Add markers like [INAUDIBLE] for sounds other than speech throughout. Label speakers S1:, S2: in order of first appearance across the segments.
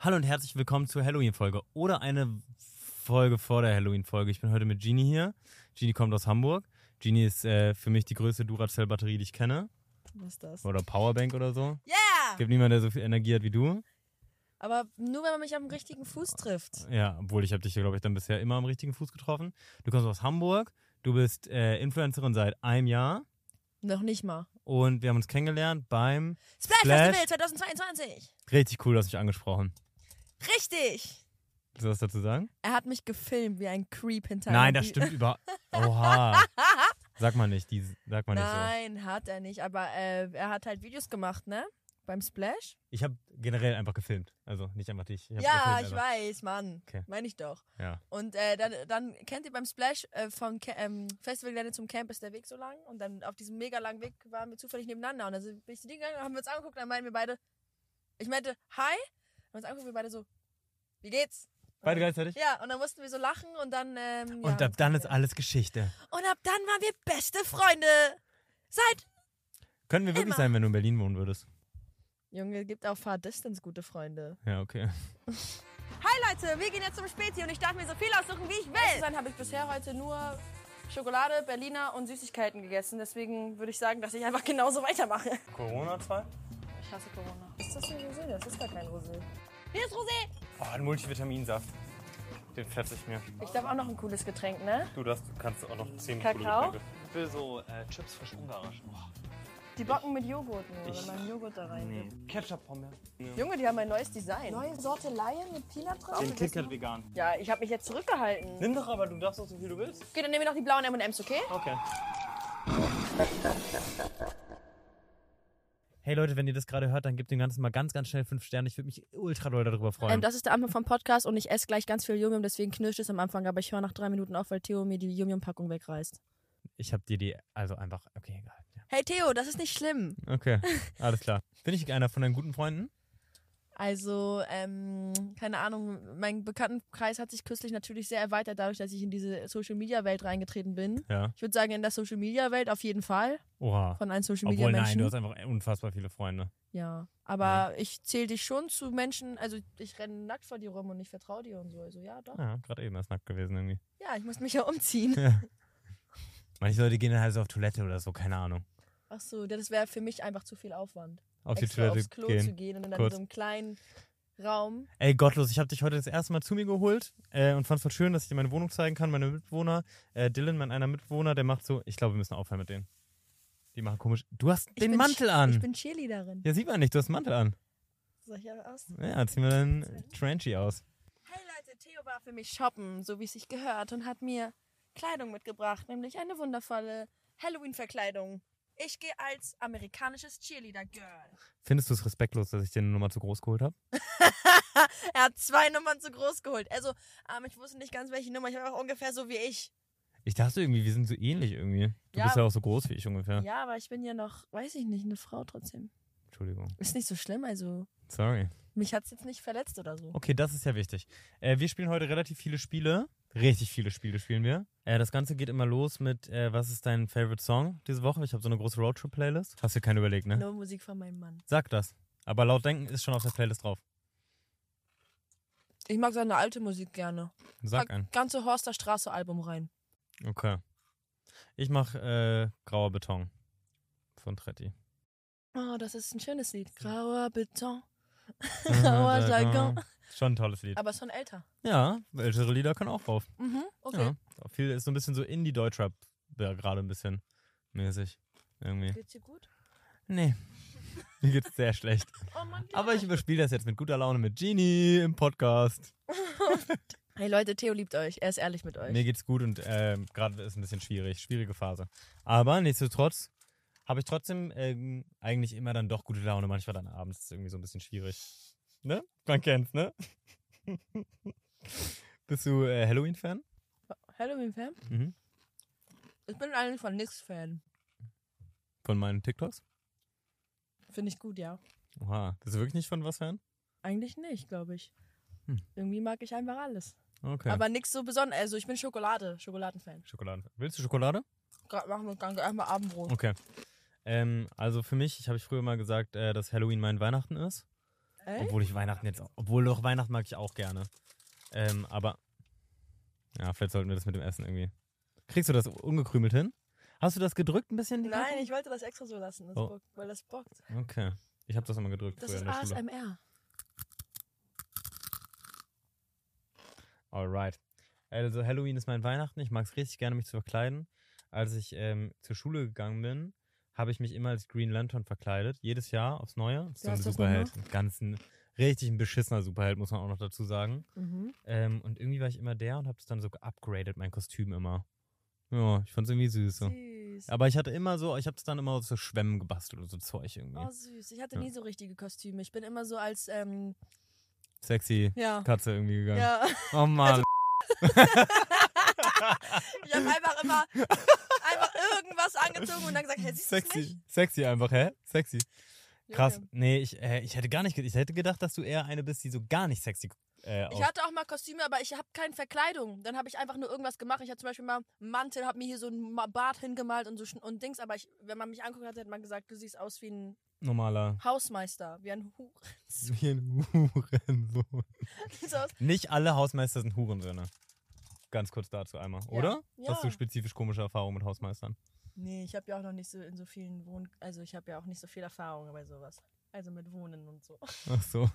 S1: Hallo und herzlich willkommen zur Halloween-Folge oder eine Folge vor der Halloween-Folge. Ich bin heute mit Genie hier. Genie kommt aus Hamburg. Genie ist äh, für mich die größte Duracell-Batterie, die ich kenne.
S2: Was ist das?
S1: Oder Powerbank oder so.
S2: Yeah!
S1: Gibt niemanden, der so viel Energie hat wie du.
S2: Aber nur wenn man mich am richtigen Fuß trifft.
S1: Ja, obwohl ich habe dich, glaube ich, dann bisher immer am richtigen Fuß getroffen. Du kommst aus Hamburg. Du bist äh, Influencerin seit einem Jahr.
S2: Noch nicht mal.
S1: Und wir haben uns kennengelernt beim...
S2: Splash,
S1: Splash.
S2: Festival 2022!
S1: Richtig cool, dass ich angesprochen.
S2: Richtig!
S1: Willst du was dazu sagen?
S2: Er hat mich gefilmt wie ein Creep hinter
S1: Nein,
S2: einer
S1: das
S2: Bü-
S1: stimmt über... Oha. Sag mal nicht, die, sag mal nicht so.
S2: Nein, hat er nicht. Aber äh, er hat halt Videos gemacht, ne? Beim Splash?
S1: Ich habe generell einfach gefilmt. Also nicht einfach dich. Ich hab
S2: ja,
S1: gefilmt,
S2: ich
S1: einfach.
S2: weiß, Mann.
S1: Okay.
S2: Meine ich doch.
S1: Ja.
S2: Und äh, dann, dann kennt ihr beim Splash äh, vom Ca- ähm, Festivalgelände zum Camp ist der Weg so lang. Und dann auf diesem mega langen Weg waren wir zufällig nebeneinander. Und dann sind, bin ich zu dir gegangen, haben wir uns angeguckt, dann meinten wir beide, ich meinte, hi. Und uns angeguckt, wir beide so, wie geht's?
S1: Beide gleichzeitig?
S2: Ja, und dann mussten wir so lachen und dann. Ähm,
S1: Und
S2: ja,
S1: ab dann ist alles Geschichte.
S2: Und ab dann waren wir beste Freunde. Seit.
S1: Können wir wirklich
S2: Immer.
S1: sein, wenn du in Berlin wohnen würdest?
S2: Junge, gibt auch Far Distance gute Freunde.
S1: Ja, okay.
S2: Hi Leute, wir gehen jetzt zum Spezi und ich darf mir so viel aussuchen, wie ich will. Sein habe ich bisher heute nur Schokolade, Berliner und Süßigkeiten gegessen. Deswegen würde ich sagen, dass ich einfach genauso weitermache.
S1: Corona 2?
S2: Ich hasse Corona. Ist das ein Rosé? Das ist gar kein Rosé. Hier ist Rosé.
S1: Oh, ein Multivitaminsaft. Den fetze ich mir.
S2: Ich darf auch noch ein cooles Getränk, ne?
S1: Du das kannst auch noch 10
S2: Kakao?
S1: Ich will so Chips frisch ungarisch.
S2: Die Bocken mit Joghurt nur,
S1: Ich-
S2: wenn man Joghurt da rein gibt.
S1: Ketchup Pommes.
S2: Junge, die haben ein neues Design. Neue Sorte Laien mit Peanut drauf?
S1: vegan.
S2: Ja, ich habe mich jetzt zurückgehalten.
S1: Nimm doch aber, du darfst auch so viel du willst.
S2: Okay, dann nehmen wir noch die blauen M&M's, okay?
S1: Okay. Hey Leute, wenn ihr das gerade hört, dann gebt dem Ganzen mal ganz, ganz schnell 5 Sterne. Ich würde mich ultra doll darüber freuen.
S2: Ähm, das ist der Anfang vom Podcast und ich esse gleich ganz viel Yum-Yum, deswegen knirscht es am Anfang, aber ich höre nach drei Minuten auf, weil Theo mir die Yum-Yum-Packung wegreißt.
S1: Ich habe dir die, also einfach, okay, egal.
S2: Hey Theo, das ist nicht schlimm.
S1: Ja. Okay, alles klar. Bin ich einer von deinen guten Freunden?
S2: Also, ähm, keine Ahnung, mein Bekanntenkreis hat sich kürzlich natürlich sehr erweitert, dadurch, dass ich in diese Social-Media-Welt reingetreten bin.
S1: Ja.
S2: Ich würde sagen, in der Social-Media-Welt auf jeden Fall,
S1: Oha.
S2: von allen
S1: Obwohl, nein, du
S2: Social-Media-Menschen.
S1: hast einfach unfassbar viele Freunde.
S2: Ja, aber ich zähle dich schon zu Menschen, also ich renne nackt vor dir rum und ich vertraue dir und so, also ja, doch.
S1: Ja, gerade eben erst nackt gewesen irgendwie.
S2: Ja, ich muss mich ja umziehen.
S1: Manche Leute gehen dann halt so auf Toilette oder so, keine Ahnung.
S2: Ach so, das wäre für mich einfach zu viel Aufwand.
S1: Auf die
S2: extra
S1: Toilette
S2: aufs Klo zu
S1: gehen.
S2: gehen und dann in
S1: Kurz.
S2: so einem kleinen Raum.
S1: Ey, gottlos, ich habe dich heute das erste Mal zu mir geholt äh, und fand voll schön, dass ich dir meine Wohnung zeigen kann. Meine Mitbewohner, äh, Dylan, mein einer Mitbewohner, der macht so, ich glaube, wir müssen aufhören mit denen. Die machen komisch. Du hast
S2: Ich
S1: den
S2: bin
S1: Mantel
S2: Ch- Ich
S1: an.
S2: bin Cheerleaderin.
S1: Ja, sieht man nicht, du hast einen Mantel an.
S2: Soll ich aber aus?
S1: Ja, zieh mal deinen Trenchy aus.
S2: Hey Leute, Theo war für mich shoppen, so wie es sich gehört, und hat mir Kleidung mitgebracht, nämlich eine wundervolle Halloween-Verkleidung. Ich gehe als amerikanisches Cheerleader-Girl.
S1: Findest du es respektlos, dass ich dir eine Nummer zu groß geholt habe?
S2: Er hat zwei Nummern zu groß geholt. Also, ähm, ich wusste nicht ganz, welche Nummer. Ich war auch ungefähr so wie ich.
S1: Ich dachte irgendwie, wir sind so ähnlich irgendwie. Du
S2: Ja.
S1: bist ja auch so groß wie ich ungefähr.
S2: Ja, aber ich bin ja noch, weiß ich nicht, eine Frau trotzdem.
S1: Entschuldigung.
S2: Ist nicht so schlimm, also
S1: Sorry.
S2: mich hat's jetzt nicht verletzt oder so.
S1: Okay, das ist ja wichtig. Äh, wir spielen heute relativ viele Spiele. Richtig viele Spiele spielen wir. Äh, das Ganze geht immer los mit, äh, was ist dein Favorite Song diese Woche? Ich habe so eine große Roadtrip-Playlist. Hast du keinen überlegt, ne?
S2: Nur Musik von meinem Mann.
S1: Sag das. Aber laut denken ist schon auf der Playlist drauf.
S2: Ich mag seine alte Musik gerne.
S1: Sag
S2: Pack
S1: ein.
S2: Ganze Horster Straße Album rein.
S1: Okay. Ich mache äh, Grauer Beton von
S2: [LAUGHS]
S1: Tretti.
S2: Oh, das ist ein schönes Lied. Grauer Beton. Grauer Oh, Jargon.
S1: Schon ein tolles Lied.
S2: Aber ist schon älter.
S1: Ja, ältere Lieder können auch drauf.
S2: Mhm, okay.
S1: Ja, viel ist so ein bisschen so Indie-Deutschrap ja, gerade ein bisschen mäßig. Irgendwie.
S2: Geht's dir gut?
S1: Nee. Mir geht's sehr schlecht.
S2: Oh Mann.
S1: Aber ich überspiele das jetzt mit guter Laune mit Genie im Podcast.
S2: Hey Leute, Theo liebt euch. Er ist ehrlich mit euch.
S1: Mir geht's gut und ähm, gerade ist ein bisschen schwierig, schwierige Phase. Aber nichtsdestotrotz habe ich trotzdem ähm, eigentlich immer dann doch gute Laune. Manchmal dann abends ist es irgendwie so ein bisschen schwierig. Ne? Man kennt's, ne? [LAUGHS] Bist du äh, Halloween-Fan?
S2: Halloween-Fan?
S1: Mhm.
S2: Ich bin eigentlich von nix Fan.
S1: Von meinen TikToks?
S2: Finde ich gut, ja.
S1: Oha. Bist du wirklich nicht von was Fan?
S2: Eigentlich nicht, glaube ich.
S1: Hm.
S2: Irgendwie mag ich einfach alles.
S1: Okay.
S2: Aber nichts so besonderes. Also ich bin Schokolade, Schokoladenfan.
S1: Schokolade. Willst du Schokolade?
S2: Gerade machen wir ganz einfach
S1: Oh.
S2: Abendbrot.
S1: Okay. Ähm, also für mich, ich habe ich früher mal gesagt, äh, dass Halloween mein Weihnachten ist.
S2: Echt?
S1: Obwohl ich Weihnachten jetzt, auch- obwohl doch Weihnachten mag ich auch gerne. Ähm, aber ja, vielleicht sollten wir das mit dem Essen irgendwie. Kriegst du das ungekrümelt hin? Hast du das gedrückt ein bisschen? die
S2: Nein,
S1: Kacke?
S2: ich wollte das extra so lassen, das
S1: Oh.
S2: bockt, weil das bockt.
S1: Okay. Ich habe das immer gedrückt
S2: Das
S1: früher
S2: ist
S1: in der Schule.
S2: ASMR.
S1: Alright. Also Halloween ist mein Weihnachten. Ich mag es richtig gerne, mich zu verkleiden. Als ich ähm, zur Schule gegangen bin, habe ich mich immer als Green Lantern verkleidet. Jedes Jahr aufs Neue. Das ist so ein
S2: hast das
S1: Superheld. Ein ganz ein, richtig ein beschissener Superheld, muss man auch noch dazu sagen.
S2: Mhm.
S1: Ähm, und irgendwie war ich immer der und habe es dann so geupgradet, mein Kostüm immer. Ja, ich fand es irgendwie süß. So.
S2: Süß.
S1: Aber ich hatte immer so, ich habe es dann immer so Schwämmen gebastelt und so Zeug irgendwie.
S2: Oh, süß. Ich hatte
S1: Ja.
S2: nie so richtige Kostüme. Ich bin immer so als, ähm,
S1: Sexy
S2: ja.
S1: Katze irgendwie gegangen.
S2: Ja. [LAUGHS] Also,
S1: Oh Mann.
S2: Ich habe
S1: [LAUGHS]
S2: einfach immer einfach irgendwas angezogen und dann gesagt, hey, siehst du
S1: sexy,
S2: nicht?
S1: sexy einfach, hä? Sexy. Krass.
S2: Junge.
S1: Nee, ich, äh, ich hätte gar nicht, ge- ich hätte gedacht, dass du eher eine bist, die so gar nicht sexy äh,
S2: Ich hatte auch mal Kostüme, aber ich habe keine Verkleidung. Dann habe ich einfach nur irgendwas gemacht. Ich hatte zum Beispiel mal einen Mantel, habe mir hier so einen Ma- Bart hingemalt und so Schn- und Dings. Aber ich, wenn man mich anguckt hat, hätte man gesagt, du siehst aus wie ein
S1: normaler.
S2: Hausmeister, wie ein Hu. [LAUGHS]
S1: Wie ein Hurensohn.
S2: Siehst aus-
S1: Nicht alle Hausmeister sind Hurensöhne. Ganz kurz dazu einmal, oder?
S2: Ja.
S1: Hast du spezifisch komische Erfahrungen mit Hausmeistern?
S2: Nee, ich habe ja auch noch nicht so in so vielen Wohn... Also ich habe ja auch nicht so viel Erfahrung bei sowas. Also mit Wohnen und so.
S1: Ach so.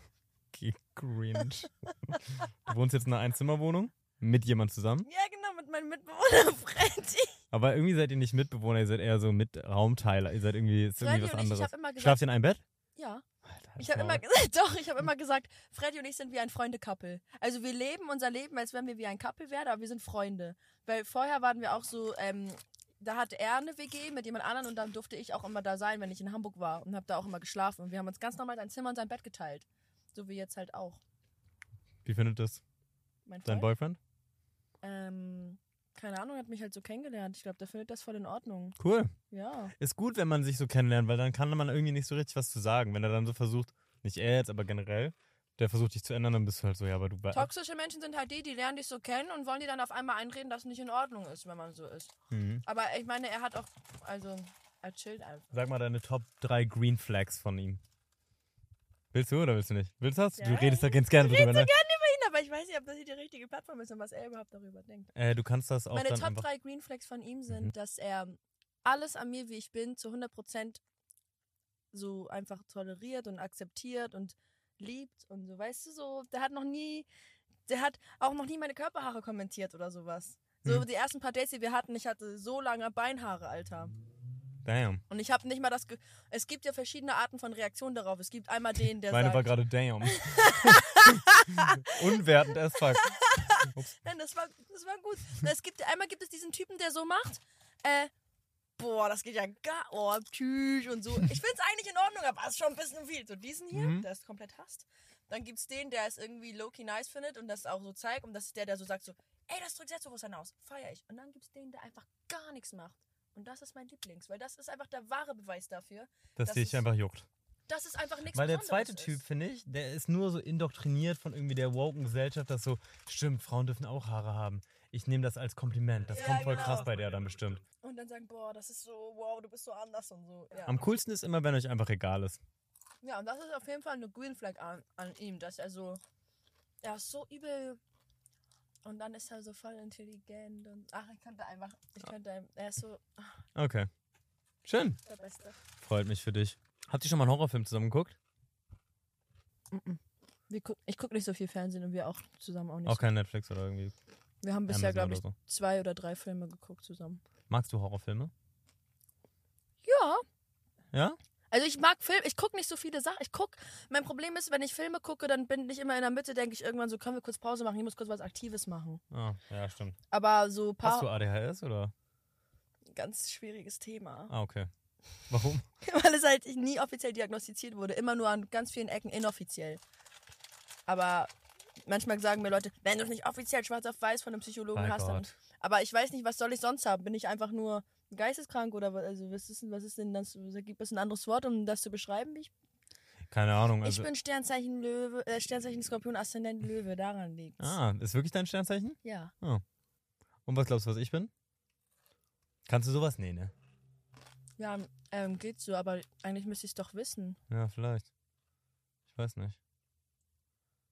S1: Okay, cringe. du wohnst jetzt in einer Einzimmerwohnung mit jemand zusammen,
S2: Ja, genau, mit meinem Mitbewohner [LAUGHS] Freddy.
S1: aber irgendwie seid ihr nicht Mitbewohner, ihr seid eher so Mitraumteiler, ihr seid irgendwie, ist irgendwie was
S2: Freddy und ich, ich
S1: anderes.
S2: habe immer gesagt...
S1: Schlaft ihr in einem Bett?
S2: Ja.
S1: Alter,
S2: Ich
S1: das
S2: habe immer
S1: Maul.
S2: gesagt, [LAUGHS] doch, ich habe immer gesagt, Freddy und ich sind wie ein Freunde-Couple. Also wir leben unser Leben, als wenn wir wie ein Couple wären, aber wir sind Freunde. Weil vorher waren wir auch so, ähm, da hatte er eine WG mit jemand anderen und dann durfte ich auch immer da sein, wenn ich in Hamburg war und habe da auch immer geschlafen. Und wir haben uns ganz normal sein Zimmer und sein Bett geteilt. So wie jetzt halt auch.
S1: Wie findet das
S2: Mein Freund.
S1: dein Boyfriend?
S2: Ähm, keine Ahnung, hat mich halt so kennengelernt. Ich glaube, der findet das voll in Ordnung.
S1: Cool.
S2: Ja.
S1: ist gut, wenn man sich so kennenlernt, weil dann kann man irgendwie nicht so richtig was zu sagen. Wenn er dann so versucht, nicht er jetzt, aber generell, der versucht dich zu ändern, dann bist du halt so, ja, aber du warst.
S2: Toxische Menschen sind halt die, die lernen dich so kennen und wollen dir dann auf einmal einreden, dass es nicht in Ordnung ist, wenn man so ist.
S1: Mhm.
S2: Aber ich meine, er hat auch, also, er chillt einfach.
S1: Sag mal deine Top 3 Green Flags von ihm. Willst du oder willst du nicht? Willst du das? Du
S2: Ja,
S1: redest da ganz gerne drüber, ne?
S2: Aber ich weiß nicht, ob das hier die richtige Plattform ist und was er überhaupt darüber denkt.
S1: Äh, du kannst das auch
S2: Meine
S1: dann
S2: Top
S1: einfach. Mhm.
S2: 3 Green Flags von ihm sind, dass er alles an mir, wie ich bin, zu 100% so einfach toleriert und akzeptiert und liebt und so, weißt du, so, der hat noch nie, der hat auch noch nie meine Körperhaare kommentiert oder sowas. So,
S1: Mhm.
S2: die ersten paar Dates, die wir hatten, ich hatte so lange Beinhaare, Alter.
S1: Damn.
S2: Und ich habe nicht mal das. Ge es gibt ja verschiedene Arten von Reaktionen darauf. Es gibt einmal den, der
S1: Meine
S2: sagt.
S1: war gerade
S2: [LAUGHS]
S1: damn. [LAUGHS] Unwertend as fuck. Ups.
S2: Nein, das war, das war gut. Na, Es gibt, einmal gibt es diesen Typen, der so macht, äh, boah, das geht ja gar, oh, tschüss und so. Ich find's eigentlich in Ordnung, aber ist schon ein bisschen viel. So diesen hier,
S1: Mhm.
S2: der es komplett hasst. Dann gibt's den, der es irgendwie low-key nice findet und das auch so zeigt. Und das ist der, der so sagt so, ey, das drückt Selbstbewusstsein aus, feier ich. Und dann gibt's den, der einfach gar nichts macht. Und das ist mein Lieblings, weil das ist einfach der wahre Beweis dafür,
S1: Dass
S2: Das
S1: dich
S2: ist-
S1: einfach juckt.
S2: dass es einfach nichts
S1: Weil der
S2: Besonderes
S1: zweite
S2: ist.
S1: Typ, finde ich, der ist nur so indoktriniert von irgendwie der woken Gesellschaft, dass so, stimmt, Frauen dürfen auch Haare haben. Ich nehme das als Kompliment. Das
S2: Ja,
S1: kommt voll
S2: genau.
S1: krass bei der dann bestimmt.
S2: Und dann sagen, boah, das ist so, wow, du bist so anders und so. Ja.
S1: Am coolsten ist immer, wenn euch einfach egal ist.
S2: Ja, und das ist auf jeden Fall eine Green Flag an, an ihm, dass er so. Er ist so übel. Und dann ist er so voll intelligent und. Ach, ich könnte einfach. Ich könnte. ein- Er ist so ach,
S1: Okay. Schön.
S2: der Beste.
S1: Freut mich für dich. Habt ihr schon mal einen Horrorfilm zusammen geguckt?
S2: ich gucke nicht so viel Fernsehen und wir auch zusammen auch nicht.
S1: Auch kein Netflix oder irgendwie.
S2: Wir haben
S1: Amazon
S2: bisher, glaube
S1: oder
S2: ich,
S1: so.
S2: zwei oder drei Filme geguckt zusammen.
S1: Magst du Horrorfilme?
S2: Ja.
S1: Ja?
S2: Also ich mag Filme, ich gucke nicht so viele Sachen. Ich guck, mein Problem ist, wenn ich Filme gucke, dann bin ich immer in der Mitte, denke ich irgendwann so, können wir kurz Pause machen, ich muss kurz was Aktives machen.
S1: Ah, ja, stimmt.
S2: Aber so ein
S1: Hast du
S2: paar,
S1: ADHS oder?
S2: ganz schwieriges Thema.
S1: Ah, okay. Warum?
S2: [LAUGHS] Weil es halt nie offiziell diagnostiziert wurde. Immer nur an ganz vielen Ecken inoffiziell. Aber manchmal sagen mir Leute, wenn du es nicht offiziell schwarz auf weiß von einem Psychologen
S1: Bei
S2: hast, dann.
S1: Gott.
S2: Aber ich weiß nicht, was soll ich sonst haben? Bin ich einfach nur geisteskrank oder was, also was ist denn, was ist denn das? Gibt es ein anderes Wort, um das zu beschreiben? wie Ich,
S1: Keine Ahnung.
S2: ich
S1: Also,
S2: bin Sternzeichen Löwe, äh, Sternzeichen Skorpion, Aszendent Löwe, daran liegt
S1: ah, ist wirklich dein Sternzeichen?
S2: Ja.
S1: Und was glaubst du, was ich bin? Kannst du sowas? Nee, ne?
S2: Ja, ähm, geht so, aber eigentlich müsste ich es doch wissen.
S1: Ja, vielleicht. Ich weiß nicht.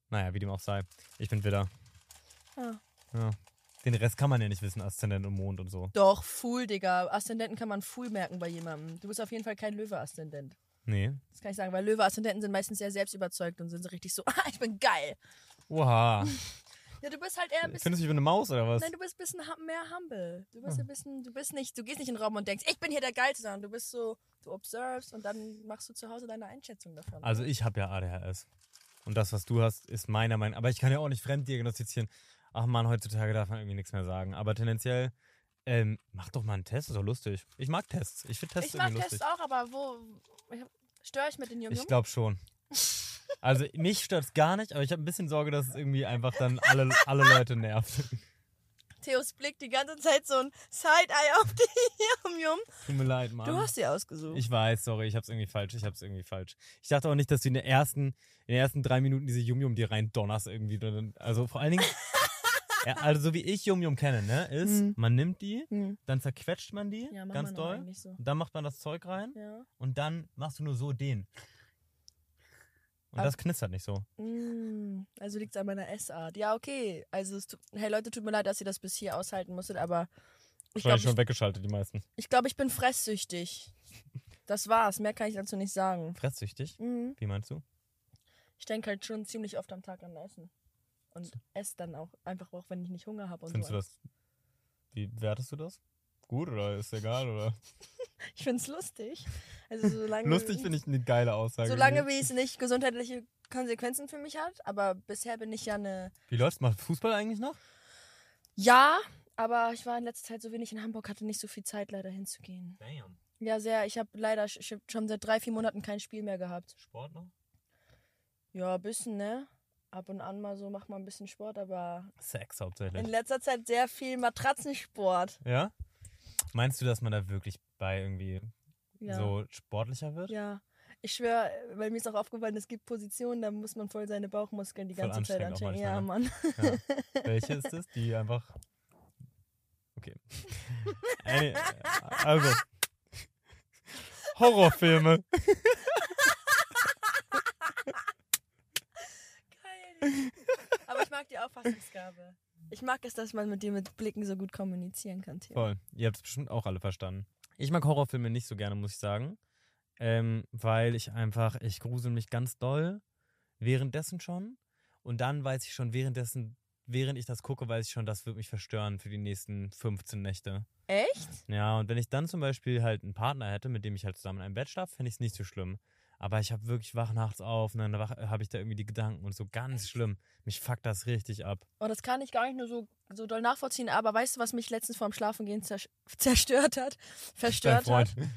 S1: Naja, wie dem auch sei. Ich bin Widder.
S2: Ja.
S1: Ja. Den Rest kann man ja nicht wissen, Aszendent und Mond und so.
S2: Doch, Fool, Digga. Aszendenten kann man Fool merken bei jemandem. Du bist auf jeden Fall kein Löwe-Aszendent.
S1: Nee.
S2: Das kann ich sagen, weil Löwe-Aszendenten sind meistens sehr selbstüberzeugt und sind so richtig so, [LAUGHS] ah, ich bin geil.
S1: Oha.
S2: Ja, du bist halt eher ein bisschen.
S1: Findest du, Hm. ich bin eine Maus oder was?
S2: Nein, du bist ein bisschen hum- mehr humble. Du bist ein bisschen, du bist nicht, du gehst nicht in den Raum und denkst, ich bin hier der Geilste, sondern du bist so, du observest und dann machst du zu Hause deine Einschätzung davon.
S1: Also ich habe ja ADHS. Und das, was du hast, ist meiner Meinung Aber ich kann ja auch nicht fremddiagnostizieren. Ach man, heutzutage darf man irgendwie nichts mehr sagen. Aber tendenziell, ähm, mach doch mal einen Test, ist doch lustig. Ich mag Tests. Ich finde Tests
S2: ich mag
S1: irgendwie
S2: Tests
S1: lustig.
S2: auch, aber wo. Störe ich mit den Jungen?
S1: Ich glaube schon. Also mich stört es gar nicht, aber ich habe ein bisschen Sorge, dass es irgendwie einfach dann alle, alle Leute nervt. [LAUGHS]
S2: Theos Blick die ganze Zeit so ein Side-Eye auf die [LAUGHS] Yum Yum.
S1: Tut mir leid, Mann.
S2: Du hast sie ausgesucht.
S1: Ich weiß, sorry, ich hab's irgendwie falsch, ich hab's irgendwie falsch. Ich dachte auch nicht, dass du in, der ersten, in den ersten drei Minuten diese Yum-Yum dir rein donnerst irgendwie. Also vor allen
S2: [LAUGHS]
S1: Dingen, ja, also so wie ich Yum-Yum kenne, ne, ist,
S2: Mhm.
S1: man nimmt die,
S2: Hm.
S1: dann zerquetscht man die
S2: Ja, machen
S1: ganz
S2: wir noch
S1: doll,
S2: eigentlich so.
S1: und dann macht man das Zeug rein
S2: Ja.
S1: und dann machst du nur so den. Und
S2: Aber-
S1: das knistert nicht so.
S2: Mm, also liegt es an meiner Essart. Ja, okay. Also, es tut, hey Leute, tut mir leid, dass ihr das bis hier aushalten musstet, aber ich glaube,
S1: Wahrscheinlich
S2: ich,
S1: schon weggeschaltet, die meisten.
S2: ich, glaub, ich bin fresssüchtig. Das war's. Mehr kann ich dazu nicht sagen.
S1: Fresssüchtig?
S2: Mhm.
S1: Wie meinst du?
S2: Ich denke halt schon ziemlich oft am Tag an Essen. Und esse dann auch einfach, auch wenn ich nicht Hunger habe.
S1: Findest
S2: so.
S1: du das? Wie wertest du das? Gut oder ist egal? Oder?
S2: Ich find's lustig. Also, solange.
S1: [LAUGHS] Lustig finde ich eine geile Aussage.
S2: Solange wie es nicht gesundheitliche Konsequenzen für mich hat, aber bisher bin ich ja eine.
S1: Wie läuft's? Macht Fußball eigentlich noch?
S2: Ja, aber ich war in letzter Zeit so wenig in Hamburg, hatte nicht so viel Zeit leider hinzugehen.
S1: Damn.
S2: Ja, sehr. Ich habe leider sch- sch- schon seit drei, vier Monaten kein Spiel mehr gehabt.
S1: Sport noch?
S2: Ja, ein bisschen, ne? Ab und an mal so macht man ein bisschen Sport, aber
S1: Sex
S2: in
S1: hauptsächlich.
S2: letzter Zeit sehr viel Matratzensport.
S1: Ja? Meinst du, dass man da wirklich bei irgendwie
S2: Ja.
S1: so sportlicher wird?
S2: Ja. Ich schwöre, weil mir ist auch aufgefallen, es gibt Positionen, da muss man voll seine Bauchmuskeln die
S1: Voll
S2: ganze Zeit
S1: anstrengend auch ne?
S2: anstrengen. Ja, Mann.
S1: Ja. Welche ist es,
S2: [LAUGHS]
S1: die einfach. Okay. Eine- also. Horrorfilme. [LAUGHS]
S2: Geil. Aber ich mag die Auffassungsgabe. Ich mag es, dass man mit dir mit Blicken so gut kommunizieren kann, Theo.
S1: Voll. Ihr habt es bestimmt auch alle verstanden. Ich mag Horrorfilme nicht so gerne, muss ich sagen. Ähm, weil ich einfach, ich grusel mich ganz doll. Währenddessen schon. Und dann weiß ich schon, währenddessen, während ich das gucke, weiß ich schon, das wird mich verstören für die nächsten 15 Nächte.
S2: Echt?
S1: Ja, und wenn ich dann zum Beispiel halt einen Partner hätte, mit dem ich halt zusammen in einem Bett schlafe, fände ich es nicht so schlimm. Aber ich habe wirklich wach nachts auf und dann habe ich da irgendwie die Gedanken und so ganz schlimm. Mich fuckt das richtig ab.
S2: Oh, das kann ich gar nicht nur so, so doll nachvollziehen, aber weißt du, was mich letztens vorm Schlafengehen zersch- [LAUGHS] zerstört hat? Verstört
S1: Dein
S2: hat?
S1: Freund.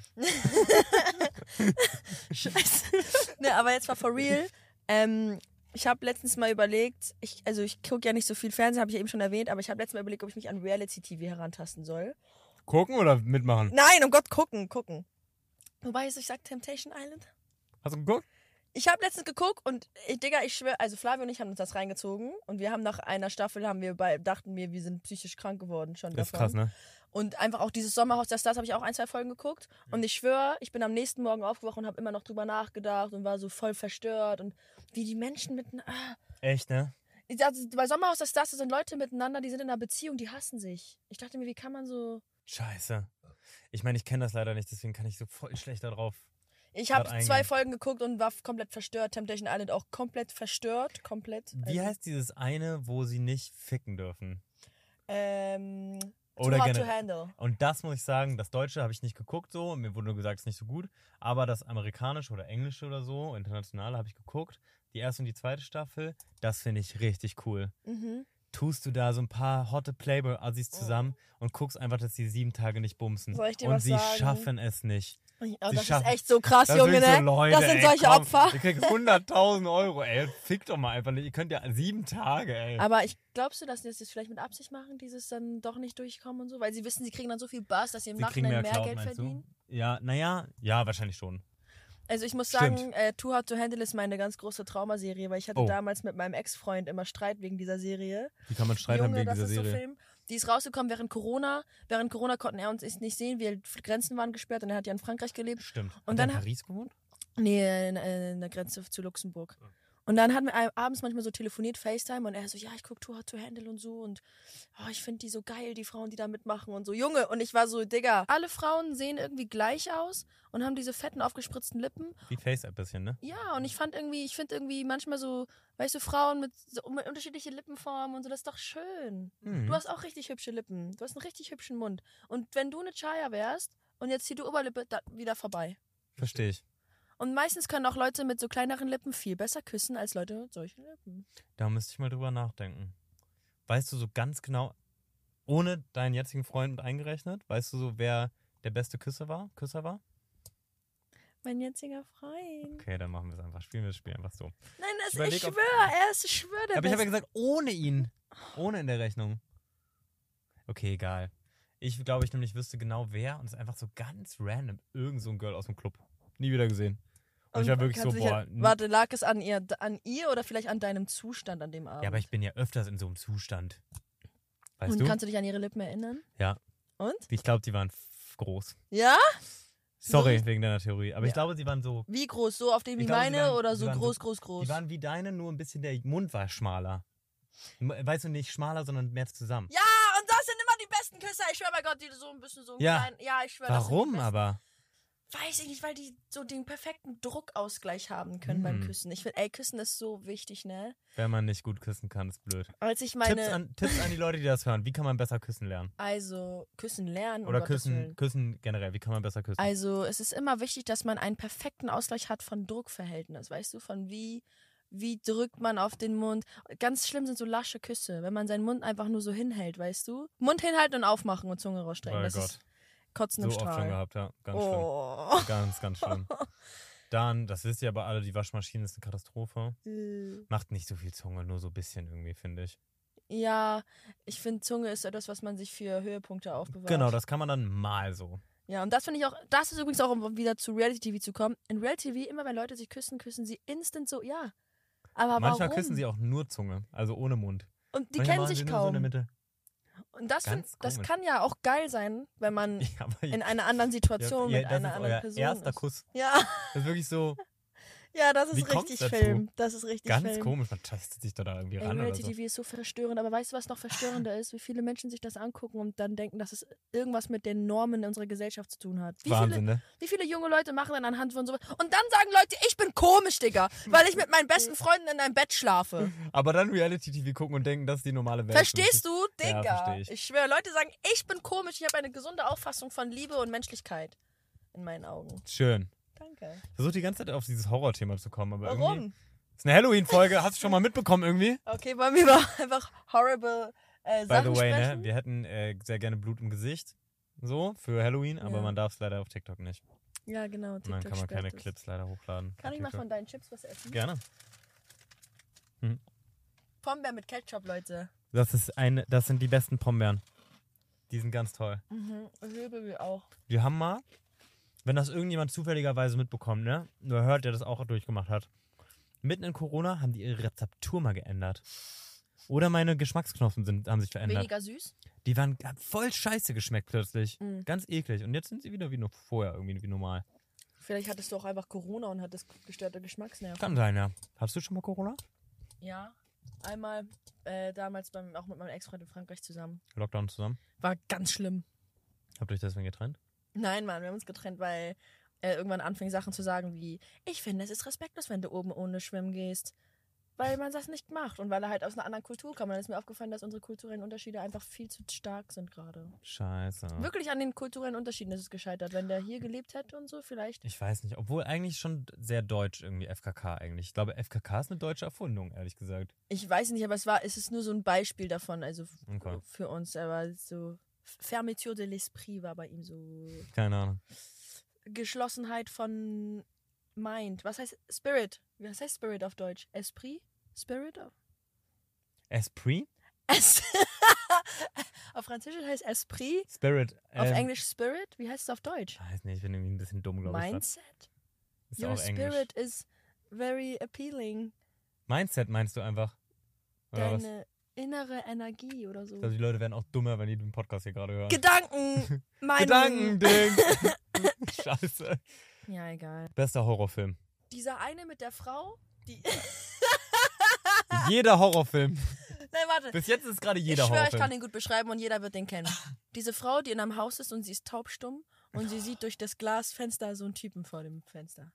S2: Scheiße. [LAUGHS] ne, aber jetzt mal for real. Ähm, ich habe letztens mal überlegt, ich, also ich gucke ja nicht so viel Fernsehen, habe ich ja eben schon erwähnt, aber ich habe letztens mal überlegt, ob ich mich an Reality-TV herantasten soll.
S1: Gucken oder mitmachen?
S2: Nein, um Gott, gucken, gucken. Wobei, ich sag Temptation Island.
S1: Hast du geguckt?
S2: Ich habe letztens geguckt und ich, Digga, ich schwöre, also Flavio und ich haben uns das reingezogen und wir haben nach einer Staffel haben wir bei, dachten wir, wir sind psychisch krank geworden schon
S1: Das ist
S2: davon.
S1: krass, ne?
S2: Und einfach auch dieses Sommerhaus der Stars habe ich auch ein, zwei Folgen geguckt und ich schwöre, ich bin am nächsten Morgen aufgewacht und habe immer noch drüber nachgedacht und war so voll verstört und wie die Menschen miteinander ah.
S1: Echt, ne?
S2: Ich dachte, bei Sommerhaus der Stars da sind Leute miteinander, die sind in einer Beziehung, die hassen sich. Ich dachte mir, wie kann man so
S1: Scheiße. Ich meine, ich kenne das leider nicht, deswegen kann ich so voll schlecht da drauf.
S2: Ich
S1: Grad
S2: habe zwei
S1: eingegangen.
S2: Folgen geguckt und war komplett verstört. Temptation Island auch komplett verstört, komplett.
S1: Wie
S2: Also,
S1: heißt dieses eine, wo sie nicht ficken dürfen?
S2: ähm,
S1: Oder
S2: too hard
S1: generell-
S2: to handle.
S1: Und das muss ich sagen, das Deutsche habe ich nicht geguckt so, mir wurde nur gesagt, es ist nicht so gut. Aber das Amerikanische oder Englische oder so, Internationale habe ich geguckt. Die erste und die zweite Staffel, das finde ich richtig cool.
S2: Mhm.
S1: Tust du da so ein paar hotte Playboy-Assis zusammen und guckst einfach, dass die sieben Tage nicht bumsen.
S2: Oh. Soll ich dir
S1: und
S2: was
S1: sie
S2: sagen?
S1: schaffen es nicht.
S2: Oh,
S1: Sie
S2: das ist
S1: schaffen-
S2: echt so krass,
S1: Das
S2: Junge,
S1: sind
S2: ne?
S1: so Leute,
S2: das sind
S1: ey,
S2: solche
S1: komm,
S2: Opfer.
S1: Ihr kriegt 100.000 Euro, ey. Fickt doch mal einfach nicht. Ihr könnt ja sieben Tage, ey.
S2: Aber ich glaubst du, dass die das jetzt vielleicht mit Absicht machen, dieses dann doch nicht durchkommen und so? Weil sie wissen, sie kriegen dann so viel Bass, dass sie im
S1: sie kriegen
S2: Nachhinein mehr,
S1: mehr, Clout,
S2: Geld
S1: meinst
S2: verdienen.
S1: du? Ja, naja, ja, wahrscheinlich schon.
S2: Also ich muss
S1: Stimmt.
S2: sagen, äh, Too Hard to Handle ist meine ganz große Traumaserie, weil ich hatte
S1: Oh.
S2: damals mit meinem Ex-Freund immer Streit wegen dieser Serie.
S1: Wie kann man streiten
S2: Junge,
S1: wegen
S2: das
S1: dieser
S2: ist
S1: Serie?
S2: so Film. Die ist rausgekommen während Corona. Während Corona konnten er und ich nicht sehen, wir Grenzen waren gesperrt und er hat ja in Frankreich gelebt.
S1: Stimmt.
S2: Und
S1: Hat er
S2: dann
S1: in
S2: ha-
S1: Paris gewohnt?
S2: Nee, in, äh, in der Grenze zu Luxemburg. Und dann hatten wir ab- abends manchmal so telefoniert, FaceTime, und er so, ja, ich guck Too Hot to Handle und so, und oh, ich finde die so geil, die Frauen, die da mitmachen und so. Junge, und ich war so, Digga, alle Frauen sehen irgendwie gleich aus und haben diese fetten, aufgespritzten Lippen.
S1: Wie Face-App bisschen, ne?
S2: Ja, und ich fand irgendwie, ich finde irgendwie manchmal so, weißt du, Frauen mit so un- unterschiedlichen Lippenformen und so, das ist doch schön.
S1: Mhm.
S2: Du hast auch richtig hübsche Lippen. Du hast einen richtig hübschen Mund. Und wenn du eine Chaya wärst und jetzt hier die Oberlippe, da, wieder vorbei.
S1: Verstehe ich.
S2: Und meistens können auch Leute mit so kleineren Lippen viel besser küssen als Leute mit solchen Lippen.
S1: Da müsste ich mal drüber nachdenken. Weißt du so ganz genau, ohne deinen jetzigen Freund mit eingerechnet, weißt du so, wer der beste Küsser war? Küsser war?
S2: Mein jetziger Freund.
S1: Okay, dann machen wir es einfach. Spielen wir das Spiel einfach so.
S2: Nein, das,
S1: Ich überleg,
S2: ich
S1: ob-
S2: schwöre, er ist, ich schwöre, der
S1: Aber ich habe ja
S2: Beste.
S1: gesagt, ohne ihn. Ohne in der Rechnung. Okay, egal. Ich glaube, ich nämlich wüsste genau wer und es ist einfach so ganz random. Irgend so ein Girl aus dem Club. Nie wieder gesehen. Und, ich war wirklich so,
S2: kannst dich
S1: boah.
S2: halt- warte, lag es an ihr, an ihr oder vielleicht an deinem Zustand an dem Abend?
S1: ja, aber ich bin ja öfters in so einem Zustand. Weißt
S2: Und
S1: du?
S2: kannst du dich an ihre Lippen erinnern?
S1: Ja.
S2: Und?
S1: Ich glaube, die waren f- groß.
S2: Ja?
S1: Sorry,
S2: richtig-
S1: wegen deiner Theorie. Aber ich
S2: Ja.
S1: glaube, sie waren so
S2: Wie groß? So auf dem
S1: Ich
S2: wie
S1: glaube, sie
S2: meine
S1: waren-
S2: oder
S1: sie
S2: so
S1: waren so-
S2: groß, groß, groß?
S1: Die waren wie deine, nur ein bisschen der Mund war schmaler. M- Weißt du, nicht schmaler, sondern mehr zusammen.
S2: Ja, Ah, und das sind immer die besten Küsser. Ich schwöre bei Gott, die so ein bisschen so
S1: Ja.
S2: klein. Ja, ich schwöre.
S1: Warum
S2: das sind die
S1: aber?
S2: besten. Weiß ich nicht, weil die so den perfekten Druckausgleich haben können beim
S1: Hm.
S2: Küssen. Ich finde, ey, Küssen ist so wichtig, ne?
S1: Wenn man nicht gut küssen kann, ist blöd.
S2: Als ich
S1: Tipps,
S2: meine.
S1: an, Tipps an die Leute, die das hören. Wie kann man besser küssen lernen?
S2: Also, Küssen lernen. um
S1: Oder
S2: Gottes
S1: küssen,
S2: Willen.
S1: küssen generell. Wie kann man besser küssen?
S2: Also, es ist immer wichtig, dass man einen perfekten Ausgleich hat von Druckverhältnis. Weißt du, von wie. Wie drückt man auf den Mund? Ganz schlimm sind so lasche Küsse, wenn man seinen Mund einfach nur so hinhält, weißt du? Mund hinhalten und aufmachen und Zunge rausstrecken.
S1: oh
S2: das
S1: Gott.
S2: ist Kotzen
S1: So
S2: im
S1: oft
S2: Strahl.
S1: schon gehabt, ja. Ganz
S2: oh.
S1: schlimm. Ganz, ganz
S2: [LAUGHS]
S1: schlimm. Dann, das wisst ihr aber alle, die Waschmaschine ist eine Katastrophe.
S2: Äh,
S1: Macht nicht so viel Zunge, nur so ein bisschen irgendwie, finde ich.
S2: Ja, ich finde, Zunge ist etwas, was man sich für Höhepunkte aufbewahrt.
S1: Genau, das kann man dann mal so.
S2: Ja, und das finde ich auch, das ist übrigens auch, um wieder zu Reality TV zu kommen. In Reality TV, immer wenn Leute sich küssen, küssen sie instant so, ja. Aber
S1: Manchmal
S2: warum?
S1: küssen sie auch nur Zunge, also ohne Mund.
S2: Und die
S1: Manchmal
S2: kennen
S1: machen
S2: sich
S1: sie nur So in der
S2: kaum.
S1: Mitte. [LAUGHS]
S2: und das, find,
S1: Ganz
S2: das
S1: komisch.
S2: kann ja auch geil sein, wenn
S1: [LAUGHS]
S2: man
S1: Ja, aber
S2: in einer anderen Situation
S1: ja,
S2: mit
S1: das
S2: einer
S1: ist
S2: anderen
S1: euer
S2: Person
S1: erster
S2: ist.
S1: Kuss.
S2: Ja, [LAUGHS]
S1: Das ist wirklich so
S2: ja, das
S1: Wie
S2: ist
S1: kommt's
S2: richtig
S1: dazu?
S2: Film. Das ist richtig
S1: ganz
S2: Film.
S1: komisch. Man tastet sich da, da irgendwie
S2: Ey,
S1: ran oder
S2: Reality
S1: so.
S2: TV ist so verstörend, aber weißt du, was noch verstörender ist? Wie viele Menschen sich das angucken und dann denken, dass es irgendwas mit den Normen in unserer Gesellschaft zu tun hat. Wie
S1: Wahnsinn,
S2: viele,
S1: ne?
S2: wie viele junge Leute machen dann anhand von sowas? Und dann sagen Leute, ich bin komisch, Digga, weil ich mit meinen besten Freunden in einem Bett schlafe.
S1: Aber dann Reality TV gucken und denken, das ist die normale Welt.
S2: Verstehst du, Digga?
S1: versteh ich.
S2: ich schwöre, Leute sagen, ich bin komisch, ich habe eine gesunde Auffassung von Liebe und Menschlichkeit. In meinen Augen.
S1: Schön.
S2: Danke.
S1: Ich versuche die ganze Zeit auf dieses Horrorthema zu kommen, aber irgendwie.
S2: Warum?
S1: Das ist eine Halloween-Folge, hast du schon mal mitbekommen irgendwie?
S2: Okay, wollen wir über [LAUGHS] einfach horrible äh,
S1: By
S2: Sachen
S1: the way,
S2: sprechen?
S1: ne? Wir hätten äh, sehr gerne Blut im Gesicht. So, für Halloween, aber
S2: Ja.
S1: man darf es leider auf TikTok nicht.
S2: Ja, genau.
S1: Und dann kann man
S2: sperrt
S1: keine
S2: es.
S1: Clips leider hochladen.
S2: Kann
S1: auf
S2: ich mal
S1: TikTok.
S2: von deinen Chips was essen?
S1: Gerne.
S2: Pombeer mit Ketchup, Leute.
S1: Das, ist eine, das sind die besten Pombeeren. Die sind ganz toll.
S2: Mhm. Höbel auch.
S1: Wir haben mal, wenn das irgendjemand zufälligerweise mitbekommt, ne? Nur hört, der das auch durchgemacht hat. Mitten in Corona haben die ihre Rezeptur mal geändert. Oder meine Geschmacksknospen sind, haben sich verändert.
S2: Weniger süß.
S1: Die waren haben voll scheiße geschmeckt plötzlich.
S2: Mhm.
S1: Ganz eklig. Und jetzt sind sie wieder wie nur vorher, irgendwie wie normal.
S2: Vielleicht hattest du auch einfach Corona und hattest gestörte Geschmacksnerven.
S1: Kann sein, ja. Hast du schon mal Corona?
S2: Ja. Einmal äh, damals beim, auch mit meinem Ex-Freund in Frankreich zusammen.
S1: Lockdown zusammen.
S2: War ganz schlimm.
S1: Habt ihr euch deswegen getrennt?
S2: Nein, Mann, wir haben uns getrennt, weil er irgendwann anfing, Sachen zu sagen wie: Ich finde, es ist respektlos, wenn du oben ohne schwimmen gehst. Weil man das nicht macht und weil er halt aus einer anderen Kultur kam. Und dann ist mir aufgefallen, dass unsere kulturellen Unterschiede einfach viel zu stark sind gerade.
S1: Mhm. Scheiße.
S2: Wirklich an den kulturellen Unterschieden ist es gescheitert. Wenn der hier gelebt hätte und so, vielleicht.
S1: Ich weiß nicht, obwohl eigentlich schon sehr deutsch irgendwie FKK eigentlich. Ich glaube, FKK ist eine deutsche Erfindung, ehrlich gesagt.
S2: Ich weiß nicht, aber es war, es ist nur so ein Beispiel davon, also f-
S1: Okay.
S2: für uns. Aber so Fermeture de l'esprit war bei ihm so
S1: Keine Ahnung.
S2: Geschlossenheit von Mind. Was heißt Spirit? Was heißt Spirit auf Deutsch? Esprit? Spirit? Auf,
S1: Esprit?
S2: es [LAUGHS] auf Französisch heißt Esprit,
S1: Spirit.
S2: auf
S1: ähm,
S2: Englisch Spirit. Wie heißt es auf Deutsch?
S1: Weiß nicht, ich bin irgendwie ein bisschen dumm, glaube ich. grad.
S2: Mindset?
S1: Ist
S2: Your
S1: auch Englisch.
S2: spirit is very appealing.
S1: Mindset meinst du einfach? Oder was?
S2: Deine innere Energie oder so.
S1: Ich glaube, die Leute werden auch dümmer, wenn die den Podcast hier gerade hören. [LAUGHS]
S2: Gedanken! Meinungen.
S1: Gedankending!
S2: [LAUGHS]
S1: [LAUGHS] Scheiße.
S2: Ja, egal. [LAUGHS]
S1: Bester Horrorfilm.
S2: Dieser eine mit der Frau, die.
S1: Jeder Horrorfilm.
S2: Nein, warte.
S1: Bis jetzt ist gerade
S2: Ich
S1: jeder
S2: schwöre, ich kann
S1: Horrorfilm.
S2: ihn gut beschreiben und jeder wird den kennen. Diese Frau, die in einem Haus ist und sie ist taubstumm und sie sieht durch das Glasfenster so einen Typen vor dem Fenster.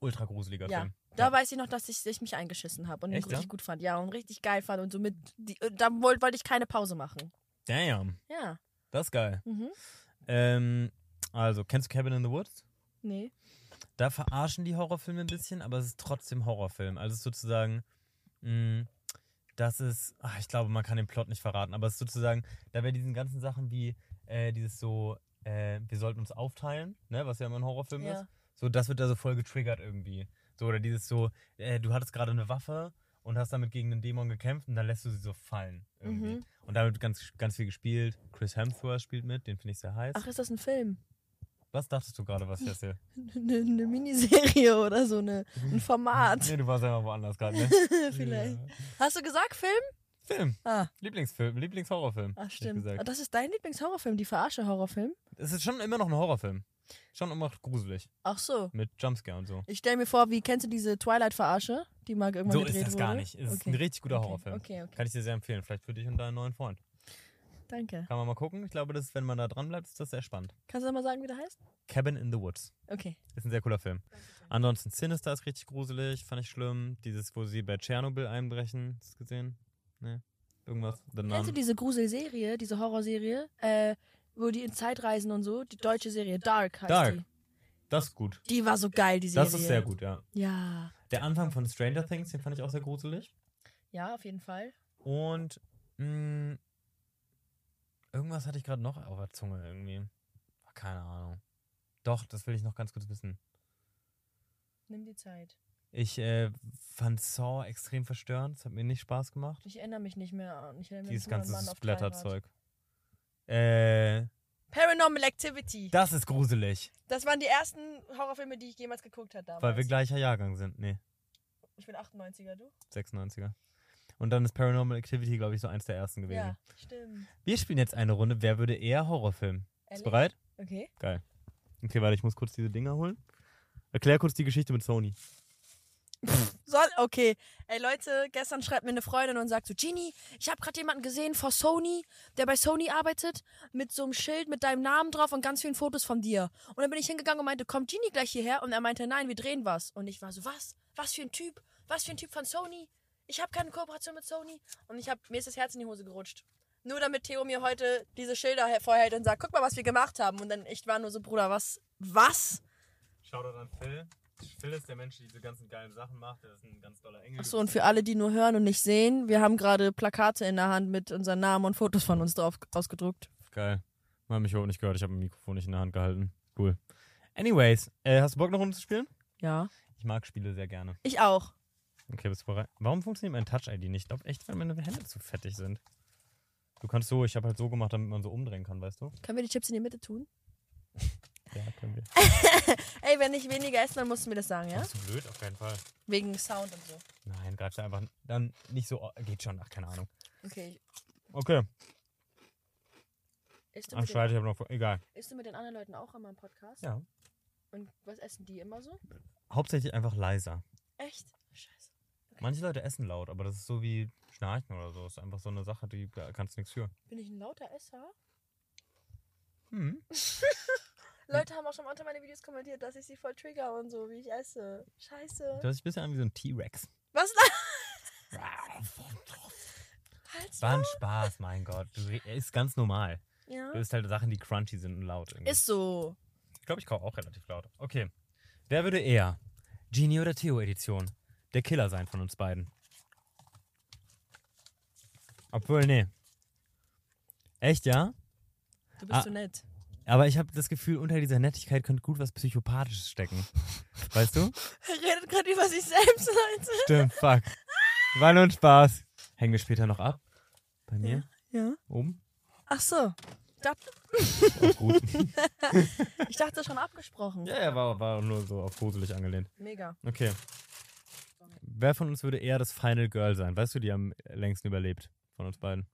S1: Ultra gruseliger
S2: Ja.
S1: Film.
S2: Da
S1: Ja.
S2: weiß ich noch, dass ich, ich mich eingeschissen habe und ihn
S1: Echt,
S2: richtig
S1: ja?
S2: gut fand. Ja, und richtig geil fand und so mit. Die, äh, da wollte wollt ich keine Pause machen.
S1: Damn,
S2: Ja.
S1: das ist geil.
S2: Mhm.
S1: Ähm, also, kennst du Cabin in the Woods?
S2: Nee.
S1: Da verarschen die Horrorfilme ein bisschen, aber es ist trotzdem Horrorfilm. Also es ist sozusagen, mh, das ist, ach, ich glaube, man kann den Plot nicht verraten, aber es ist sozusagen, da wäre diesen ganzen Sachen wie äh, dieses so, äh, wir sollten uns aufteilen, ne, was ja immer ein Horrorfilm
S2: Ja.
S1: ist. So, das wird da so voll getriggert irgendwie. So, oder dieses so, äh, du hattest gerade eine Waffe und hast damit gegen einen Dämon gekämpft und dann lässt du sie so fallen. Irgendwie.
S2: Mhm.
S1: Und damit ganz, ganz viel gespielt. Chris Hemsworth spielt mit, den finde ich sehr heiß.
S2: Ach, ist das ein Film? [LAUGHS]
S1: Was dachtest du gerade, was ich erzähle?
S2: Eine, eine Miniserie oder so eine, ein Format.
S1: Nee, du warst ja mal woanders gerade, ne?
S2: [LAUGHS] Vielleicht.
S1: Ja.
S2: Hast du gesagt, Film?
S1: Film.
S2: Ah,
S1: Lieblingsfilm, Lieblingshorrorfilm.
S2: ach
S1: hätte ich
S2: stimmt. Ah,
S1: gesagt.
S2: Das ist dein Lieblingshorrorfilm, die Verarsche-Horrorfilm?
S1: Es ist schon immer noch ein Horrorfilm. Schon immer noch gruselig.
S2: Ach so.
S1: Mit Jumpscare und so.
S2: Ich stelle mir vor, wie kennst du diese Twilight-Verarsche, die mal irgendwann
S1: So
S2: gedreht
S1: ist das
S2: wurde?
S1: gar nicht. Es ist
S2: Okay.
S1: ein richtig guter
S2: okay.
S1: Horrorfilm.
S2: Okay, okay,
S1: Kann ich dir sehr empfehlen. Vielleicht für dich und deinen neuen Freund.
S2: danke.
S1: Kann man mal gucken. Ich glaube, das, wenn man da dran bleibt, ist das sehr spannend.
S2: Kannst du noch mal sagen, wie der heißt?
S1: Cabin in the Woods.
S2: Okay.
S1: Ist ein sehr cooler Film. Ansonsten Sinister ist richtig gruselig. Fand ich schlimm. Dieses, wo sie bei Tschernobyl einbrechen. Hast du es gesehen? Ne? Irgendwas? The
S2: Kennst du
S1: Nun.
S2: diese Gruselserie, diese Horrorserie, äh, wo die in Zeit reisen und so? Die deutsche Serie, Dark heißt
S1: Dark.
S2: die.
S1: Das ist gut.
S2: Die war so geil, die Serie.
S1: Das ist sehr gut, ja.
S2: Ja.
S1: Der Anfang von Stranger Things, den fand ich auch sehr gruselig.
S2: Ja, auf jeden Fall.
S1: Und mh, irgendwas hatte ich gerade noch auf der Zunge irgendwie. Ach, Keine Ahnung. Doch, das will ich noch ganz kurz wissen.
S2: Nimm die Zeit.
S1: Ich äh, fand Saw extrem verstörend. Es hat mir nicht Spaß gemacht.
S2: Ich erinnere mich nicht mehr. an- Ich erinnere mich
S1: Dieses
S2: nur an
S1: ganze
S2: Mann auf
S1: Splatterzeug. Äh,
S2: Dreirad. Paranormal Activity.
S1: das ist gruselig,
S2: Das waren die ersten Horrorfilme, die ich jemals geguckt habe damals.
S1: weil wir gleicher Jahrgang sind. Nee,
S2: ich bin 98er, du?
S1: 96er. Und dann ist Paranormal Activity, glaube ich, so eins der ersten gewesen.
S2: Ja, stimmt.
S1: Wir spielen jetzt eine Runde. Wer würde eher Horrorfilm? Ist
S2: Ehrlich?
S1: bereit?
S2: Okay.
S1: Geil. Okay, warte, ich muss kurz diese Dinger holen. Erklär kurz die Geschichte mit Sony.
S2: Soll, okay. Ey Leute, gestern schreibt mir eine Freundin und sagt so, Genie, ich habe gerade jemanden gesehen vor Sony, der bei Sony arbeitet, mit so einem Schild mit deinem Namen drauf und ganz vielen Fotos von dir. Und dann bin ich hingegangen und meinte, kommt Genie gleich hierher? Und er meinte, nein, wir drehen was. Und ich war so, was? Was für ein Typ? Was für ein Typ von Sony? Ich habe keine Kooperation mit Sony. Und ich habe mir ist das Herz in die Hose gerutscht. Nur damit Theo mir heute diese Schilder her- vorhält und sagt, guck mal, was wir gemacht haben. Und dann ich war nur so, Bruder, was? Was?
S1: Shoutout an Phil. Phil ist der Mensch, der diese ganzen geilen Sachen macht. Er ist ein ganz toller Engel.
S2: Achso, und für alle, die nur hören und nicht sehen, wir haben gerade Plakate in der Hand mit unseren Namen und Fotos von uns drauf ausgedruckt.
S1: Geil. Man hat mich überhaupt nicht gehört. Ich habe ein Mikrofon nicht in der Hand gehalten. Cool. Anyways, äh, hast du Bock, noch Runde zu spielen?
S2: Ja.
S1: Ich mag Spiele sehr gerne.
S2: Ich auch.
S1: Okay, bist du bereit? Warum funktioniert mein Touch-ID nicht? Ich glaube echt, weil meine Hände zu fettig sind. Du kannst so, ich habe halt so gemacht, damit man so umdrehen kann, weißt du?
S2: Können wir die Chips in die Mitte tun?
S1: Ja, können wir.
S2: Ey, wenn ich weniger esse, dann musst du mir das sagen, ja?
S1: Bist du blöd? Auf keinen Fall.
S2: Wegen Sound und so.
S1: Nein, greifst du einfach dann nicht so. Geht schon, ach, keine Ahnung.
S2: Okay.
S1: Okay,
S2: Isst du,
S1: am
S2: mit den,
S1: Streit, ich habe noch. Egal.
S2: isst du mit den anderen Leuten auch immer im Podcast?
S1: Ja.
S2: Und was essen die immer so?
S1: Hauptsächlich einfach leiser.
S2: Echt? Scheiße.
S1: Manche Leute essen laut, aber das ist so wie Schnarchen oder so. Das ist einfach so eine Sache, die da kannst du nichts für.
S2: Bin ich ein lauter Esser?
S1: Hm.
S2: Leute haben auch schon unter meine Videos kommentiert, dass ich sie voll trigger und so, wie ich esse. Scheiße.
S1: Du hörst dich ein bisschen an wie so ein T-Rex.
S2: Was? Halt's
S1: War ein Spaß, mein Gott. Du re- ist ganz normal.
S2: Ja.
S1: Du isst halt Sachen, die crunchy sind und laut. Irgendwie.
S2: Ist so.
S1: ich glaube, ich kaufe auch relativ laut. Okay. Wer würde eher? Genie oder Theo Edition? Der Killer sein von uns beiden. Obwohl, nee. Echt, ja?
S2: Du bist
S1: Ah.
S2: so nett.
S1: Aber ich habe das Gefühl, unter dieser Nettigkeit könnte gut was Psychopathisches [LAUGHS] stecken. Weißt du?
S2: Er [LAUGHS] redet gerade über sich selbst, [LAUGHS] Leute.
S1: Stimmt, fuck. War nur ein Spaß. Hängen wir später noch ab. Bei mir?
S2: Ja.
S1: Oben?
S2: Ach so. Ich dachte,
S1: Auch gut.
S2: ich dachte schon
S1: [LAUGHS]
S2: abgesprochen.
S1: ja, ja, war, war nur so auf gruselig angelehnt.
S2: Mega.
S1: Okay. Wer von uns würde eher das Final Girl sein? Weißt du, die am längsten überlebt von uns beiden.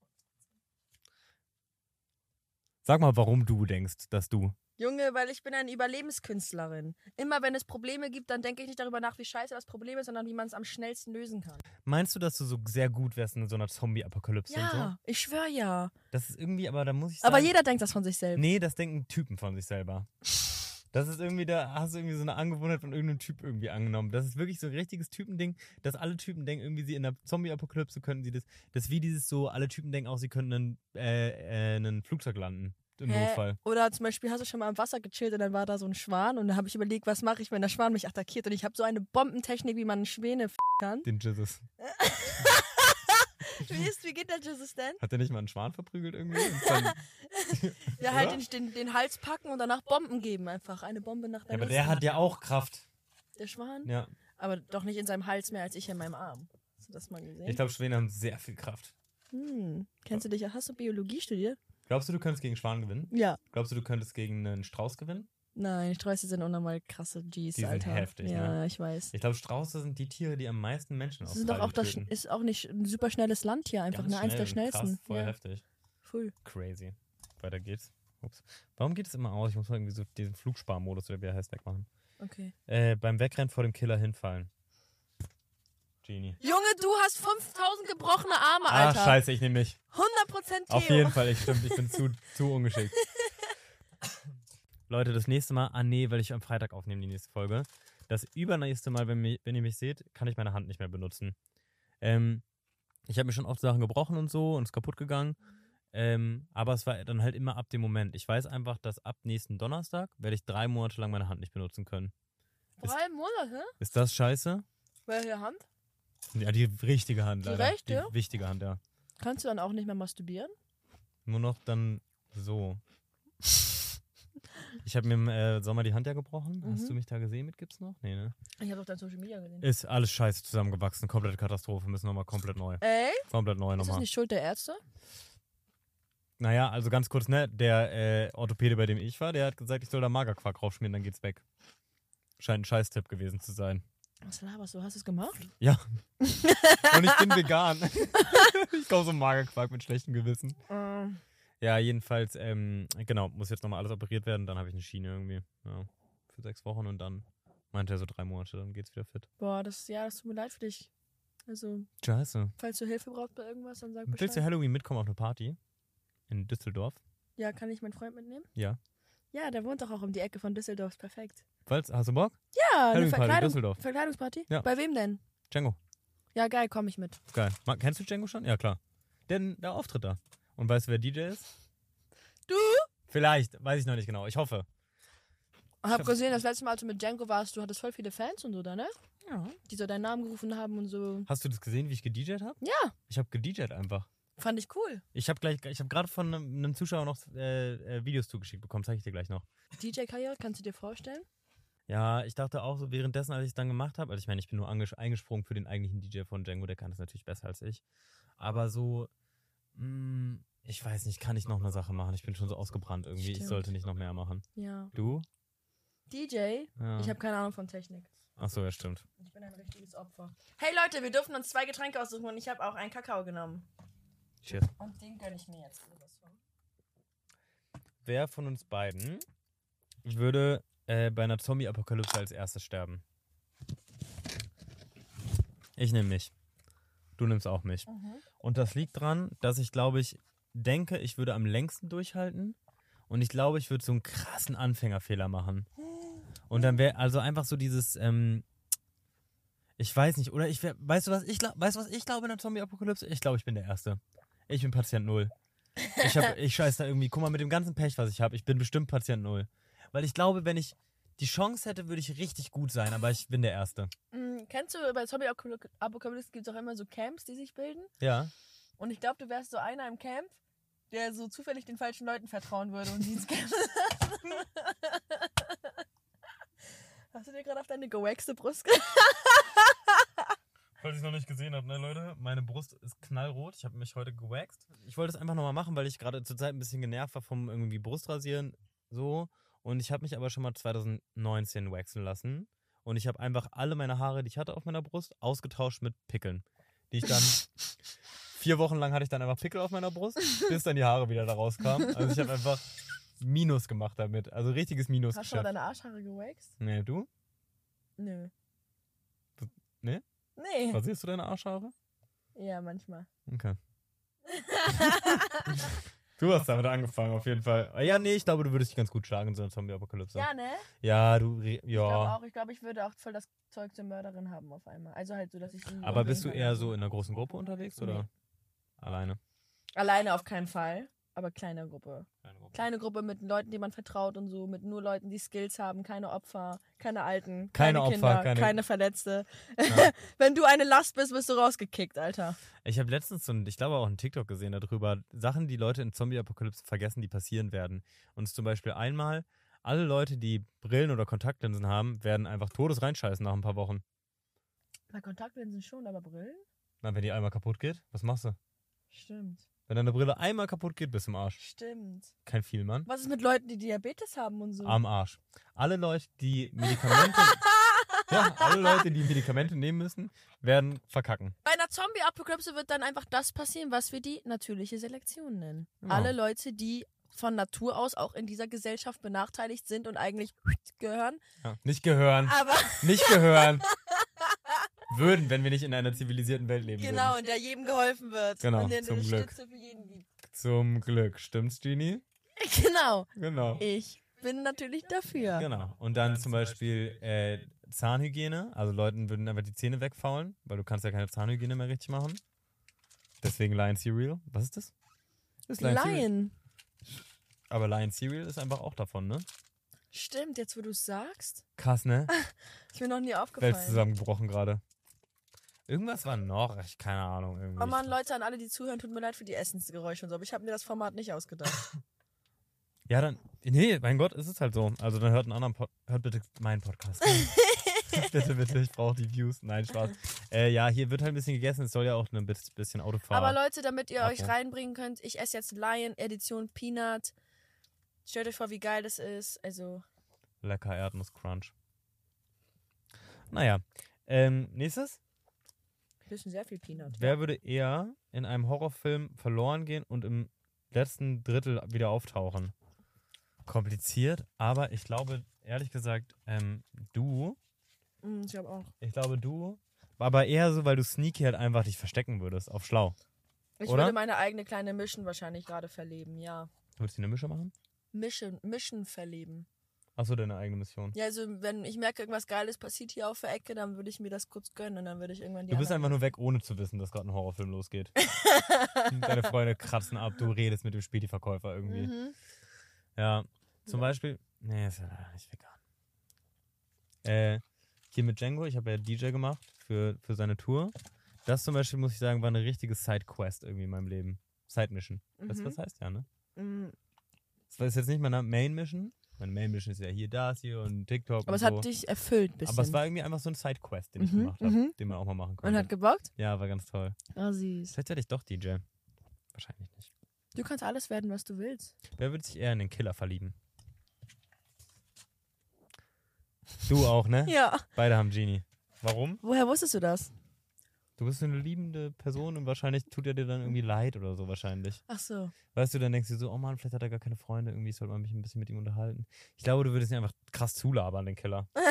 S1: Sag mal, warum du denkst, dass du
S2: Junge, weil ich bin eine Überlebenskünstlerin. Immer wenn es Probleme gibt, dann denke ich nicht darüber nach, wie scheiße das Problem ist, sondern wie man es am schnellsten lösen kann.
S1: Meinst du, dass du so sehr gut wärst in so einer Zombie-Apokalypse und so?
S2: Ja, ich schwöre ja.
S1: Das ist irgendwie, aber da muss ich sagen.
S2: Aber jeder denkt das von sich selbst.
S1: Nee, das denken Typen von sich selber. Das ist irgendwie, da hast du irgendwie so eine Angewohnheit von irgendeinem Typ irgendwie angenommen. Das ist wirklich so ein richtiges Typending, dass alle Typen denken, irgendwie sie in der Zombie-Apokalypse könnten sie das. Das ist wie dieses so, alle Typen denken auch, sie könnten einen, äh, äh, einen Flugzeug landen. Im
S2: Hä?
S1: Notfall.
S2: Oder zum Beispiel hast du schon mal am Wasser gechillt und dann war da so ein Schwan und dann habe ich überlegt, was mache ich, wenn der Schwan mich attackiert und ich habe so eine Bombentechnik, wie man Schwäne f***
S1: [LAUGHS]
S2: kann.
S1: Den Jesus.
S2: Wie, ist, wie geht der Jesus denn?
S1: Hat der nicht mal einen Schwan verprügelt irgendwie? Und
S2: [LAUGHS]
S1: dann, ja,
S2: Ja, halt
S1: Oder?
S2: den, den, den Hals packen und danach Bomben geben einfach. Eine Bombe nach der
S1: aber der
S2: nächsten.
S1: hat ja auch Kraft.
S2: Der Schwan?
S1: Ja.
S2: Aber doch nicht in seinem Hals mehr als ich in meinem Arm. Hast du das mal gesehen?
S1: Ich glaube, Schwäne haben sehr viel Kraft.
S2: hm. Kennst du dich? Hast du Biologie studiert?
S1: Glaubst du, du könntest gegen Schwan gewinnen?
S2: Ja.
S1: Glaubst du, du könntest gegen einen Strauß gewinnen?
S2: Nein, Sträuße sind unnormal krasse Gs,
S1: Die sind
S2: Alter.
S1: heftig,
S2: ja,
S1: ne?
S2: ich weiß.
S1: Ich glaube, Strauße sind die Tiere, die am meisten Menschen
S2: Das ist doch auch das
S1: töten.
S2: ist auch nicht ein super schnelles Land hier einfach,
S1: Ganz
S2: ne? Eins der
S1: schnell,
S2: schnellsten.
S1: Krass, voll
S2: ja.
S1: heftig.
S2: Voll.
S1: Crazy. Weiter geht's. Ups. Warum geht es immer aus? Ich muss mal irgendwie so diesen Flugsparmodus oder wie er heißt wegmachen.
S2: Okay.
S1: Äh, beim Wegrennen vor dem Killer hinfallen. Genie.
S2: Junge, du hast 5000 gebrochene Arme,
S1: Ah,
S2: Oh, Alter.
S1: scheiße, ich nehme mich.
S2: 100% Theo.
S1: Auf jeden Fall, ich stimmt, ich bin zu, zu ungeschickt. Leute, das nächste Mal, ah nee, weil ich am Freitag aufnehme, die nächste Folge. Das übernächste Mal, wenn, mi- wenn ihr mich seht, kann ich meine Hand nicht mehr benutzen. Ähm, ich habe mir schon oft Sachen gebrochen und so und ist kaputt gegangen. Ähm, aber es war dann halt immer ab dem Moment. Ich weiß einfach, dass ab nächsten Donnerstag werde ich drei Monate lang meine Hand nicht benutzen können.
S2: Drei Monate?
S1: Ist das scheiße?
S2: Welche Hand?
S1: Ja, die richtige Hand.
S2: Die
S1: leider.
S2: rechte?
S1: Die wichtige Hand, ja.
S2: Kannst du dann auch nicht mehr masturbieren?
S1: Nur noch dann so. Ich habe mir im äh, Sommer die Hand ja gebrochen.
S2: Mhm.
S1: Hast du mich da gesehen mit Gips noch? Nee, ne?
S2: Ich habe auf deinem Social Media gesehen.
S1: Ist alles scheiße zusammengewachsen. Komplette Katastrophe. Müssen nochmal komplett neu.
S2: Ey,
S1: Komplett neu
S2: ist das
S1: nochmal.
S2: nicht Schuld der Ärzte?
S1: Naja, also ganz kurz, ne? Der äh, Orthopäde, bei dem ich war, der hat gesagt, ich soll da Magerquark raufschmieren, dann geht's weg. Scheint ein Scheißtipp gewesen zu sein.
S2: Was laberst du? Hast du es gemacht?
S1: Ja. Und ich
S2: [LAUGHS]
S1: bin vegan. [LAUGHS] ich kaufe so Magerquark mit schlechtem Gewissen.
S2: Ähm,
S1: Ja, jedenfalls, ähm, genau, muss jetzt nochmal alles operiert werden, dann habe ich eine Schiene irgendwie. Ja, für sechs Wochen und dann meinte er so drei Monate, dann geht's wieder fit.
S2: boah, das, ja, das tut mir leid für dich. Also,
S1: Scheiße.
S2: falls du Hilfe brauchst bei irgendwas, dann sag
S1: Willst du
S2: Bescheid.
S1: Halloween mitkommen auf eine Party? In Düsseldorf?
S2: Ja, kann ich meinen Freund mitnehmen?
S1: Ja.
S2: Ja, der wohnt doch auch um die Ecke von Düsseldorf. ist Perfekt.
S1: Falls, hast du Bock?
S2: Ja, eine
S1: Halloween-Party,
S2: Verkleidung,
S1: Düsseldorf.
S2: Verkleidungsparty?
S1: Ja.
S2: Bei wem denn?
S1: Django.
S2: Ja, geil, komme ich mit.
S1: Geil. Mag, kennst du Django schon? Ja, klar. Denn der Auftritt da. Und weißt du, wer DJ ist?
S2: Du?
S1: Vielleicht, weiß ich noch nicht genau. Ich hoffe.
S2: Ich hab gesehen, das letzte Mal, als du mit Django warst, du hattest voll viele Fans und so, da, ne?
S1: Ja.
S2: Die so deinen Namen gerufen haben und so.
S1: Hast du das gesehen, wie ich gedjed habe?
S2: Ja,
S1: Ich habe gedjed einfach.
S2: fand ich cool.
S1: Ich habe gleich, ich habe gerade von einem, einem Zuschauer noch äh, äh, Videos zugeschickt bekommen, zeige ich dir gleich noch.
S2: DJ-Karriere, kannst du dir vorstellen?
S1: Ja, ich dachte auch so währenddessen, als ich es dann gemacht habe, also ich meine, ich bin nur anges- eingesprungen für den eigentlichen DJ von Django, der kann das natürlich besser als ich. Aber so, mh, ich weiß nicht, kann ich noch eine Sache machen? Ich bin schon so ausgebrannt irgendwie, ich
S2: Stimmt.
S1: sollte nicht noch mehr machen.
S2: Ja.
S1: Du?
S2: DJ?
S1: Ja.
S2: Ich habe keine Ahnung von Technik.
S1: Achso, ja, stimmt.
S2: Ich bin ein richtiges Opfer. Hey Leute, wir dürfen uns zwei Getränke aussuchen und ich habe auch einen Kakao genommen.
S1: Cheers.
S2: Und den gönne ich mir jetzt.
S1: Wer von uns beiden würde äh, bei einer Zombie-Apokalypse als erstes sterben? Ich nehme mich. Du nimmst auch mich.
S2: Mhm.
S1: Und das liegt dran, dass ich, glaube ich, denke, ich würde am längsten durchhalten. Und ich glaube, ich würde so einen krassen Anfängerfehler machen. Und dann wäre also einfach so dieses, ähm, ich weiß nicht, oder ich wäre, weißt du was, ich glaub, weißt du was ich glaube in der Zombie-Apokalypse? Ich glaube, ich bin der Erste. Ich bin Patient Null. Ich, hab, ich scheiß da irgendwie, guck mal, mit dem ganzen Pech, was ich habe, ich bin bestimmt Patient Null. Weil ich glaube, wenn ich die Chance hätte, würde ich richtig gut sein, aber ich bin der Erste.
S2: Mhm, kennst du, bei Zombie-Apokalypse gibt es auch immer so Camps, die sich bilden.
S1: Ja.
S2: Und ich glaube, du wärst so einer im Camp, der so zufällig den falschen Leuten vertrauen würde und sie ins Camp. [LAUGHS] Hast du dir gerade auf deine gewaxte Brust ge
S1: Falls ich es noch nicht gesehen habe, ne Leute, meine Brust ist knallrot. Ich habe mich heute gewaxt. Ich wollte es einfach nochmal machen, weil ich gerade zurzeit ein bisschen genervt war vom irgendwie Brustrasieren so. Und ich habe mich aber schon mal 2019 waxen lassen. Und ich habe einfach alle meine Haare, die ich hatte auf meiner Brust, ausgetauscht mit Pickeln. Die ich
S2: [LAUGHS]
S1: dann. vier Wochen lang hatte ich dann einfach Pickel auf meiner Brust, bis dann die Haare wieder da rauskamen. Also ich habe einfach Minus gemacht damit. Also richtiges Minus
S2: Hast du schon mal
S1: geschafft.
S2: deine Arschhaare gewaxt?
S1: Nee, du?
S2: Nö.
S1: Du- nee?
S2: Nee.
S1: Rasierst du deine Arschhaare?
S2: Ja, manchmal.
S1: [LAUGHS] Okay. Du hast damit angefangen, auf jeden Fall. Ja, nee, ich glaube, du würdest dich ganz gut schlagen in so einer Zombie-Apokalypse.
S2: ja, ne?
S1: Ja, du, re-
S2: Ich glaube
S1: ja.
S2: auch, ich glaube, ich würde auch voll das Zeug zur Mörderin haben auf einmal. Also halt so, dass ich. ihn
S1: Aber
S2: umbringen
S1: bist du
S2: kann.
S1: eher so in einer großen Gruppe unterwegs oder
S2: Nee.
S1: alleine?
S2: Alleine auf keinen Fall, aber kleine Gruppe.
S1: Kleine Gruppe.
S2: Kleine Gruppe mit Leuten, die man vertraut und so, mit nur Leuten, die Skills haben, keine Opfer, keine
S1: Keine
S2: Alten, keine,
S1: Opfer,
S2: Kinder,
S1: keine-
S2: keine, Verletzte.
S1: Ja.
S2: Wenn du eine Last bist, bist du rausgekickt, Alter.
S1: [LAUGHS] Ich habe letztens so ein, ich glaube auch einen TikTok gesehen darüber, Sachen, die Leute in Zombie-Apokalypse vergessen, die passieren werden. Und es ist zum Beispiel einmal, alle Leute, die Brillen oder Kontaktlinsen haben, werden einfach todes reinscheißen nach ein paar Wochen.
S2: Bei Kontaktlinsen schon, aber Brillen?
S1: Na, wenn die einmal kaputt geht, was machst du?
S2: Stimmt.
S1: Wenn deine Brille einmal kaputt geht, bist du im Arsch.
S2: Stimmt.
S1: Kein viel, Mann.
S2: Was ist mit Leuten, die Diabetes haben und so?
S1: Am Arsch. Alle Leute, die Medikamente. ja, alle Leute, die Medikamente nehmen müssen, werden verkacken.
S2: Bei einer Zombie-Apokalypse wird dann einfach das passieren, was wir die natürliche Selektion nennen.
S1: Genau.
S2: Alle Leute, die von Natur aus auch in dieser Gesellschaft benachteiligt sind und eigentlich gehören,
S1: Ja. Nicht gehören.
S2: aber [LAUGHS]
S1: Nicht gehören. Würden, wenn wir nicht in einer zivilisierten Welt leben
S2: genau, und der jedem geholfen wird.
S1: Genau,
S2: und der
S1: zum
S2: eine
S1: Glück.
S2: Stütze für jeden gibt.
S1: würden. Zum Glück. Stimmt's, Genie?
S2: Genau,
S1: Genau.
S2: ich bin natürlich dafür.
S1: Genau. Und dann zum Beispiel äh, Zahnhygiene. Also Leuten würden einfach die Zähne wegfaulen, weil du kannst ja keine Zahnhygiene mehr richtig machen. Deswegen Lion Cereal. Was ist das? Das ist Cereal.
S2: Lion.
S1: Aber Lion Cereal ist einfach auch davon, ne?
S2: Stimmt, jetzt wo du es sagst.
S1: Krass, ne?
S2: Ist mir noch nie
S1: Welt
S2: aufgefallen.
S1: zusammengebrochen gerade. Irgendwas war noch, ich keine Ahnung. Irgendwie.
S2: Oh Mann, Leute, an alle, die zuhören, tut mir leid für die Essensgeräusche und so, aber ich habe mir das Format nicht ausgedacht.
S1: Ja, dann. Nee, mein Gott, es ist halt so. Also dann hört einen anderen Pod Hört bitte meinen
S2: [LAUGHS]
S1: Podcast. [LAUGHS] bitte, bitte, ich brauche die Views. Nein, Spaß. Äh, ja, hier wird halt ein bisschen gegessen. Es soll ja auch ein bi- bisschen Autofahren.
S2: Aber Leute, damit ihr
S1: Abo.
S2: euch reinbringen könnt, ich esse jetzt Lion Edition Peanut. Stellt euch vor, wie geil das ist. Also,
S1: Lecker Erdnusscrunch. Naja. Ähm, nächstes.
S2: wir müssen sehr viel Peanut.
S1: Wer würde eher in einem Horrorfilm verloren gehen und im letzten Drittel wieder auftauchen? Kompliziert, aber ich glaube, ehrlich gesagt, ähm, du,
S2: Mm, ich glaube auch.
S1: ich glaube, du, aber eher so, weil du sneaky halt einfach dich verstecken würdest, auf schlau.
S2: Ich
S1: Oder?
S2: würde meine eigene kleine Mission wahrscheinlich gerade verleben, ja.
S1: Würdest du eine Mische machen?
S2: Mission, Mission verleben.
S1: Achso, deine eigene Mission.
S2: Ja, also wenn ich merke, irgendwas Geiles passiert hier auf der Ecke, dann würde ich mir das kurz gönnen und dann würde ich irgendwann die
S1: Du bist einfach
S2: anderen-
S1: nur weg, ohne zu wissen, dass gerade ein Horrorfilm losgeht. Deine Freunde kratzen ab, du redest mit dem Späti-Verkäufer irgendwie.
S2: Mhm.
S1: Ja, zum
S2: Ja.
S1: Beispiel. Nee, ist ja leider nicht vegan. Äh, hier mit Django, ich habe ja DJ gemacht für, für seine Tour. Das zum Beispiel, muss ich sagen, war eine richtige Side-Quest irgendwie in meinem Leben. Side-Mission. Das
S2: Mhm.
S1: was heißt ja, ne?
S2: Mhm.
S1: Das ist jetzt nicht meine Main-Mission. Meine Main-Mission ist ja hier, das hier und TikTok
S2: Aber
S1: und
S2: es
S1: so.
S2: hat dich erfüllt bisschen.
S1: Aber es war irgendwie einfach so ein Side-Quest, den ich
S2: Mhm,
S1: gemacht habe,
S2: mhm.
S1: den man auch mal machen
S2: und
S1: konnte.
S2: hat gebockt?
S1: ja, war ganz toll.
S2: Ah, süß.
S1: Vielleicht werde ich doch DJ. Wahrscheinlich nicht.
S2: Du kannst alles werden, was du willst.
S1: Wer würde sich eher in den Killer verlieben? Du auch, ne?
S2: Ja.
S1: Beide haben Genie. Warum?
S2: Woher wusstest du das?
S1: Du bist eine liebende Person und wahrscheinlich tut er dir dann irgendwie leid oder so wahrscheinlich.
S2: Ach so.
S1: Weißt du, dann denkst du so, oh Mann, vielleicht hat er gar keine Freunde, irgendwie sollte man mich ein bisschen mit ihm unterhalten. Ich glaube, du würdest ihn einfach krass zulabern, den Killer.
S2: [LAUGHS] ja,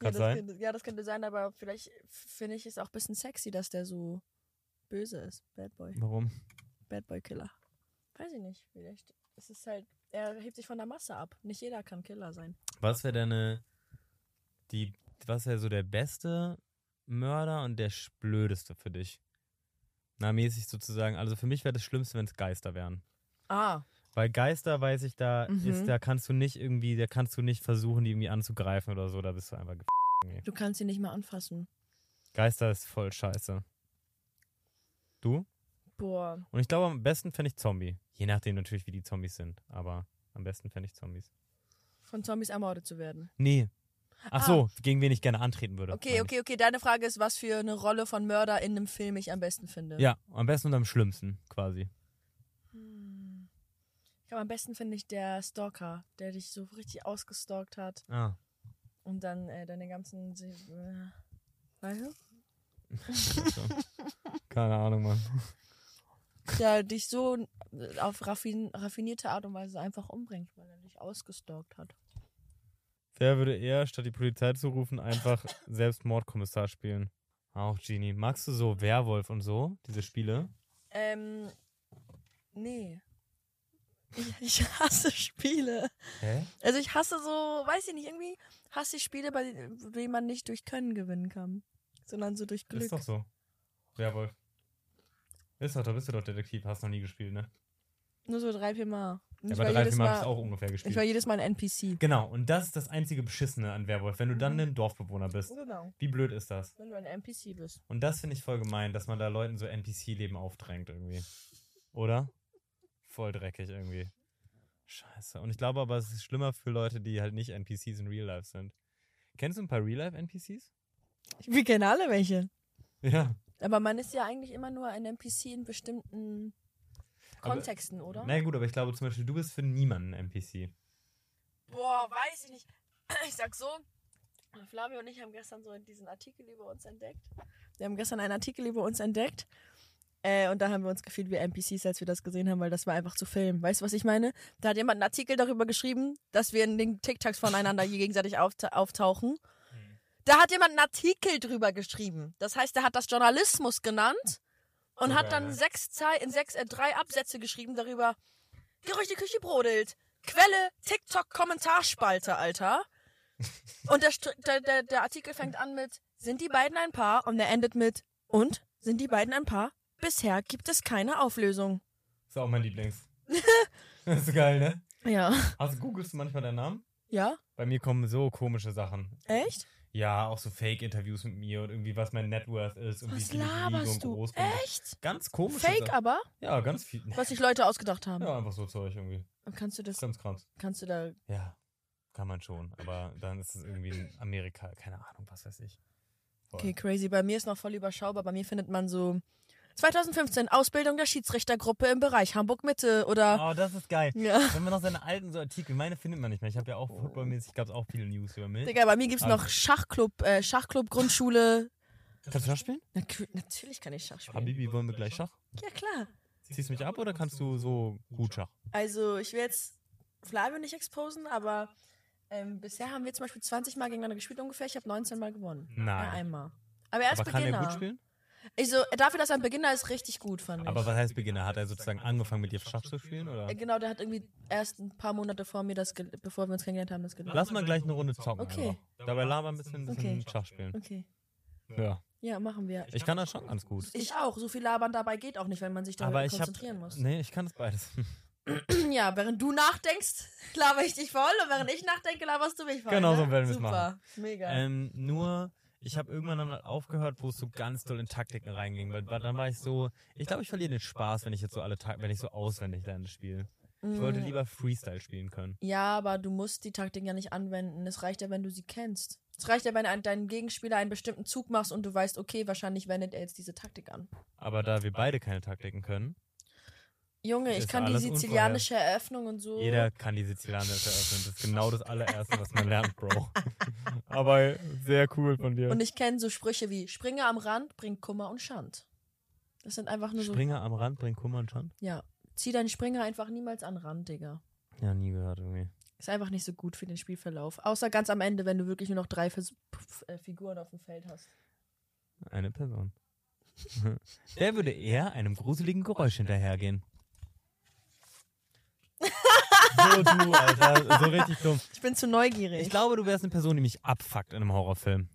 S1: Kann
S2: das
S1: sein.
S2: Könnte, ja, das könnte sein, aber vielleicht finde ich es auch ein bisschen sexy, dass der so böse ist. Bad Boy.
S1: Warum?
S2: Bad Boy Killer. Weiß ich nicht, vielleicht. Es ist halt, er hebt sich von der Masse ab. Nicht jeder kann Killer sein.
S1: Was wäre deine, die, was wäre so der beste Mörder und der sch- blödeste für dich? Na, mäßig sozusagen. Also für mich wäre das Schlimmste, wenn es Geister wären.
S2: Ah.
S1: Weil Geister, weiß ich, da
S2: Mhm.
S1: ist, da kannst du nicht irgendwie, da kannst du nicht versuchen, die irgendwie anzugreifen oder so, da bist du einfach ge
S2: Du kannst ihn nicht mehr anfassen.
S1: Geister ist voll scheiße. Du?
S2: Boah.
S1: Und ich glaube, am besten fände ich Zombie. Je nachdem natürlich, wie die Zombies sind. Aber am besten fände ich Zombies.
S2: Von Zombies ermordet zu werden.
S1: Nee. Ach
S2: Ah.
S1: so, gegen wen ich gerne antreten würde. meine
S2: Okay,
S1: ich.
S2: okay, okay. Deine Frage ist, was für eine Rolle von Mörder in einem Film ich am besten finde.
S1: Ja, am besten und am schlimmsten, quasi.
S2: Hm. Ich glaube, am besten finde ich der Stalker, der dich so richtig ausgestalkt hat
S1: Ah.
S2: [LAUGHS] und dann äh, deine ganzen. Se- Äh, weißt du?
S1: so. Keine Ahnung, Mann.
S2: der dich so äh, auf raffin raffinierte Art und Weise einfach umbringt, weil er dich ausgestalkt hat.
S1: Wer würde eher, statt die Polizei zu rufen, einfach Selbstmordkommissar spielen? Auch Genie. Magst du so Werwolf und so, diese Spiele?
S2: Ähm, nee. [LAUGHS] Ich, ich hasse Spiele.
S1: Hä?
S2: Also ich hasse so, weiß ich nicht, irgendwie hasse ich Spiele, bei denen man nicht durch Können gewinnen kann, sondern so durch Glück.
S1: Ist doch so. Werwolf. Ist doch, da bist du doch Detektiv, hast noch nie gespielt, ne?
S2: Nur so drei, vier Mal.
S1: Ja,
S2: Und ich
S1: aber
S2: war
S1: drei,
S2: jedes
S1: vier Mal
S2: Mal-
S1: habe ich auch ungefähr
S2: Ich war
S1: gespielt.
S2: jedes Mal ein NPC.
S1: Genau, und das ist das einzige Beschissene an Werwolf, wenn du dann
S2: Mhm.
S1: ein Dorfbewohner bist.
S2: Genau,
S1: Wie blöd ist das?
S2: wenn du ein NPC bist.
S1: Und das finde ich voll gemein, dass man da Leuten so NPC-Leben aufdrängt irgendwie. Oder? Voll dreckig irgendwie. Scheiße. Und ich glaube aber, es ist schlimmer für Leute, die halt nicht NPCs in Real Life sind. Kennst du ein paar Real Life NPCs?
S2: [LAUGHS] Wir kennen alle welche.
S1: Ja.
S2: Aber man ist ja eigentlich immer nur ein NPC in bestimmten
S1: Aber-
S2: Kontexten, oder?
S1: Na ja, gut, aber ich glaube zum Beispiel, du bist für niemanden ein NPC.
S2: Boah, weiß ich nicht. [CLEARS THROAT] Ich sag so, Flavio und ich haben gestern so diesen Artikel über uns entdeckt. Wir haben gestern einen Artikel über uns entdeckt. Äh, und da haben wir uns gefühlt wie NPCs, als wir das gesehen haben, weil das war einfach zu Film. Weißt du, was ich meine? Da hat jemand einen Artikel darüber geschrieben, dass wir in den TikToks voneinander je gegenseitig aufta auftauchen. Da hat jemand einen Artikel drüber geschrieben. Das heißt, der hat das Journalismus genannt und
S1: So geil,
S2: hat dann
S1: ne?
S2: sechs Zei in sechs, äh, drei Absätze geschrieben darüber. Gerüchte Küche brodelt. Quelle TikTok-Kommentarspalte, Alter. Und der, Str- der, der, der Artikel fängt an mit, sind die beiden ein Paar? Und er endet mit, und sind die beiden ein Paar? Bisher gibt es keine Auflösung.
S1: Ist auch mein
S2: [LAUGHS]
S1: Lieblings. das ist geil, ne?
S2: Ja.
S1: Hast, googelst du manchmal deinen Namen?
S2: Ja?
S1: Bei mir kommen so komische Sachen.
S2: Echt?
S1: Ja, auch so Fake-Interviews mit mir und irgendwie, was mein Net Worth ist und wie
S2: Was
S1: viel ich liege und
S2: laberst du?
S1: groß bin.
S2: Echt?
S1: Ganz komische
S2: Fake
S1: Sachen.
S2: aber,
S1: Ja, ganz viel.
S2: was sich Leute ausgedacht haben.
S1: Ja, einfach so Zeug irgendwie.
S2: Und Kannst du das,
S1: Krimskrams.
S2: kannst du da,
S1: Ja, kann man schon. Aber dann ist es irgendwie in Amerika, keine Ahnung, was weiß ich. Voll.
S2: okay, crazy. Bei mir ist noch voll überschaubar. Bei mir findet man so 2015 Ausbildung der Schiedsrichtergruppe im Bereich Hamburg-Mitte oder,
S1: Oh, das ist geil.
S2: ja.
S1: Wenn man noch seine alten so Artikel, meine findet man nicht mehr. Ich habe ja auch footballmäßig, gab es auch viele News über mich.
S2: Oh. Digga, bei mir gibt's noch
S1: Also-
S2: Schachclub, äh, Schachclub, Grundschule.
S1: Kannst du Schach spielen?
S2: Na, kü- natürlich kann ich Schach spielen.
S1: Habibi, wollen wir gleich Schach?
S2: Ja, klar.
S1: Ziehst du mich ab oder kannst du so gut Schach?
S2: Also, ich will jetzt Flavio nicht exposen, aber ähm, bisher haben wir zum Beispiel 20 Mal gegeneinander gespielt ungefähr. Ich habe 19 Mal gewonnen. Ja,
S1: Nein.
S2: einmal. Aber er ist
S1: Aber kann
S2: Beginner.
S1: er gut spielen?
S2: Also, dafür, dass er ein Beginner ist, richtig gut, fand
S1: Aber
S2: ich.
S1: was heißt Beginner? Hat er sozusagen angefangen mit dir Schach zu spielen? Oder?
S2: Äh, Genau, der hat irgendwie erst ein paar Monate vor mir, das gel- bevor wir uns kennengelernt haben, das gelernt.
S1: Lass mal gleich eine Runde zocken.
S2: Okay.
S1: Einfach. Dabei labern ein bisschen, ein bisschen
S2: Okay.
S1: Schach spielen.
S2: Okay.
S1: Ja.
S2: Ja, machen wir.
S1: Ich kann das schon ganz gut.
S2: Ich auch. So viel labern dabei geht auch nicht, wenn man sich
S1: Aber
S2: da
S1: ich hab-
S2: konzentrieren muss.
S1: Nee, ich kann das [LAUGHS] beides.
S2: [CLEARS THROAT] Ja, während du nachdenkst, [LAUGHS] laber ich dich voll und während ich nachdenke, laberst du mich voll.
S1: Genau
S2: ne?
S1: so werden wir's
S2: Super.
S1: machen.
S2: Mega.
S1: Ähm, nur, ich habe irgendwann dann aufgehört, wo es so ganz doll in Taktiken reinging. Weil, weil dann war ich so, ich glaube, ich verliere den Spaß, wenn ich jetzt so alle Tag, wenn ich so auswendig lerne das Spiel. Ich wollte
S2: Mm.
S1: lieber Freestyle spielen können.
S2: Ja, aber du musst die Taktik ja nicht anwenden. Es reicht ja, wenn du sie kennst. Es reicht ja, wenn ein, dein Gegenspieler einen bestimmten Zug machst und du weißt, okay, wahrscheinlich wendet er jetzt diese Taktik an.
S1: Aber da wir beide keine Taktiken können,
S2: Junge,
S1: Ist
S2: ich kann die
S1: alles
S2: sizilianische Eröffnung und so.
S1: jeder kann die Sizilianische öffnen. Das ist genau das allererste, was man lernt, [LAUGHS] Bro. Aber sehr cool von dir.
S2: Und ich kenne so Sprüche wie Springer am Rand bringt Kummer und Schand. Das sind einfach nur
S1: Springer am Rand bringt Kummer und Schand?
S2: so. Ja. Zieh deinen Springer einfach niemals an den Rand, Digga.
S1: Ja, nie gehört irgendwie.
S2: Ist einfach nicht so gut für den Spielverlauf. Außer ganz am Ende, wenn du wirklich nur noch drei Vers Pf- äh, Figuren auf dem Feld hast.
S1: Eine [LAUGHS] Person. Wer würde eher einem gruseligen Geräusch hinterhergehen? So du, Alter. So richtig dumm.
S2: Ich bin zu neugierig.
S1: Ich glaube, du wärst eine Person, die mich abfuckt in einem Horrorfilm.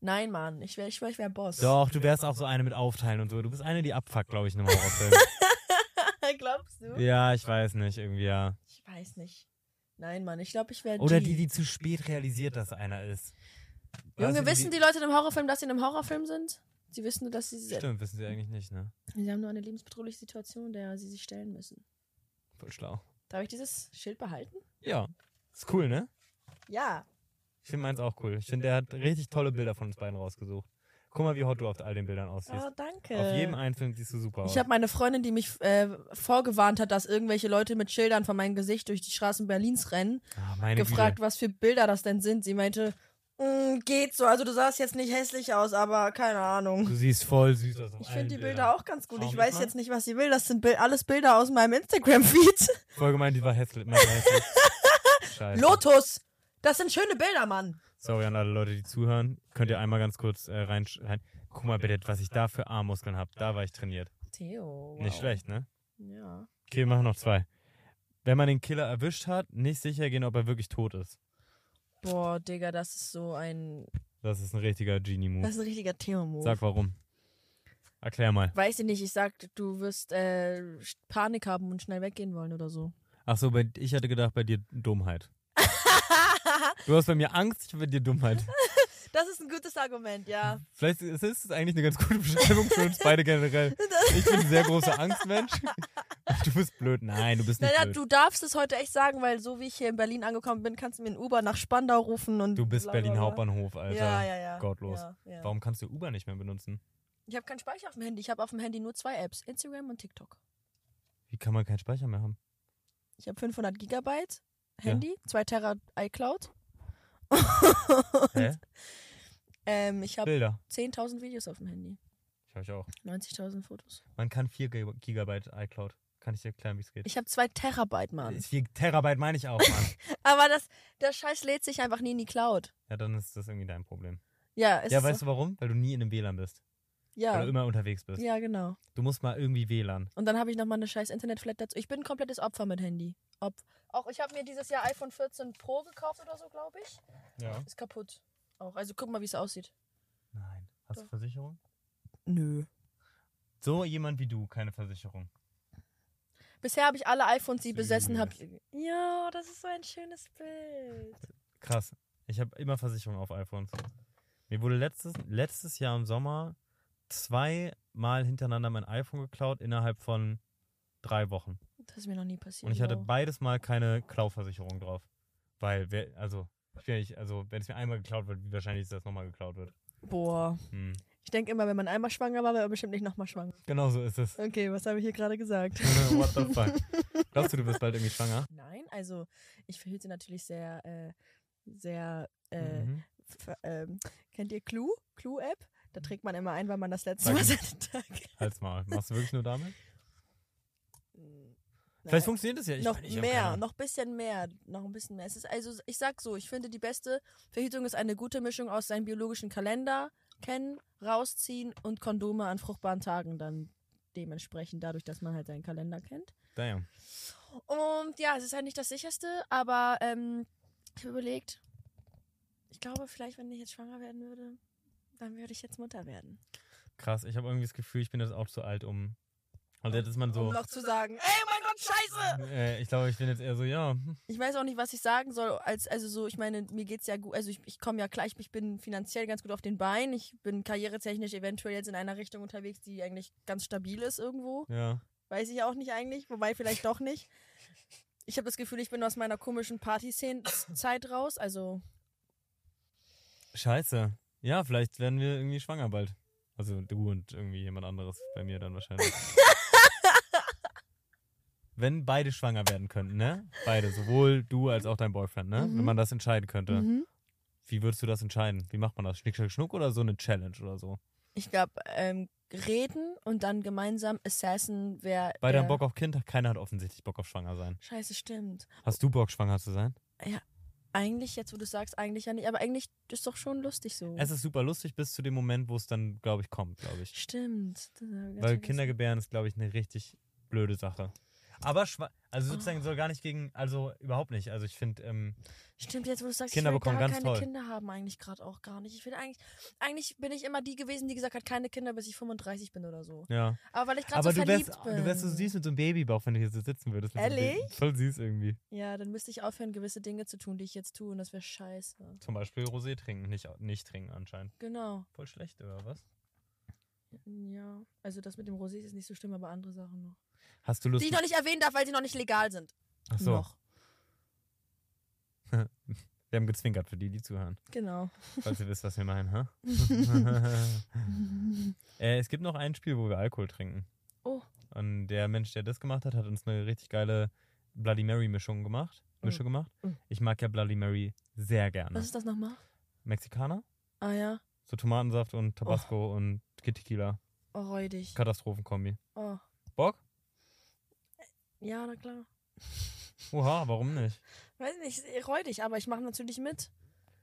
S2: Nein, Mann. Ich wäre ich wär, ich wär Boss.
S1: Doch, du wärst auch so eine mit Aufteilen und so. Du bist eine, die abfuckt, glaube ich, in einem [LAUGHS] Horrorfilm.
S2: [LAUGHS] Glaubst du?
S1: ja, ich weiß nicht, irgendwie ja.
S2: Ich weiß nicht. Nein, Mann. Ich glaube, ich wäre
S1: Oder die, die zu spät realisiert, dass einer ist.
S2: Junge,
S1: Weißt du,
S2: wissen die Leute in einem Horrorfilm, dass sie in einem Horrorfilm sind? Sie wissen nur, dass sie...
S1: Stimmt, wissen sie eigentlich nicht, ne?
S2: Sie haben nur eine lebensbedrohliche Situation, der sie sich stellen müssen.
S1: Voll schlau.
S2: Darf ich dieses Schild behalten?
S1: Ja. Ist cool, ne?
S2: Ja.
S1: Ich finde meins auch cool. Ich finde, der hat richtig tolle Bilder von uns beiden rausgesucht. Guck mal, wie hot du auf all den Bildern aussiehst.
S2: Oh, danke.
S1: Auf jedem einzelnen siehst du super aus.
S2: Ich habe meine Freundin, die mich äh, vorgewarnt hat, dass irgendwelche Leute mit Schildern von meinem Gesicht durch die Straßen Berlins rennen,
S1: Ah, meine
S2: gefragt,
S1: Güte.
S2: was für Bilder das denn sind. Sie meinte, Mm, geht so. Also du sahst jetzt nicht hässlich aus, aber keine Ahnung.
S1: Du siehst voll süß aus. auf
S2: Ich
S1: allen
S2: finde die
S1: Bildern.
S2: Bilder auch ganz gut.
S1: Schau
S2: Ich
S1: mich
S2: weiß
S1: mal.
S2: jetzt nicht, was sie will. Das sind Bil- alles Bilder aus meinem
S1: [LAUGHS]
S2: Instagram-Feed.
S1: Voll gemeint, die war hässlich. Mann, hässlich.
S2: [LAUGHS]
S1: Scheiße.
S2: Lotus! Das sind schöne Bilder, Mann.
S1: Sorry an alle Leute, die zuhören. Könnt ihr einmal ganz kurz äh, rein, rein. Guck mal bitte, was ich da für Armmuskeln habe. Da war ich trainiert.
S2: Theo. Wow.
S1: Nicht schlecht, ne?
S2: Ja.
S1: Okay, wir machen noch zwei. Wenn man den Killer erwischt hat, nicht sicher gehen, ob er wirklich tot ist.
S2: Boah, Digga, das ist so ein.
S1: Das ist ein richtiger
S2: Das
S1: Genie-Move.
S2: ist ein richtiger Theo-Move.
S1: Sag warum. Erklär mal.
S2: Weiß ich nicht, ich sag, du wirst äh, Panik haben und schnell weggehen wollen oder so.
S1: Achso, ich hatte gedacht, bei dir
S2: [LAUGHS]
S1: Dummheit. Du hast bei mir Angst, ich habe bei dir Dummheit.
S2: Das ist ein gutes Argument, ja. [LAUGHS]
S1: Vielleicht ist es eigentlich eine ganz gute Beschreibung für uns beide generell. Ich bin ein sehr großer Angstmensch. Und Du bist blöd. Nein, du bist nicht
S2: Naja,
S1: blöd.
S2: du darfst es heute echt sagen, weil so wie ich hier in Berlin angekommen bin, kannst du mir einen Uber nach Spandau rufen und.
S1: Du bist
S2: bla, bla,
S1: Berlin
S2: bla.
S1: Hauptbahnhof, Alter.
S2: Ja, ja, ja.
S1: Gottlos.
S2: Ja, ja.
S1: Warum kannst du Uber nicht mehr benutzen?
S2: Ich habe keinen Speicher auf dem Handy. Ich habe auf dem Handy nur zwei Apps: Instagram und TikTok.
S1: Wie kann man keinen Speicher mehr
S2: [LAUGHS]
S1: haben?
S2: Ich habe 500 Gigabyte
S1: Ja.
S2: Handy, 2 Terra iCloud. [LAUGHS]
S1: Hä?
S2: Ähm, ich habe
S1: Bilder.
S2: 10.000 Videos auf dem Handy,
S1: Ich euch auch.
S2: 90.000 Fotos.
S1: Man kann 4 Gig- Gigabyte iCloud. Kann ich dir erklären, wie es geht?
S2: Ich habe 2 Terabyte, Mann.
S1: 4 Terabyte meine ich auch, Mann.
S2: [LAUGHS] Aber das, der Scheiß lädt sich einfach nie in die Cloud.
S1: ja, dann ist das irgendwie dein Problem.
S2: Ja, es
S1: ja,
S2: ist
S1: weißt du warum? Weil du nie in einem WLAN bist.
S2: so, ja.
S1: Weil du immer unterwegs bist.
S2: ja, genau.
S1: Du musst mal irgendwie WLAN.
S2: Und dann habe ich nochmal eine scheiß Internetflat dazu. Ich bin ein komplettes Opfer mit Handy. Ob, auch ich habe mir dieses Jahr iPhone 14 Pro gekauft oder so, glaube ich.
S1: Ja.
S2: Ist kaputt. Auch. Also guck mal, wie es aussieht.
S1: Nein. Hast du
S2: Doch.
S1: Versicherung?
S2: Nö.
S1: So jemand wie du, keine Versicherung.
S2: Bisher habe ich alle iPhones, die ich besessen habe.
S1: Süß.
S2: Ja, das ist so ein schönes Bild.
S1: Krass. Ich habe immer Versicherung auf iPhones. Mir wurde letztes, letztes Jahr im Sommer zweimal hintereinander mein iPhone geklaut innerhalb von drei Wochen.
S2: Das ist mir noch nie passiert.
S1: Und ich hatte
S2: wow.
S1: beides Mal keine Klauversicherung drauf. Weil, wer, also, ich will nicht, also, wenn es mir einmal geklaut wird, wie wahrscheinlich ist, dass es nochmal geklaut wird.
S2: Boah.
S1: Hm.
S2: Ich denke immer, wenn man einmal schwanger war, war man bestimmt nicht nochmal schwanger.
S1: Genau so ist es. [LAUGHS]
S2: Okay, was habe ich hier gerade gesagt?
S1: What the fuck? Glaubst du, du bist bald irgendwie schwanger?
S2: Nein, also ich verhüte natürlich sehr, äh, sehr, äh,
S1: Mhm.
S2: ver- ähm, kennt ihr Clue? Clue-App? Da
S1: Mhm.
S2: trägt man immer ein, weil man das letzte
S1: Sag
S2: Mal [LAUGHS]
S1: mir.
S2: seinen Tag.
S1: Halt's mal. Machst du wirklich nur damit?
S2: Nein,
S1: Vielleicht funktioniert das ja. Ich
S2: noch
S1: meine, ich hab keine
S2: mehr,
S1: Ahnung.
S2: noch ein bisschen mehr, noch ein bisschen mehr. Es ist also, ich sag so, ich finde die beste Verhütung ist eine gute Mischung aus seinem biologischen Kalender, kennen, rausziehen und Kondome an fruchtbaren Tagen dann dementsprechend dadurch, dass man halt seinen Kalender kennt.
S1: Damn.
S2: Und ja, es ist halt nicht das sicherste, aber ähm, ich habe überlegt, ich glaube, vielleicht, wenn ich jetzt schwanger werden würde, dann würde ich jetzt Mutter werden.
S1: Krass. Ich habe irgendwie das Gefühl, ich bin jetzt auch zu alt, um. Also, jetzt ist man so.
S2: Um noch zu sagen, ey, mein Gott, scheiße!
S1: Äh, ich glaube, ich bin jetzt eher so, ja. hm.
S2: Ich weiß auch nicht, was ich sagen soll, als, also so, ich meine, mir geht's ja gut, also ich, ich komme ja gleich, ich bin finanziell ganz gut auf den Beinen, ich bin karrieretechnisch eventuell jetzt in einer Richtung unterwegs, die eigentlich ganz stabil ist irgendwo.
S1: Ja.
S2: Weiß ich auch nicht eigentlich, wobei vielleicht doch nicht. Ich habe das Gefühl, ich bin aus meiner komischen Party-Szenen-Zeit raus, also
S1: Scheiße. Ja, vielleicht werden wir irgendwie schwanger bald. Also du und irgendwie jemand anderes bei mir dann
S2: [LAUGHS]
S1: wahrscheinlich. Wenn beide schwanger werden könnten, ne? Beide, sowohl du als auch dein Boyfriend, ne?
S2: Mhm.
S1: Wenn man das entscheiden könnte. Wie würdest du das entscheiden? Wie macht man das? Schnick, schnack, schnuck oder so eine Challenge oder so?
S2: Ich glaube, ähm, reden und dann gemeinsam assassen, wer.
S1: Beide
S2: der-
S1: haben Bock auf Kind, keiner hat offensichtlich Bock auf schwanger sein.
S2: Scheiße, stimmt.
S1: Hast du Bock, schwanger zu sein?
S2: Eigentlich, jetzt wo du sagst, eigentlich ja nicht, aber eigentlich ist doch schon lustig so.
S1: Es ist super lustig bis zu dem Moment, wo es dann, glaube ich, kommt, glaube ich.
S2: stimmt. Das hab ich ganz
S1: Weil
S2: vergessen.
S1: Kinder gebären ist, glaube ich, eine richtig blöde Sache. Aber schwa also
S2: Ah.
S1: sozusagen soll gar nicht gegen, also überhaupt nicht. Also ich finde, ähm,
S2: Stimmt, jetzt wo du sagst,
S1: Kinder
S2: ich will
S1: bekommen
S2: gar
S1: ganz
S2: keine
S1: toll.
S2: Kinder haben, eigentlich gerade auch gar nicht. Ich will eigentlich, eigentlich bin ich immer die gewesen, die gesagt hat, keine Kinder, bis ich 35 bin oder so.
S1: ja.
S2: Aber weil ich gerade
S1: Aber
S2: so
S1: du
S2: verliebt
S1: wärst,
S2: bin.
S1: du wärst so süß mit so einem Babybauch, wenn du hier so sitzen würdest. mit so einem
S2: Ehrlich?
S1: Baby. Voll süß irgendwie.
S2: Ja, dann müsste ich aufhören, gewisse Dinge zu tun, die ich jetzt tue, und das wäre scheiße.
S1: Zum Beispiel Rosé trinken, nicht, nicht trinken anscheinend.
S2: Genau.
S1: Voll schlecht, oder was?
S2: Ja. Also das mit dem Rosé ist nicht so schlimm, aber andere Sachen noch.
S1: Hast du Lust?
S2: Die ich noch nicht erwähnen darf, weil sie noch nicht legal sind.
S1: Ach so,
S2: Noch.
S1: wir haben gezwinkert für die, die zuhören. [LAUGHS]
S2: Genau.
S1: Falls ihr wisst, was wir meinen, hä?
S2: [LAUGHS]
S1: [LAUGHS] äh, es gibt noch ein Spiel, wo wir Alkohol trinken.
S2: Oh.
S1: Und der Mensch, der das gemacht hat, hat uns eine richtig geile Bloody Mary Mischung gemacht. Mische gemacht.
S2: Mhm.
S1: Ich mag ja Bloody Mary sehr gerne.
S2: Was ist das nochmal?
S1: Mexikaner.
S2: Ah ja.
S1: So Tomatensaft und Tabasco und Tequila.
S2: Oh, räudig.
S1: Katastrophenkombi.
S2: Oh.
S1: Bock?
S2: Ja, na klar.
S1: Oha, warum nicht?
S2: Weiß nicht, ist räudig, aber ich mache natürlich mit.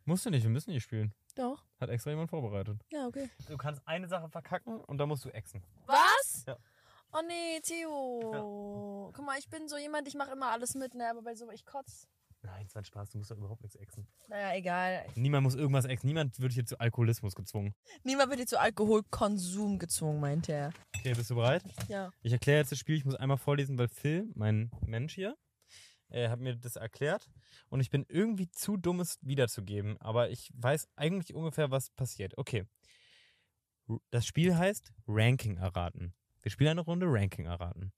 S1: Musst du nicht, wir müssen nicht spielen.
S2: Doch.
S1: Hat extra jemand vorbereitet.
S2: Ja, okay.
S1: Du kannst eine Sache verkacken und dann musst du exen.
S2: Was?
S1: Ja.
S2: Oh nee, Theo. Guck mal, ich bin so jemand, ich mache immer alles mit, ne, aber bei so, ich kotz.
S1: Nein, es war ein Spaß, du musst doch überhaupt nichts exen.
S2: Naja, egal.
S1: Niemand muss irgendwas exen. Niemand wird hier zu Alkoholismus gezwungen.
S2: Niemand wird hier zu Alkoholkonsum gezwungen, meinte er.
S1: Okay, bist du bereit?
S2: Ja.
S1: Ich erkläre jetzt das Spiel. Ich muss einmal vorlesen, weil Phil, mein Mensch hier, äh, hat mir das erklärt. Und ich bin irgendwie zu dumm, es wiederzugeben. Aber ich weiß eigentlich ungefähr, was passiert. Okay. R- Das Spiel heißt Ranking erraten. Wir spielen eine Runde Ranking erraten.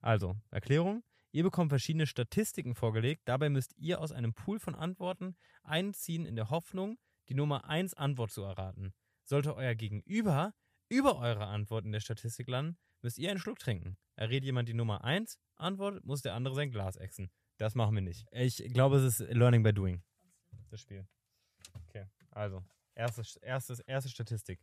S1: Also, Erklärung. Ihr bekommt verschiedene Statistiken vorgelegt. Dabei müsst ihr aus einem Pool von Antworten einziehen in der Hoffnung, die Nummer 1 Antwort zu erraten. Sollte euer Gegenüber über eure Antwort in der Statistik landen, müsst ihr einen Schluck trinken. Errät jemand die Nummer 1, Antwort, muss der andere sein Glas exen. Das machen wir nicht. Ich glaube, es ist Learning by Doing. Das Spiel. Okay, also. Erste, erste, erste Statistik.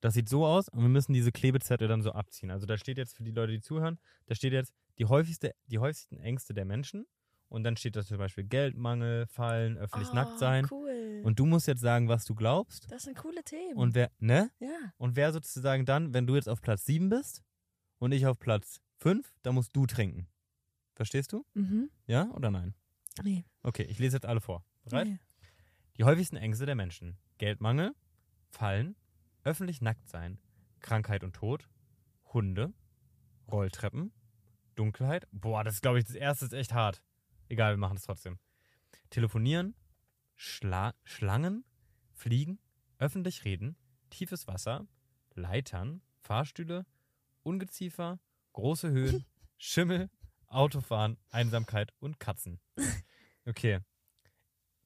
S1: Das sieht so aus und wir müssen diese Klebezettel dann so abziehen. Also da steht jetzt für die Leute, die zuhören, da steht jetzt die, häufigste, die häufigsten Ängste der Menschen. Und dann steht da zum Beispiel Geldmangel, Fallen, öffentlich
S2: Ah,
S1: nackt sein.
S2: cool.
S1: Und du musst jetzt sagen, was du glaubst.
S2: das sind coole Themen.
S1: Und wer, ne?
S2: ja.
S1: Und wer sozusagen dann, wenn du jetzt auf Platz 7 bist und ich auf Platz 5, dann musst du trinken. Verstehst du?
S2: Mhm.
S1: Ja oder nein?
S2: Nee.
S1: Okay, ich lese jetzt alle vor. Bereit?
S2: nee.
S1: Die häufigsten Ängste der Menschen. Geldmangel, Fallen, öffentlich nackt sein, Krankheit und Tod, Hunde, Rolltreppen, Dunkelheit. Boah, das ist, glaube ich, das erste ist echt hart. Egal, wir machen es trotzdem. Telefonieren, Schla Schlangen, Fliegen, öffentlich reden, tiefes Wasser, Leitern, Fahrstühle, Ungeziefer, große
S2: [LAUGHS]
S1: Höhen, Schimmel, Autofahren, Einsamkeit und Katzen. Okay.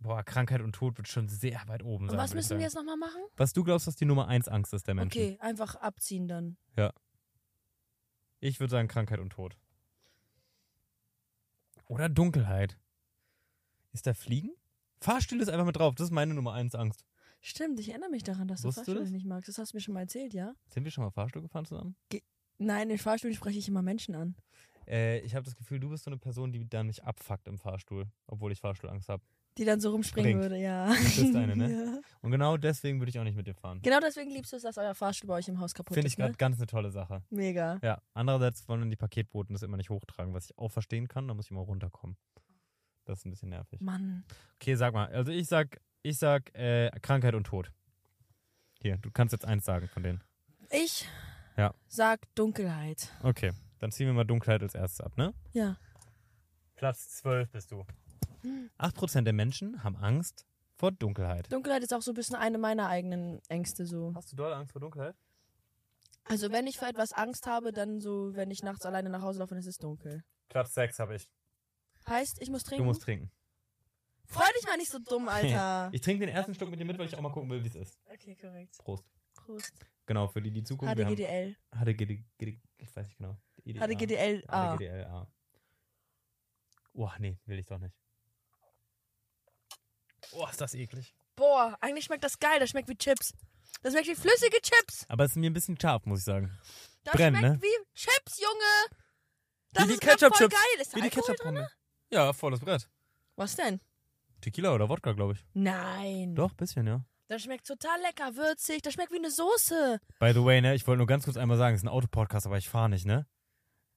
S1: Boah, Krankheit und Tod wird schon sehr weit oben
S2: Und
S1: sein.
S2: was
S1: würde ich
S2: müssen wir
S1: sagen.
S2: jetzt nochmal machen?
S1: Was du glaubst, was die Nummer 1 Angst ist der Menschen?
S2: Okay, einfach abziehen dann.
S1: Ich würde sagen Krankheit und Tod. Oder Dunkelheit. Ist da Fliegen? Fahrstühle ist einfach mit drauf. Das ist meine Nummer 1 Angst.
S2: Stimmt, ich erinnere mich daran, dass du
S1: Wusstest du
S2: Fahrstühle
S1: das?
S2: nicht magst. Das hast du mir schon mal erzählt, ja?
S1: Sind wir schon mal Fahrstuhl gefahren zusammen?
S2: Nein, in Fahrstühlen spreche ich immer Menschen an.
S1: Äh, ich habe das Gefühl, du bist so eine Person, die dann mich abfuckt im Fahrstuhl, obwohl ich Fahrstuhlangst habe.
S2: Die dann so rumspringen
S1: Bringt.
S2: würde, ja.
S1: Das ist deine, ne?
S2: [LAUGHS] ja.
S1: Und genau deswegen würde ich auch nicht mit dir fahren.
S2: Genau deswegen liebst du es, dass euer Fahrstuhl bei euch im Haus kaputt
S1: Finde
S2: ist.
S1: ich gerade
S2: ne?
S1: ganz eine tolle Sache.
S2: Mega.
S1: Ja, andererseits wollen die Paketboten das immer nicht hochtragen, was ich auch verstehen kann. Da muss ich immer runterkommen. Das ist ein bisschen nervig.
S2: Mann.
S1: Okay, sag mal. Also ich sag, ich sag äh, Krankheit und Tod. Hier, du kannst jetzt eins sagen von denen.
S2: Ich
S1: Ja.
S2: sag Dunkelheit.
S1: Okay, dann ziehen wir mal Dunkelheit als erstes ab, ne?
S2: Ja.
S1: Platz 12 bist du. 8% der Menschen haben Angst vor Dunkelheit.
S2: Dunkelheit ist auch so ein bisschen eine meiner eigenen Ängste so.
S1: Hast du doll Angst vor Dunkelheit?
S2: Also wenn ich vor etwas Angst habe, dann so, wenn ich nachts alleine nach Hause laufe und es ist dunkel.
S1: Platz 6 habe ich.
S2: Heißt, ich muss
S1: Du
S2: trinken.
S1: musst trinken.
S2: Freu dich mal nicht so
S1: [LAUGHS]
S2: dumm, Alter.
S1: Ich trinke den ersten Schluck mit dir mit, weil ich auch mal gucken will, wie es ist.
S2: okay, korrekt.
S1: Prost.
S2: Prost.
S1: Genau, für die, die zugucken. wir haben-
S2: HDGDL.
S1: HDGD, GD, ich weiß nicht genau. EDA.
S2: HDGDL. Ah.
S1: HDGDLA. Oh, nee, will ich doch nicht. Oh, ist das eklig.
S2: Boah, eigentlich schmeckt das geil. Das schmeckt wie Chips. Das schmeckt wie flüssige Chips.
S1: Aber es ist mir ein bisschen scharf, muss ich sagen.
S2: Das
S1: Brenn,
S2: schmeckt
S1: ne?
S2: wie Chips, Junge. Das
S1: die
S2: ist grad voll
S1: Ketchup-Chips.
S2: geil. Ist da Alkohol drin?
S1: pommes Ja, volles Brett.
S2: Was denn?
S1: Tequila oder Wodka, glaube ich.
S2: Nein.
S1: Doch, bisschen, ja.
S2: Das schmeckt total lecker, würzig. Das schmeckt wie eine Soße.
S1: By the way, ne, ich wollte nur ganz kurz einmal sagen, es ist ein Autopodcast, aber ich fahre nicht, ne?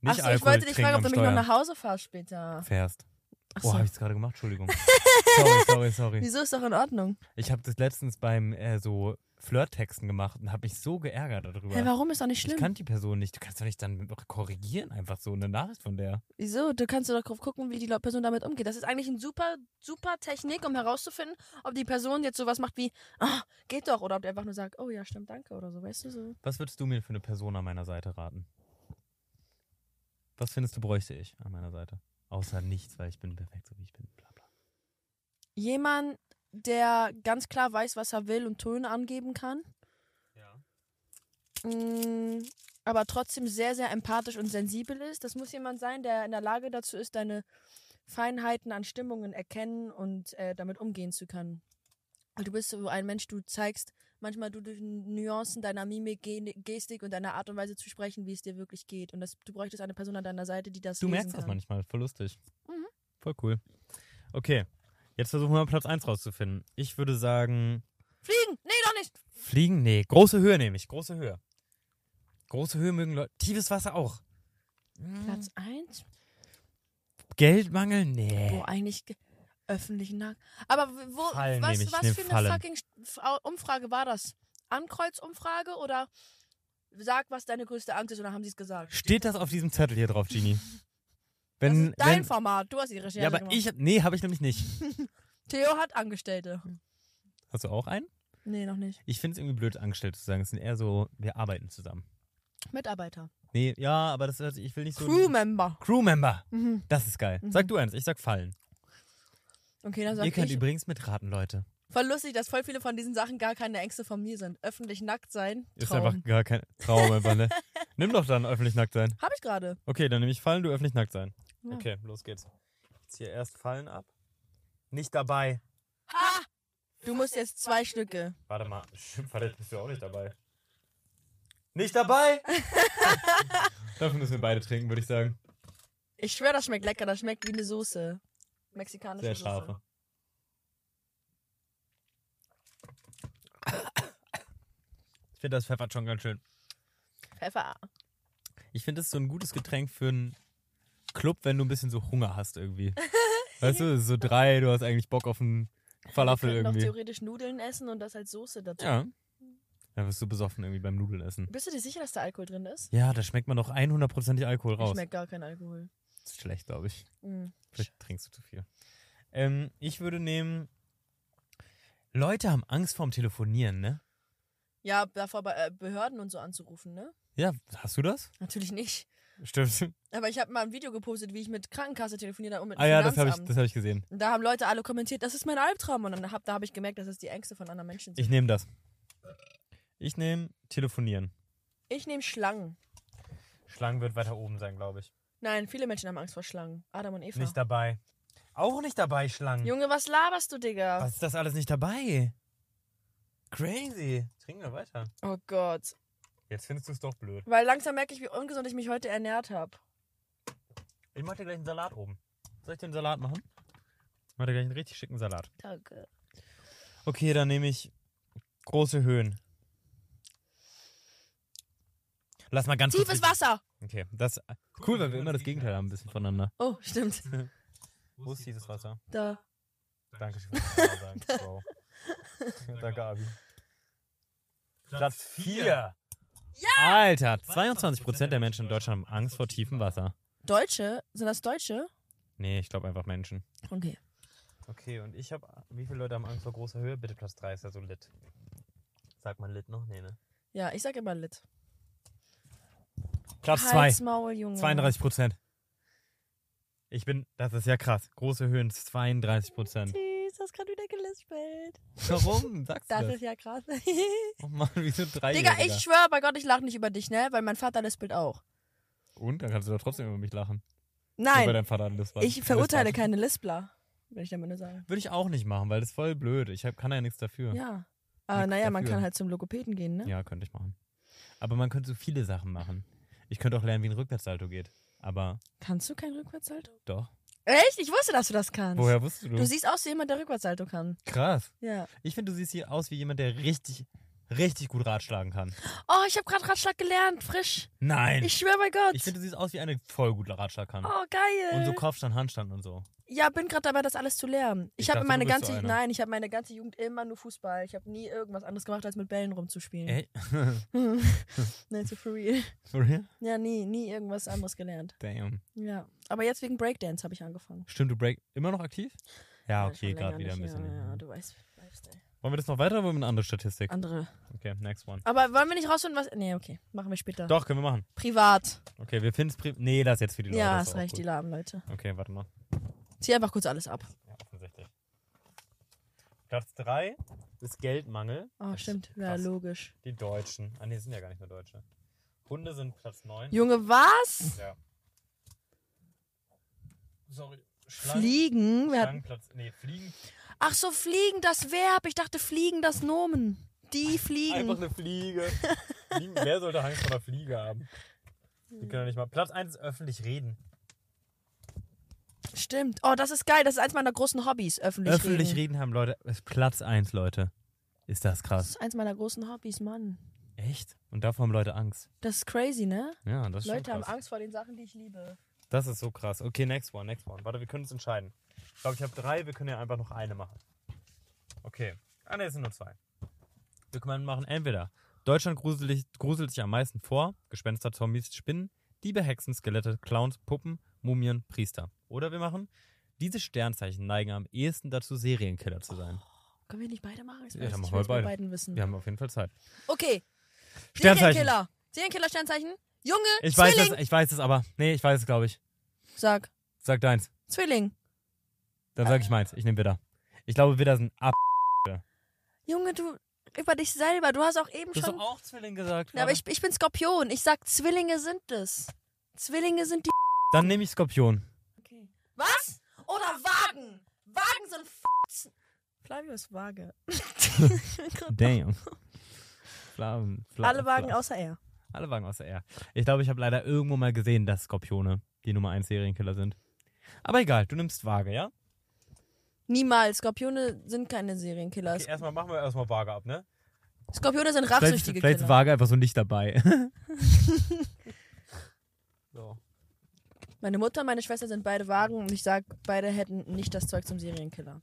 S1: Nicht
S2: Achso,
S1: Alkohol
S2: ich wollte dich
S1: trinken
S2: fragen, ob
S1: am
S2: du mich
S1: Steuer.
S2: noch nach Hause fährst später.
S1: Fährst.
S2: Achso.
S1: Oh, habe ich es gerade gemacht,
S2: [LAUGHS]
S1: Entschuldigung. sorry, sorry, sorry.
S2: Wieso ist doch in Ordnung?
S1: Ich habe das letztens beim äh, so Flirttexten gemacht und habe mich so geärgert darüber.
S2: Hä, warum ist doch nicht
S1: Ich
S2: schlimm?
S1: kannte die Person nicht. Du kannst doch nicht dann korrigieren, einfach so eine Nachricht von der.
S2: Wieso? Du kannst doch drauf gucken, wie die Le- Person damit umgeht. Das ist eigentlich eine super, super Technik, um herauszufinden, ob die Person jetzt sowas macht wie, ah, geht doch, oder ob die einfach nur sagt, oh ja, stimmt, danke, oder so, weißt du so.
S1: Was würdest du mir für eine Person an meiner Seite raten? Was findest du, bräuchte ich an meiner Seite? Außer nichts, weil ich bin perfekt, so wie ich bin. Bla bla.
S2: Jemand, der ganz klar weiß, was er will und Töne angeben kann, mm, aber trotzdem sehr, sehr empathisch und sensibel ist. Das muss jemand sein, der in der Lage dazu ist, deine Feinheiten an Stimmungen erkennen und äh, damit umgehen zu können. Und du bist so ein Mensch, du zeigst manchmal du durch Nuancen deiner Mimik, Ge- Gestik und deiner Art und Weise zu sprechen, wie es dir wirklich geht. Und das, du bräuchtest eine Person an deiner Seite, die das
S1: Du
S2: lesen
S1: merkst
S2: kann.
S1: das manchmal, voll lustig.
S2: Mhm.
S1: Voll cool. Okay, jetzt versuchen wir Platz 1 rauszufinden. Ich würde sagen,
S2: Fliegen! Nee, doch nicht!
S1: fliegen? Nee, große Höhe nehme ich, große Höhe. Große Höhe mögen Leute, tiefes Wasser auch. Hm,
S2: Platz 1?
S1: Geldmangel? Nee.
S2: Boah, eigentlich ge- öffentlichen Nackt. Aber w- wo,
S1: Fallen
S2: was,
S1: nehme ich,
S2: was
S1: nehm
S2: für eine
S1: Fallen.
S2: fucking Sch- Fra- Umfrage war das? Ankreuzumfrage oder sag, was deine größte Angst ist und dann haben sie es gesagt.
S1: Steht das auf diesem Zettel hier drauf, Genie?
S2: das
S1: Wenn,
S2: ist dein
S1: wenn,
S2: Format, du hast die Recherche
S1: ja, aber
S2: gemacht.
S1: ich, nee, habe ich nämlich nicht.
S2: Theo hat Angestellte.
S1: Hm. Hast du auch einen?
S2: Nee, noch nicht.
S1: Ich finde es irgendwie blöd, angestellt zu sagen. Es sind eher so, wir arbeiten zusammen.
S2: Mitarbeiter.
S1: Nee, ja, aber das, hört- ich will nicht so.
S2: Crewmember.
S1: Crewmember.
S2: Mhm.
S1: Das ist geil. Sag du eins, ich sag fallen.
S2: Okay, dann sag
S1: Ihr könnt
S2: ich.
S1: übrigens mitraten, Leute.
S2: Voll lustig, dass voll viele von diesen Sachen gar keine Ängste von mir sind. Öffentlich nackt sein.
S1: Ist
S2: Traum.
S1: einfach gar kein Traum, einfach,
S2: [LAUGHS]
S1: ne? Nimm doch dann öffentlich nackt sein.
S2: Hab ich gerade.
S1: Okay, dann nehme ich fallen, du öffentlich nackt sein.
S2: Ja.
S1: Okay, los geht's. Ich ziehe erst fallen ab. Nicht dabei.
S2: Ha! Du musst jetzt zwei Stücke.
S1: Warte mal, [LAUGHS] verdammt, bist du auch nicht dabei. Nicht
S2: [LAUGHS]
S1: dabei? Dafür müssen wir beide trinken, würde ich sagen.
S2: Ich schwöre, das schmeckt lecker. Das schmeckt wie eine Soße. Mexikanische
S1: Sehr
S2: Soße.
S1: scharfe. Ich finde, das pfeffert schon ganz schön.
S2: Pfeffer.
S1: Ich finde, das ist so ein gutes Getränk für einen Club, wenn du ein bisschen so Hunger hast
S2: [LAUGHS]
S1: irgendwie. Weißt du, so drei, du hast eigentlich Bock auf einen Falafel
S2: Wir könnten doch
S1: irgendwie.
S2: theoretisch Nudeln essen und das als Soße dazu.
S1: Ja. Dann wirst du besoffen irgendwie beim Nudeln essen.
S2: Bist du dir sicher, dass da Alkohol drin ist?
S1: Ja, da schmeckt man doch 100%ig Alkohol
S2: Ich
S1: raus.
S2: schmeckt gar kein Alkohol.
S1: Das ist schlecht, glaube ich.
S2: Mhm.
S1: Vielleicht trinkst du zu viel. Ähm, ich würde nehmen. Leute haben Angst vorm Telefonieren, ne?
S2: Ja, davor bei äh, Behörden und so anzurufen, ne?
S1: Ja, hast du das?
S2: Natürlich nicht.
S1: Stimmt.
S2: Aber ich habe mal ein Video gepostet, wie ich mit Krankenkasse telefoniert habe und mit dem
S1: Ah ja, das habe ich,
S2: Finanzamt.
S1: das hab ich gesehen.
S2: Und Da haben Leute alle kommentiert, das ist mein Albtraum. Und dann hab, da habe ich gemerkt, dass es die Ängste von anderen Menschen sind.
S1: Ich nehme das. Ich nehme Telefonieren.
S2: Ich, nehme Schlangen.
S1: Schlangen wird weiter oben sein, glaube ich.
S2: Nein, viele Menschen haben Angst vor Schlangen. Adam und Eva.
S1: Nicht dabei. Auch nicht dabei, Schlangen.
S2: Junge, was laberst du, Digga?
S1: Was ist das alles nicht dabei? Crazy. Trinken wir weiter.
S2: Oh Gott.
S1: Jetzt findest du es doch blöd.
S2: Weil langsam merke ich, wie ungesund ich mich heute ernährt habe.
S1: Ich mache dir gleich einen Salat oben. Soll ich dir einen Salat machen? Ich mache dir gleich einen richtig schicken Salat.
S2: Danke.
S1: Okay, dann nehme ich große Höhen. Lass mal ganz
S2: Tiefes
S1: kurz-
S2: Wasser.
S1: Okay, das cool, weil wir immer das Gegenteil haben, ein bisschen voneinander.
S2: Oh, stimmt.
S1: Wo ist dieses Wasser?
S2: Da.
S1: Danke schön. Sagen,
S2: [LAUGHS]
S1: Bro. Danke, Abi. Platz 4. Ja! Alter, 22% der Menschen in Deutschland haben Angst vor tiefem Wasser.
S2: Deutsche? Sind das Deutsche?
S1: Nee, ich glaube einfach Menschen.
S2: Okay.
S1: Okay, und ich habe. Wie viele Leute haben Angst vor großer Höhe? Bitte Platz 3 ist ja so lit. Sagt man lit noch? Nee, ne?
S2: Ja, ich sag immer Lit.
S1: Platz 2.
S2: Halsmaul, Junge.
S1: 32 Prozent. Ich bin, das ist ja krass. Große Höhen, 32
S2: [LAUGHS]
S1: Prozent.
S2: Süß, das kann wieder gelispelt.
S1: Warum? Sagst
S2: Das
S1: du das?
S2: ist ja krass. [LAUGHS]
S1: Oh Mann, wieso drei?
S2: Digga, ich schwöre bei Gott, ich lache nicht über dich, ne? Weil mein Vater lispelt auch.
S1: Und dann kannst du doch trotzdem über mich lachen.
S2: Nein.
S1: Über deinen Vater und das war-
S2: Ich verurteile
S1: das war-
S2: keine Lispler, würde ich damit nur sagen.
S1: Würde ich auch nicht machen, weil das ist voll blöd. Ich hab, kann ja nichts dafür.
S2: Ja. Aber
S1: Nix
S2: naja, man
S1: dafür.
S2: kann halt zum Logopäden gehen, ne?
S1: Ja, könnte ich machen. Aber man könnte so viele Sachen machen. Ich könnte auch lernen, wie ein Rückwärtssalto geht. Aber
S2: Kannst du kein Rückwärtssalto?
S1: doch.
S2: Echt? Ich wusste, dass du das kannst.
S1: Woher wusstest du?
S2: Du siehst aus wie jemand, der Rückwärtssalto kann.
S1: krass.
S2: Ja.
S1: Ich finde, du siehst hier aus wie jemand, der richtig, richtig gut Ratschlagen kann.
S2: Oh, ich habe gerade Ratschlag gelernt, frisch.
S1: Nein.
S2: Ich schwöre bei Gott.
S1: Ich finde, du siehst aus wie eine voll gut Ratschlag kann.
S2: oh, geil.
S1: Und so Kopfstand, Handstand und so.
S2: ja, bin gerade dabei, das alles zu lernen. Ich,
S1: Ich
S2: habe
S1: dachte,
S2: meine
S1: du bist so
S2: ganze
S1: einer.
S2: Nein, ich habe meine ganze Jugend immer nur Fußball. Ich habe nie irgendwas anderes gemacht, als mit Bällen rumzuspielen.
S1: Ey,
S2: Nein, so for real.
S1: for real?
S2: [LAUGHS] Ja, nie, nie irgendwas anderes gelernt.
S1: Damn.
S2: Ja. Aber jetzt wegen Breakdance habe ich angefangen.
S1: Stimmt, du Break immer noch aktiv? Ja,
S2: schon
S1: Ah, okay, gerade
S2: länger
S1: wieder ein
S2: nicht.
S1: bisschen.
S2: Ja, ja, du weißt, weißt ey.
S1: Wollen wir das noch weiter oder wollen wir eine andere Statistik?
S2: andere.
S1: Okay, next one.
S2: Aber wollen wir nicht rausfinden, was. Nee, okay. Machen wir später.
S1: Doch, können wir machen.
S2: Privat.
S1: Okay, wir finden es. Nee, das ist jetzt für die Leute.
S2: ja,
S1: das ist
S2: es
S1: auch
S2: reicht, die
S1: gut.
S2: laben Leute.
S1: Okay, warte mal.
S2: Zieh einfach kurz alles ab.
S1: Ja, offensichtlich. Platz 3 ist Geldmangel.
S2: Oh,
S1: Das ist
S2: stimmt. Ja,
S1: krass.
S2: logisch.
S1: Die Deutschen. Ah, nee, sind ja gar nicht nur Deutsche. Hunde sind Platz 9.
S2: Junge, was?
S1: Ja. Sorry. Schlangen,
S2: Fliegen? Wir hatten,
S1: Schlangen Platz. Nee, Fliegen.
S2: Ach so, fliegen das Verb. Ich dachte, fliegen das Nomen.
S1: [LAUGHS]
S2: Die
S1: Einfach
S2: fliegen.
S1: eine Fliege. Fliegen- Wer sollte Angst vor einer Fliege haben? Die können ja nicht mal. Platz 1 ist öffentlich reden.
S2: Stimmt. Oh, das ist geil. Das ist eins meiner großen Hobbys. Öffentlich,
S1: öffentlich
S2: reden.
S1: reden haben Leute. Ist Platz 1, Leute. Ist das
S2: Das
S1: krass.
S2: ist eins meiner großen Hobbys, Mann.
S1: Echt? Und davor haben Leute Angst.
S2: Das ist crazy, ne?
S1: Ja, das ist schon
S2: Leute haben
S1: krass.
S2: Angst vor den Sachen, die ich liebe.
S1: Das ist so krass. Okay, next one, next one. Warte, wir können uns entscheiden. Ich glaube, ich habe drei, wir können ja einfach noch eine machen. Okay. Ah, ne, es sind nur zwei. Wir können machen entweder Deutschland gruselig, gruselt sich am meisten vor, Gespenster, Zombies, Spinnen, Diebe, Hexen, Skelette, Clowns, Puppen, Mumien, Priester. Oder wir machen, diese Sternzeichen neigen am ehesten dazu, Serienkiller zu sein.
S2: Können wir nicht beide machen? Ich
S1: Ja,
S2: weiß
S1: dann machen
S2: nicht,
S1: wir
S2: ich will's bei
S1: beide.
S2: beiden wissen.
S1: Wir haben auf jeden Fall Zeit.
S2: Okay.
S1: Sternzeichen.
S2: Serienkiller. Serienkiller, Sternzeichen. Junge,
S1: Ich weiß
S2: Zwilling.
S1: es, ich weiß es aber. Nee, ich weiß es, glaube ich.
S2: Sag.
S1: Sag deins.
S2: Zwilling.
S1: Dann sag ich meins. Ich nehme Widder. Ich glaube, Widder sind ab.
S2: Junge, du über dich selber. Du hast auch eben
S1: Du hast
S2: schon.
S1: doch auch Zwilling gesagt.
S2: Na, aber ich, ich bin Skorpion. Ich sag, Zwillinge sind es. Zwillinge sind die.
S1: Dann nehme ich Skorpion.
S2: Okay. Was? Oder Wagen? Wagen sind F. Flavio ist Waage.
S1: Damn. [LAUGHS] Flaven, Fla-
S2: Genau. Alle Wagen
S1: Fla-
S2: außer er.
S1: Alle Wagen außer R. Ich glaube, ich habe leider irgendwo mal gesehen, dass Skorpione die Nummer 1 Serienkiller sind. Aber egal, du nimmst Waage, ja?
S2: Niemals. Skorpione sind keine Serienkiller.
S1: Okay, erstmal machen wir erstmal Waage ab, ne?
S2: Skorpione sind
S1: Vielleicht,
S2: rachsüchtige
S1: vielleicht ist
S2: Killer.
S1: Waage einfach so nicht dabei. [LAUGHS] so.
S2: Meine Mutter und meine Schwester sind beide Wagen und ich sag, beide hätten nicht das Zeug zum Serienkiller.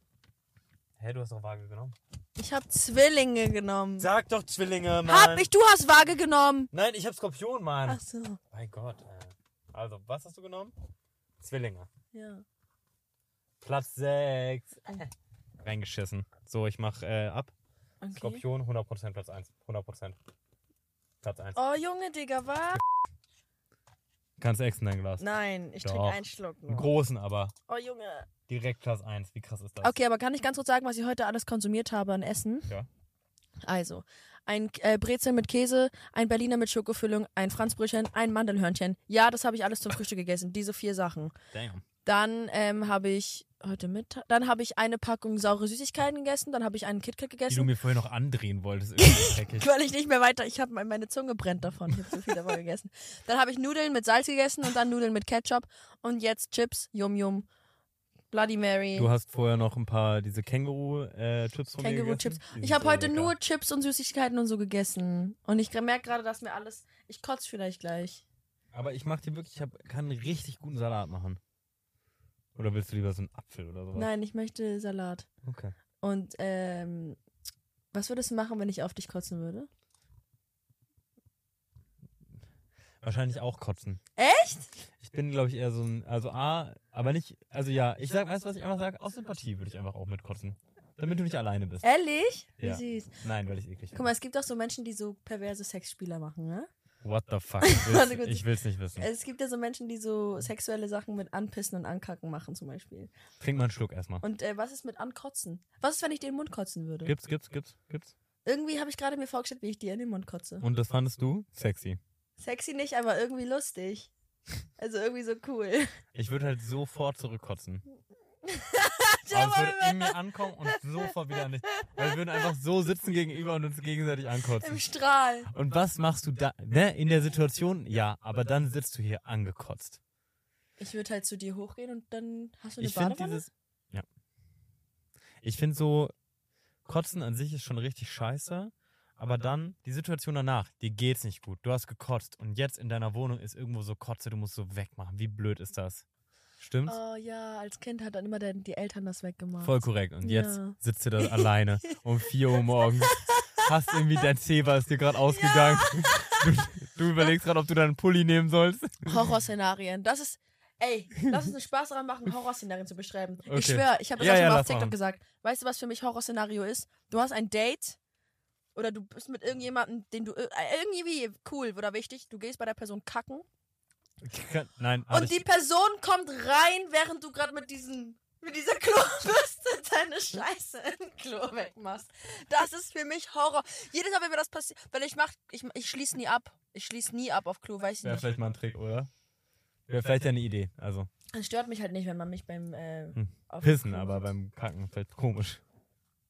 S1: Hä, du hast doch Waage genommen.
S2: Ich hab Zwillinge genommen.
S1: Sag doch Zwillinge, Mann.
S2: Hab ich, du hast Waage genommen.
S1: Nein, ich habe Skorpion, Mann.
S2: Ach so.
S1: Mein Gott. Äh. Also, was hast du genommen? Zwillinge.
S2: Ja.
S1: Platz 6. [LAUGHS] Reingeschissen. So, ich mach äh, ab.
S2: Okay.
S1: Skorpion 100% Platz 1. 100%. Platz 1.
S2: Oh, Junge, Digga, was?
S1: Kannst exen dein Glas.
S2: Nein, ich trinke
S1: Doch.
S2: einen Schluck.
S1: Einen
S2: Nur.
S1: großen aber.
S2: Oh, Junge.
S1: Direkt Platz 1. Wie krass ist das?
S2: Okay, aber kann ich ganz kurz sagen, was ich heute alles konsumiert habe an Essen?
S1: Ja.
S2: Also, ein äh, Brezel mit Käse, ein Berliner mit Schokofüllung, ein Franzbrötchen, ein Mandelhörnchen. Ja, das habe ich alles zum Frühstück gegessen. Diese vier Sachen.
S1: Damn.
S2: Dann ähm, habe ich heute Mittag, dann habe ich eine Packung saure Süßigkeiten gegessen, dann habe ich einen KitKat
S1: Die du
S2: gegessen,
S1: mir vorher noch andrehen wolltest.
S2: [LAUGHS]
S1: Irgendwie dreckig.
S2: weil ich nicht mehr weiter, ich habe meine Zunge brennt davon, ich habe zu viel davon gegessen. Dann habe ich Nudeln mit Salz gegessen und dann Nudeln mit Ketchup und jetzt Chips, Yum Yum, Bloody Mary.
S1: Du hast vorher noch ein paar diese Känguru-Chips von mir
S2: Känguru-Chips.
S1: gegessen. Die
S2: Ich
S1: sind
S2: habe
S1: so
S2: heute
S1: lecker.
S2: nur Chips und Süßigkeiten und so gegessen. Und ich merke gerade, dass mir alles. Ich kotze vielleicht gleich.
S1: Aber ich mach dir wirklich, ich hab, kann einen richtig guten Salat machen. Oder willst du lieber so einen Apfel oder sowas?
S2: Nein, ich möchte Salat.
S1: Okay.
S2: Und ähm, was würdest du machen, wenn ich auf dich kotzen würde?
S1: Wahrscheinlich auch kotzen.
S2: Echt?
S1: Ich bin, glaube ich, eher so ein, also A, aber nicht, also ja, ich sag, weißt du, was ich einfach sage? Aus Sympathie würde ich einfach auch mitkotzen. Damit du nicht alleine bist.
S2: Ehrlich? Wie
S1: Ja.
S2: süß.
S1: Nein, weil ich eklig
S2: Guck mal, es gibt auch so Menschen, die so perverse Sexspieler machen, ne?
S1: What the
S2: [LAUGHS]
S1: fuck? Ich
S2: Warte
S1: will's,
S2: kurz.
S1: ich will's nicht wissen.
S2: Es gibt ja so Menschen, die so sexuelle Sachen mit Anpissen und Ankacken machen, zum Beispiel.
S1: Trink mal einen Schluck erstmal.
S2: Und äh, was ist mit Ankotzen? Was ist, wenn ich dir in den Mund kotzen würde?
S1: Gibt's, gibt's, gibt's, gibt's.
S2: Irgendwie habe ich gerade mir vorgestellt, wie ich dir in den Mund kotze.
S1: Und das fandest du sexy.
S2: Sexy nicht, aber irgendwie lustig. Also irgendwie so
S1: [LAUGHS]
S2: cool. [LAUGHS]
S1: Ich würde halt sofort zurückkotzen. Aber es würde in mir ankommen und sofort wieder nicht. Weil wir würden einfach so sitzen gegenüber und uns gegenseitig
S2: Im
S1: ankotzen.
S2: Strahl.
S1: Und was machst du da? Ne? In der Situation? Ja, aber dann sitzt du hier angekotzt.
S2: Ich würde halt zu dir hochgehen und dann hast du eine
S1: Ich finde
S2: Badewanne.
S1: dieses. Ja. Ich finde so, Kotzen an sich ist schon richtig scheiße. Aber dann, die Situation danach, dir geht's nicht gut. Du hast gekotzt und jetzt in deiner Wohnung ist irgendwo so Kotze, du musst so wegmachen. Wie blöd ist das? Stimmt's?
S2: oh ja, als Kind hat dann immer der, die Eltern das weggemacht.
S1: Voll korrekt. Und jetzt
S2: Ja.
S1: sitzt
S2: [LAUGHS]
S1: du da alleine um 4 Uhr morgens. Hast irgendwie dein Zebra ist dir gerade ausgegangen. Du, du überlegst gerade, ob du deinen Pulli nehmen sollst.
S2: Horrorszenarien. Das ist. Ey,
S1: [LAUGHS]
S2: lass uns einen Spaß daran machen, Horrorszenarien zu beschreiben.
S1: Okay.
S2: Ich schwöre, ich habe das
S1: Ja,
S2: auch schon
S1: ja,
S2: mal auf
S1: lass
S2: TikTok
S1: machen.
S2: gesagt. Weißt du, was für mich Horrorszenario ist? Du hast ein Date oder du bist mit irgendjemandem, den du ir- irgendwie cool oder wichtig, du gehst bei der Person kacken
S1: Ich kann- Nein, aber
S2: und die Person kommt rein, während du gerade mit diesem mit dieser [LAUGHS] Klobürste deine Scheiße im Klo wegmachst. Das ist für mich Horror. Jedes Mal, wenn mir das passiert, weil ich mach, ich, ich schließe nie ab. Ich schließe nie ab auf Klo, weiß ich
S1: wäre
S2: nicht.
S1: vielleicht mal ein Trick, oder? Wäre vielleicht ja eine Idee. Also.
S2: Es stört mich halt nicht, wenn man mich beim äh,
S1: Hm.
S2: auf
S1: Pissen,
S2: Klo
S1: aber
S2: sieht.
S1: beim Kacken fällt komisch.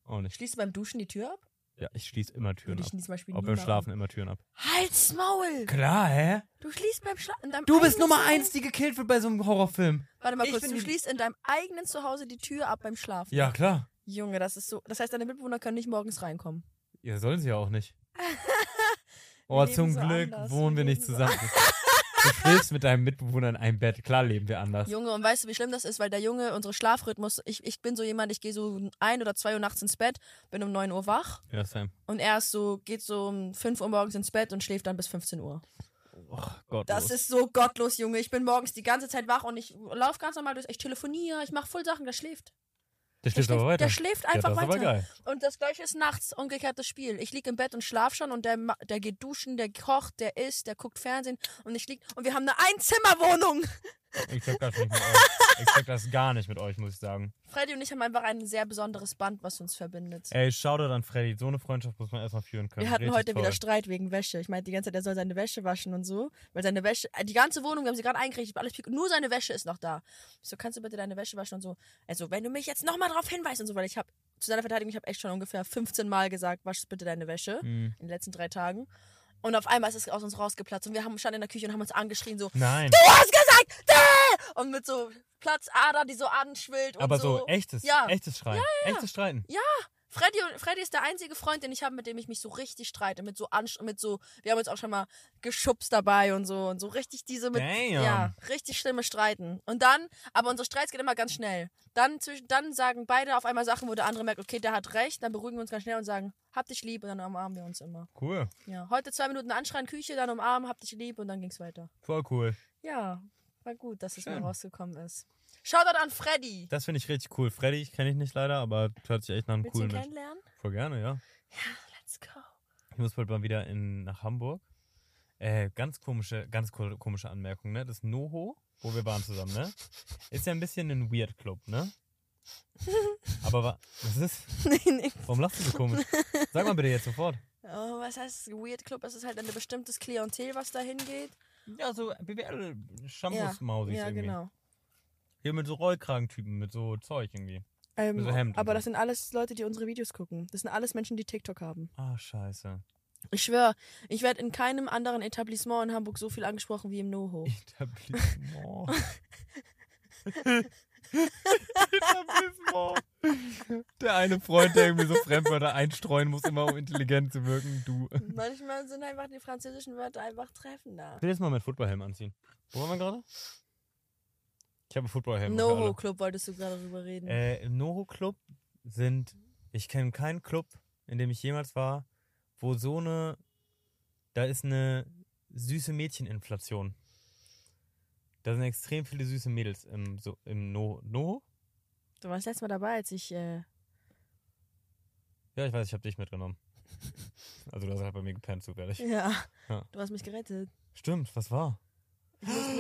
S1: Auch nicht.
S2: Schließt du beim Duschen die Tür ab?
S1: Ja, ich schließe immer Türen
S2: Würde
S1: ab.
S2: ich zum Beispiel
S1: Genau. Auch beim
S2: niemals-
S1: Schlafen immer Türen ab.
S2: Halt's Maul!
S1: Klar, hä?
S2: Du schließt beim Schlafen.
S1: Du bist Nummer eins, die gekillt wird bei so einem Horrorfilm.
S2: Warte mal
S1: Ich
S2: kurz,
S1: bin
S2: du
S1: die-
S2: schließt in deinem eigenen Zuhause die Tür ab beim Schlafen.
S1: Ja, klar.
S2: Junge, das ist so. Das heißt, deine Mitbewohner können nicht morgens reinkommen.
S1: Ja, sollen sie ja auch
S2: [LAUGHS]
S1: nicht. Oh,
S2: leben
S1: zum
S2: so
S1: Glück
S2: anders.
S1: wohnen wir
S2: Wir
S1: nicht
S2: leben so
S1: zusammen.
S2: [LAUGHS]
S1: Du schläfst mit deinem Mitbewohner in einem Bett. Klar leben wir anders.
S2: Junge, und weißt du, wie schlimm das ist, weil der Junge, unsere Schlafrhythmus, ich, ich bin so jemand, ich gehe so ein oder zwei Uhr nachts ins Bett, bin um 9 Uhr wach
S1: Ja, Sam.
S2: und er ist so, geht so um 5 Uhr morgens ins Bett und schläft dann bis 15 Uhr.
S1: Oh Gott.
S2: Das ist so gottlos, Junge. Ich bin morgens die ganze Zeit wach und ich laufe ganz normal durch. Ich telefoniere, ich mache voll Sachen, der schläft.
S1: der
S2: Der
S1: schläft aber weiter.
S2: der schläft
S1: ja,
S2: einfach
S1: das ist aber
S2: weiter.
S1: geil.
S2: Und das gleiche ist nachts, umgekehrtes Spiel. Ich liege im Bett und schlaf schon und der, ma- der geht duschen, der kocht, der isst, der guckt Fernsehen und ich liege. Und wir haben eine Einzimmerwohnung.
S1: Ich check das
S2: [LAUGHS]
S1: nicht mit euch. Ich check das gar nicht mit euch, muss ich sagen.
S2: Freddy und ich haben einfach ein sehr besonderes Band, was uns verbindet.
S1: Ey, Shoutout an Freddy. So eine Freundschaft muss man erstmal führen können.
S2: Wir hatten
S1: Richtig
S2: heute
S1: toll.
S2: wieder Streit wegen Wäsche. Ich meinte die ganze Zeit, er soll seine Wäsche waschen und so. Weil seine Wäsche, äh, die ganze Wohnung, wir haben sie gerade eingerichtet, alles pik- nur seine Wäsche ist noch da. Ich so, kannst du bitte deine Wäsche waschen und so. Also, wenn du mich jetzt nochmal drauf hinweist und so, weil ich habe, zu seiner Verteidigung, ich habe echt schon ungefähr 15 Mal gesagt, wasch bitte deine Wäsche
S1: Hm.
S2: in den letzten drei Tagen. Und auf einmal ist es aus uns rausgeplatzt und wir haben standen in der Küche und haben uns angeschrien so,
S1: Nein,
S2: du hast gesagt, Däh! und mit so Platzader, die so anschwillt und
S1: aber so echtes,
S2: Ja.
S1: echtes Schreien. Echtes Streiten.
S2: Freddy, und- Freddy ist der einzige Freund, den ich habe, mit dem ich mich so richtig streite. Mit so, Ansch mit so wir haben uns auch schon mal geschubst dabei und so. Und so richtig diese mit.
S1: Damn.
S2: Ja, richtig schlimme Streiten. Und dann, aber unsere Streits gehen immer ganz schnell. Dann, zwischen, dann sagen beide auf einmal Sachen, wo der andere merkt, okay, der hat recht. Dann beruhigen wir uns ganz schnell und sagen, hab dich lieb. Und dann umarmen wir uns immer.
S1: Cool.
S2: Ja, heute zwei Minuten anschreien, Küche, dann umarmen, hab dich lieb. Und dann ging's weiter.
S1: Voll cool.
S2: Ja, war gut, dass es mal
S1: Schön.
S2: rausgekommen ist. Shoutout an Freddy.
S1: Das finde ich richtig cool. Freddy kenne ich nicht leider, aber hört sich echt nach einem
S2: Willst du
S1: coolen
S2: ihn
S1: Mensch.
S2: kennenlernen?
S1: Voll gerne, ja.
S2: Ja, let's go. [LAUGHS]
S1: Ich muss bald mal wieder in, nach Hamburg. Äh, ganz komische, ganz ko- komische Anmerkung, ne? Das Noho, wo wir waren zusammen, ne? Ist ja ein bisschen ein Weird Club,
S2: [LAUGHS]
S1: ne? Aber wa- was ist?
S2: nee, nee.
S1: Warum lachst du so komisch? Sag mal bitte jetzt sofort.
S2: Oh, was heißt Weird Club? Es ist halt ein bestimmtes Klientel, was da hingeht.
S1: Ja, so BWL Shampoos-Mausig
S2: ja,
S1: irgendwie.
S2: genau.
S1: Hier mit so Rollkragentypen, mit so Zeug irgendwie.
S2: Ähm,
S1: Mit so Hemd und
S2: aber
S1: so.
S2: das sind alles Leute, die unsere Videos gucken. Das sind alles Menschen, die TikTok haben.
S1: Ah, scheiße.
S2: Ich schwöre, ich werde in keinem anderen Etablissement in Hamburg so viel angesprochen wie im NoHo.
S1: [LAUGHS] Etablissement. Etablissement. Der eine Freund, der irgendwie so Fremdwörter einstreuen muss, immer um intelligent zu wirken, du. Ich
S2: [LAUGHS] Manchmal sind einfach die französischen Wörter einfach treffender.
S1: will jetzt mal meinen Footballhelm anziehen. Wo waren wir gerade? Ich habe einen Footballhelm. für alle.
S2: NoHo Club wolltest du gerade drüber reden.
S1: Äh, Im Noho Club sind, ich kenne keinen Club, in dem ich jemals war, wo so eine, da ist eine süße Mädcheninflation. Da sind extrem viele süße Mädels im, so, im No, Noho.
S2: Du warst letztes Mal dabei, als ich. Äh,
S1: Ja, ich weiß, ich habe dich mitgenommen. [LAUGHS] Also du hast halt bei mir gepennt, zufällig.
S2: ja,
S1: [LAUGHS] Ja.
S2: [LAUGHS] Du hast mich gerettet.
S1: Stimmt, was
S2: [LAUGHS]
S1: war?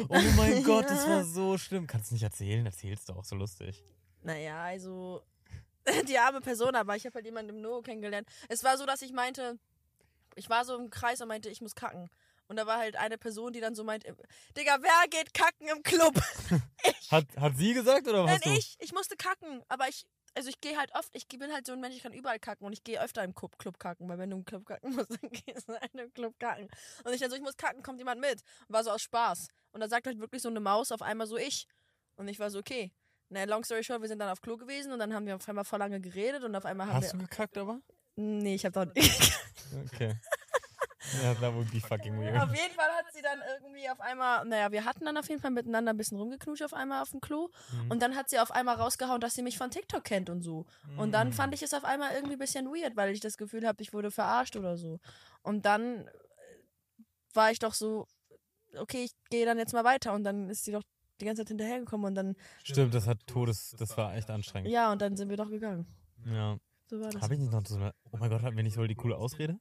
S1: Oh mein Gott, das war so schlimm. Kannst du nicht erzählen? Erzählst du auch, so lustig.
S2: Naja, also [LAUGHS] die arme Person, aber ich habe halt jemanden im No kennengelernt. Es war so, dass ich meinte, ich war so im Kreis und meinte, ich muss kacken. Und da war halt eine Person, die dann so meint, Digga, wer geht kacken im Club?
S1: Hat, hat sie gesagt oder
S2: Nein,
S1: was du?
S2: ich, ich musste kacken, aber ich also ich gehe halt oft, ich bin halt so ein Mensch, ich kann überall kacken und ich gehe öfter im Club, Club kacken, weil wenn du im Club kacken musst, [LAUGHS] dann gehst du in einem Club kacken. Und ich dann so, ich muss kacken, kommt jemand mit. War so aus Spaß. Und da sagt halt wirklich so eine Maus auf einmal so ich. Und ich war so, okay. Na, long story short, wir sind dann auf Klo gewesen und dann haben wir auf einmal voll lange geredet und auf einmal haben
S1: Hast du
S2: wir.
S1: gekackt aber?
S2: Nee, ich hab doch nicht.
S1: Okay. ja, that would be fucking weird.
S2: [LAUGHS] auf jeden Fall hat sie dann irgendwie auf einmal, naja, wir hatten dann auf jeden Fall miteinander ein bisschen rumgeknutscht auf einmal auf dem Klo.
S1: Mhm.
S2: Und dann hat sie auf einmal rausgehauen, dass sie mich von TikTok kennt und so. Und
S1: Mhm.
S2: dann fand ich es auf einmal irgendwie ein bisschen weird, weil ich das Gefühl habe, ich wurde verarscht oder so. Und dann äh, war ich doch so, okay, ich gehe dann jetzt mal weiter. Und dann ist sie doch die ganze Zeit hinterhergekommen und dann,
S1: Stimmt, das hat Todes, das war echt anstrengend.
S2: ja, und dann sind wir doch gegangen.
S1: Ja.
S2: So war das.
S1: Habe ich nicht noch so eine. Oh mein Gott, hatten wir nicht wohl die coole Ausrede?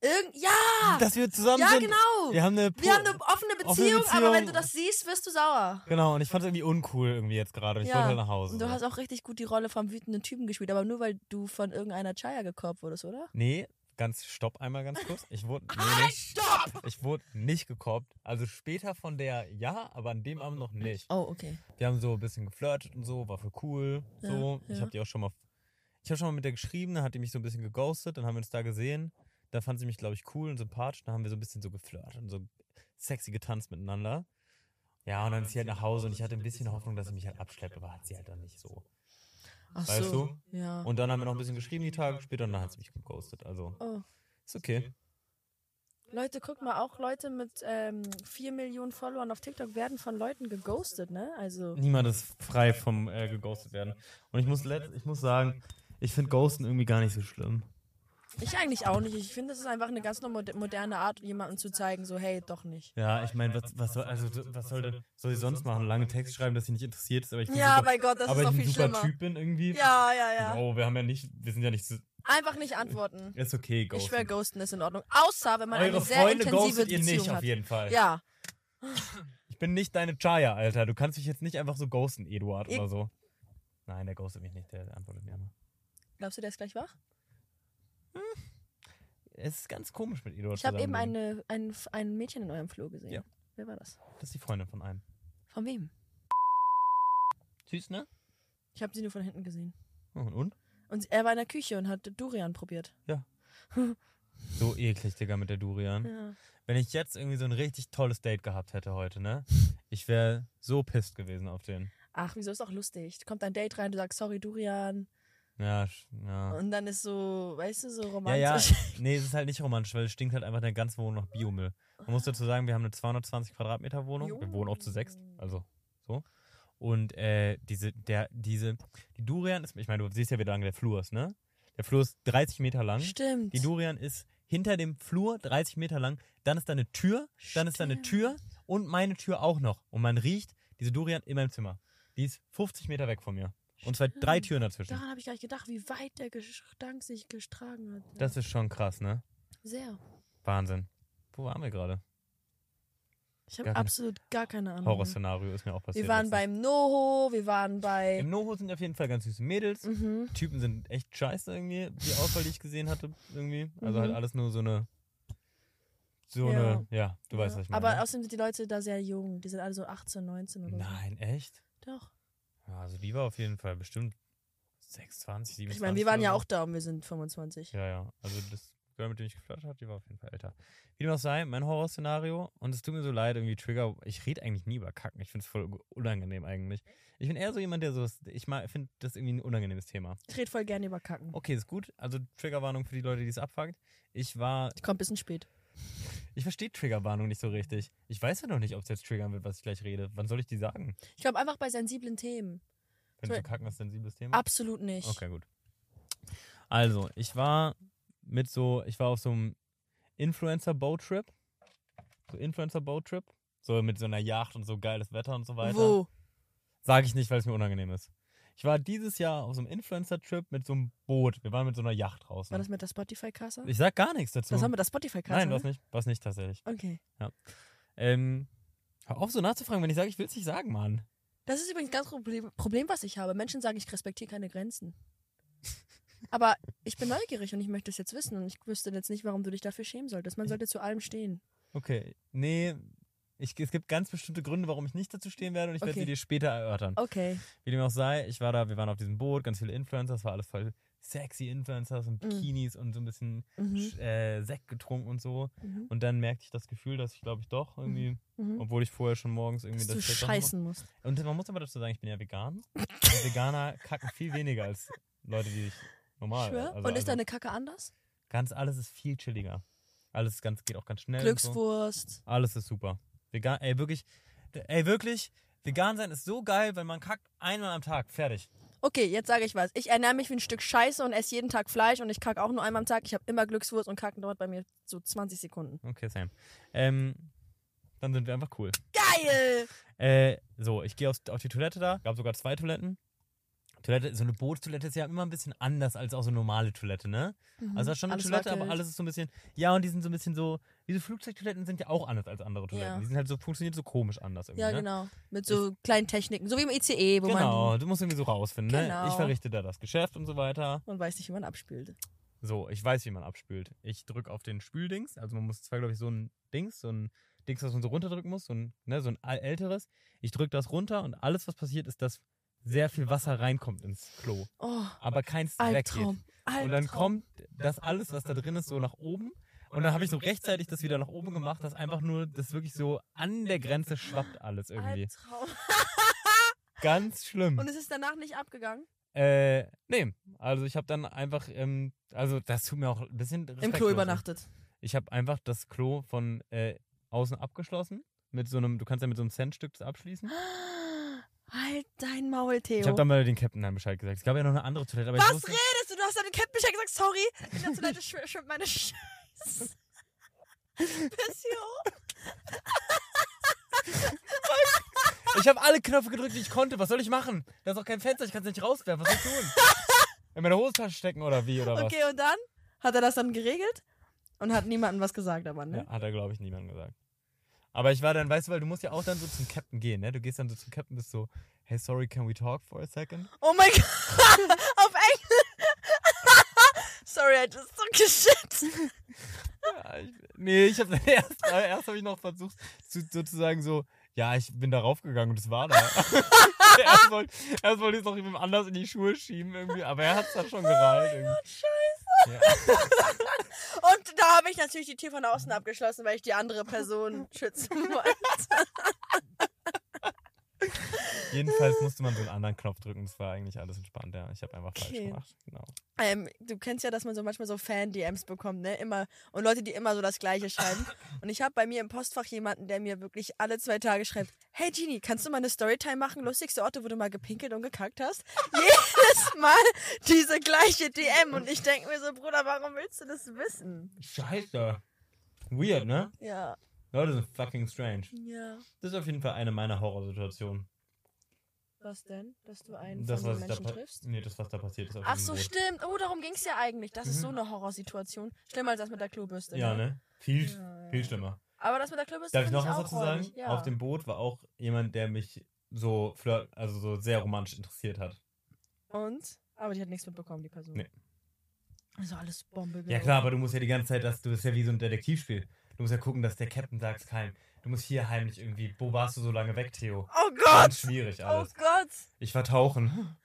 S2: Irgend ja!
S1: Dass wir zusammen
S2: Ja,
S1: sind.
S2: genau!
S1: Wir haben eine.
S2: wir haben eine offene Beziehung, aber
S1: Beziehung.
S2: wenn du das siehst, wirst du sauer.
S1: genau, und ich fand es irgendwie uncool irgendwie jetzt gerade. Ich
S2: Ja.
S1: wollte halt nach Hause.
S2: Und du hast auch richtig gut die Rolle vom wütenden Typen gespielt, aber nur weil du von irgendeiner Chaya gekorbt wurdest, oder?
S1: nee, ganz stopp einmal ganz kurz. Ich wurde. Nee,
S2: Halt,
S1: nee,
S2: stopp!
S1: ich wurde nicht gekorbt. Also später von der ja, aber an dem Abend noch nicht.
S2: Oh, okay.
S1: Wir haben so ein bisschen geflirtet und so, war voll cool.
S2: Ja,
S1: So, ich
S2: ja.
S1: habe die auch schon mal. Ich habe schon mal mit der geschrieben, dann hat die mich so ein bisschen geghostet, dann haben wir uns da gesehen. Da fand sie mich, glaube ich, cool und sympathisch. Dann haben wir so ein bisschen so geflirtet und so sexy getanzt miteinander. Ja, und dann ist sie halt nach Hause und ich hatte ein bisschen Hoffnung, dass sie mich halt abschleppt, aber hat sie halt dann nicht so.
S2: Ach
S1: Weißt
S2: so.
S1: du?
S2: Ja.
S1: Und dann haben wir noch ein bisschen geschrieben die Tage später und dann hat sie mich geghostet. Also,
S2: oh.
S1: ist okay.
S2: Leute, guck mal, auch Leute mit ähm, 4 Millionen Followern auf TikTok werden von Leuten geghostet, ne? Also.
S1: Niemand ist frei vom äh, geghostet werden. Und ich muss, let- ich muss sagen, ich finde Ghosten irgendwie gar nicht so schlimm.
S2: Ich eigentlich auch nicht. Ich finde, das ist einfach eine ganz normo- moderne Art, jemandem zu zeigen, so, hey, doch nicht.
S1: Ja, ich meine, was, was soll, also, was soll, denn, soll sie sonst machen? Lange Text schreiben, dass sie nicht interessiert ist, aber ich bin
S2: Ja,
S1: super,
S2: bei Gott, das
S1: aber
S2: ist
S1: ich
S2: doch
S1: ein
S2: viel
S1: super
S2: schlimmer.
S1: Typ bin irgendwie.
S2: Ja, ja, ja.
S1: Oh, wir haben ja nicht, wir sind ja nicht, so-
S2: Einfach nicht antworten.
S1: ist okay,
S2: Ich
S1: Ghosten.
S2: schwöre, ghosten ist in Ordnung. Außer, wenn man
S1: Eure
S2: eine sehr
S1: Freunde
S2: intensive
S1: ghostet ihr
S2: Beziehung
S1: nicht,
S2: hat.
S1: auf jeden Fall.
S2: Ja.
S1: Ich bin nicht deine Chaya, Alter. Du kannst mich jetzt nicht einfach so ghosten, Eduard,
S2: Ich-
S1: oder so. Nein, der ghostet mich nicht, der antwortet mir immer.
S2: Glaubst du, der ist gleich wach?
S1: Es ist ganz komisch mit Eduard
S2: Ich habe eben
S1: zusammen.
S2: eine, ein, ein Mädchen in eurem Flur gesehen.
S1: Ja.
S2: Wer war das?
S1: Das ist die Freundin von einem.
S2: Von wem?
S1: Süß, ne?
S2: Ich habe sie nur von hinten gesehen.
S1: Oh, Und? und?
S2: Und er war in der Küche und hat Durian probiert.
S1: So eklig, Digga, mit der Durian.
S2: Ja.
S1: Wenn ich jetzt irgendwie so ein richtig tolles Date gehabt hätte heute,
S2: [LAUGHS]
S1: ne? Ich wäre so pisst gewesen auf den.
S2: Ach, wieso ist doch lustig? Kommt ein Date rein, du sagst sorry, Durian.
S1: Ja, sch- ja.
S2: Und dann ist so, weißt du, so
S1: Ja, ja. [LAUGHS]
S2: romantisch. [LAUGHS]
S1: Nee, es ist halt nicht romantisch, weil es stinkt halt einfach der ganze Wohnung nach Biomüll. Man muss dazu sagen, wir haben eine 220 Quadratmeter Wohnung. Wir wohnen auch zu sechst.
S2: Jo.
S1: Also so. Und äh, diese, der, diese, die Durian ist, ich meine, du siehst ja, wie lang der Flur ist, ne? Der Flur ist 30 Meter lang.
S2: Stimmt.
S1: Die Durian ist hinter dem Flur 30 Meter lang. Dann ist da eine Tür, dann ist da eine
S2: Stimmt.
S1: Tür und meine Tür auch noch. Und man riecht diese Durian in meinem Zimmer. Die ist 50 Meter weg von mir. Und zwar drei Türen dazwischen.
S2: Daran habe ich gar nicht gedacht, wie weit der Gestank sich gestragen hat. Ja.
S1: Das ist schon krass, ne?
S2: Sehr.
S1: Wahnsinn. Wo waren wir gerade?
S2: Ich habe
S1: Gar keine-
S2: absolut gar keine Ahnung.
S1: Horrorszenario ist mir auch passiert.
S2: wir waren
S1: letztens.
S2: beim Noho, wir waren
S1: Im
S2: bei.
S1: Noho sind auf jeden Fall ganz süße Mädels.
S2: Mhm.
S1: Typen sind echt scheiße irgendwie, die Auswahl, die ich gesehen hatte, irgendwie. Also
S2: Mhm.
S1: halt alles nur so eine. So
S2: Ja.
S1: eine. Ja, du weißt,
S2: Ja.
S1: was ich meine.
S2: Aber außerdem sind die Leute da sehr jung. Die sind alle so 18, 19 oder
S1: Nein, echt?
S2: so. Doch.
S1: Ja, also die war auf jeden Fall bestimmt 26, 27.
S2: Ich meine, wir waren
S1: oder
S2: ja
S1: so.
S2: auch da und wir sind 25.
S1: Ja, ja. Also das Girl, mit dem ich geflirtet habe, die war auf jeden Fall älter. Wie dem auch sei, mein Horrorszenario. Und es tut mir so leid, irgendwie Trigger. Ich rede eigentlich nie über Kacken. Ich finde es voll unangenehm eigentlich. Ich bin eher so jemand, der sowas. Ich mal- finde das irgendwie ein unangenehmes Thema.
S2: Ich rede voll gerne über Kacken.
S1: Okay, ist gut. Also Triggerwarnung für die Leute, die es abfuckt. Ich war.
S2: Die kommt ein bisschen spät.
S1: Ich verstehe Triggerwarnung nicht so richtig. Ich weiß ja noch nicht, ob es jetzt triggern wird, was ich gleich rede. Wann soll ich die sagen?
S2: Ich glaube einfach bei sensiblen Themen.
S1: Findest
S2: So-
S1: du Kacken ist ein sensibles Thema?
S2: Absolut nicht.
S1: Mhm. Okay, gut. Also, ich war mit so, ich war auf so einem Influencer-Boat-Trip. So Influencer-Boat-Trip. So mit so einer Yacht und so geiles Wetter und so weiter.
S2: Wo?
S1: Sag ich nicht, weil es mir unangenehm ist. Ich war dieses Jahr auf so einem Influencer-Trip mit so einem Boot. Wir waren mit so einer Yacht
S2: War
S1: draußen.
S2: das mit der Spotify-Kasse?
S1: Ich sag gar nichts dazu.
S2: Das haben wir der Spotify-Kasse. ne?
S1: Nein, was nicht. Was nicht tatsächlich.
S2: Okay.
S1: Ähm, hör auf, so nachzufragen, wenn ich sage, ich will es nicht sagen, Mann.
S2: Das ist übrigens ganz Problem, Problem, was ich habe. Menschen sagen, ich respektiere
S1: [LAUGHS]
S2: keine Grenzen. Aber ich bin neugierig und ich möchte es jetzt wissen und ich wüsste jetzt nicht, warum du dich dafür schämen solltest. Man sollte zu allem stehen.
S1: Okay. Nee, ich, es gibt ganz bestimmte Gründe, warum ich nicht dazu stehen werde und ich werde
S2: Okay.
S1: sie dir später erörtern.
S2: Okay.
S1: Wie dem auch sei, ich war da, wir waren auf diesem Boot, ganz viele Influencer, es war alles voll sexy Influencers und
S2: Mhm.
S1: Bikinis und so ein bisschen
S2: Mhm.
S1: Sch- äh, Sekt getrunken und so.
S2: Mhm.
S1: Und dann merkte ich das Gefühl, dass ich glaube ich doch Oh, irgendwie,
S2: Mhm.
S1: obwohl ich vorher schon morgens irgendwie
S2: Dass du
S1: ich das doch noch-
S2: scheißen musst.
S1: Und man muss aber dazu sagen, ich bin ja vegan. Und Veganer kacken viel weniger als Leute, die sich normal.
S2: Schwör?
S1: also-
S2: und ist
S1: also-
S2: deine Kacke anders?
S1: Ganz alles ist viel chilliger. Alles ist ganz, geht auch ganz schnell. und So.
S2: Glückswurst.
S1: Alles ist super. Vegan, ey, wirklich, ey, wirklich, vegan sein ist so geil, wenn man kackt einmal am Tag. Fertig.
S2: Okay, jetzt sage ich was. Ich ernähre mich wie ein Stück Scheiße und esse jeden Tag Fleisch und ich kacke auch nur einmal am Tag. Ich habe immer Glückswurst und Kacken dauert bei mir so 20 Sekunden.
S1: Okay, Sam. Ähm, dann sind wir einfach cool.
S2: Geil!
S1: Äh, so, ich gehe auf, auf die Toilette da. Gab sogar zwei Toiletten. Toilette, so eine Bootstoilette ist ja immer ein bisschen anders als auch so eine normale Toilette, ne? Also da ist schon eine
S2: Mhm. Alles
S1: Toilette, aber
S2: wackelt.
S1: alles ist so ein bisschen. Ja, und die sind so ein bisschen so. Diese Flugzeugtoiletten sind ja auch anders als andere Toiletten.
S2: Ja.
S1: Die sind halt so, funktioniert so komisch anders irgendwie.
S2: Ja,
S1: ne?
S2: genau. Mit so kleinen Techniken. So wie im ICE, wo
S1: Genau,
S2: man.
S1: du musst irgendwie so rausfinden, ne?
S2: Genau.
S1: Ich verrichte da das Geschäft und so weiter.
S2: Man weiß nicht, wie man abspült.
S1: So, ich weiß, wie man abspült. Ich drücke auf den Spüldings. Also man muss zwar, glaube ich, so ein Dings, so ein Dings, was man so runterdrücken muss, so ein, ne, so ein äl- älteres. Ich drücke das runter und alles, was passiert, ist, dass sehr viel Wasser reinkommt ins Klo,
S2: Oh,
S1: aber keins weggeht.
S2: Albtraum. Albtraum.
S1: Und dann kommt das alles, was da drin ist, so nach oben. Und dann habe ich so rechtzeitig das wieder nach oben gemacht, dass einfach nur das wirklich so an der Grenze schwappt alles irgendwie.
S2: Albtraum.
S1: Ganz schlimm.
S2: Und es ist danach nicht abgegangen.
S1: Äh, nee, also ich habe dann einfach, ähm, also das tut mir auch ein bisschen
S2: Im
S1: respektlos
S2: Klo
S1: an.
S2: übernachtet.
S1: Ich habe einfach das Klo von äh, außen abgeschlossen mit so einem, du kannst ja mit so einem Centstück das abschließen.
S2: Ah, Halt dein Maul, Theo.
S1: Ich habe dann mal den Captain dann Bescheid gesagt. Es gab ja noch eine andere Toilette, aber ich
S2: Was
S1: wusste,
S2: redest du? Du hast deinem Captain schon gesagt, sorry. In der Toilette schw- schwimmt meine [LAUGHS] Scheiße. Bis hier oben.
S1: ich habe alle Knöpfe gedrückt, die ich konnte. Was soll ich machen? Da ist auch kein Fenster, ich kann es nicht rauswerfen. Was soll ich
S2: [LAUGHS]
S1: tun? In meine Hosentasche stecken oder wie oder was?
S2: Okay, und dann hat er das dann geregelt und hat niemandem was gesagt aber, ne?
S1: Ja, hat er, glaube ich, niemand gesagt. Aber ich war dann, weißt du, weil du musst ja auch dann so zum Captain gehen, ne? Du gehst dann so zum Captain, bist so, hey, sorry, can we talk for a second?
S2: Oh mein [LAUGHS] Gott. Auf Englisch. [LAUGHS] sorry, I just took a shit.
S1: Ja, Ah, ich, nee, ich habe [LAUGHS] erst, äh, erst habe ich noch versucht, zu, sozusagen so, ja, ich bin da raufgegangen und es war da. [LAUGHS] erst wollte erst wollte ich es noch jemandem anders in die Schuhe schieben irgendwie, aber er hat es dann schon gereiht. Oh Gott, scheiße.
S2: Und da habe ich natürlich die Tür von außen abgeschlossen, weil ich die andere [LAUGHS] Person schützen wollte.
S1: Ja. Jedenfalls musste man so einen anderen Knopf drücken, es war eigentlich alles entspannt, ja. Ich habe einfach falsch
S2: Okay.
S1: gemacht. Genau.
S2: Ähm, du kennst ja, dass man so manchmal so Fan-DMs bekommt, ne? Immer. Und Leute, die immer so das Gleiche schreiben. Und ich habe bei mir im Postfach jemanden, der mir wirklich alle zwei Tage schreibt: Hey Genie, kannst du mal eine Storytime machen? Lustigste Orte, wo du mal gepinkelt und gekackt [LAUGHS] hast? Jedes Mal diese gleiche DM. Und ich denke mir so: Bruder, warum willst du das wissen?
S1: Scheiße. Weird, ne?
S2: Ja.
S1: Leute sind fucking strange.
S2: Ja.
S1: Das ist auf jeden Fall eine meiner Horrorsituationen.
S2: Was denn? Dass du einen
S1: Das,
S2: von
S1: was
S2: den
S1: ich da
S2: Menschen
S1: pa-
S2: triffst?
S1: Nee, das, was da passiert ist. Auf
S2: Ach
S1: dem
S2: so,
S1: Boot.
S2: stimmt. Oh, darum ging es ja eigentlich. Das ist
S1: Mhm.
S2: so eine Horrorsituation. Schlimmer als das mit der Klobürste.
S1: Ja, ne? Viel,
S2: Ja.
S1: viel schlimmer.
S2: Aber das mit der Klobürste
S1: Darf ich
S2: finde
S1: noch was
S2: auch
S1: dazu sagen?
S2: räudig. Ja.
S1: Auf dem Boot war auch jemand, der mich so flirt, also so sehr romantisch interessiert hat.
S2: Und? Aber die hat nichts mitbekommen, die Person.
S1: Nee.
S2: Also alles Bombe.
S1: Ja klar, aber du musst ja die ganze Zeit, dass du bist ja wie so ein Detektivspiel. Du musst ja gucken, dass der Captain sagt keinem. Du musst hier heimlich irgendwie. Wo warst du so lange weg, Theo?
S2: Oh
S1: Ganz
S2: Gott!
S1: schwierig
S2: Oh
S1: alles.
S2: Gott!
S1: Ich war tauchen.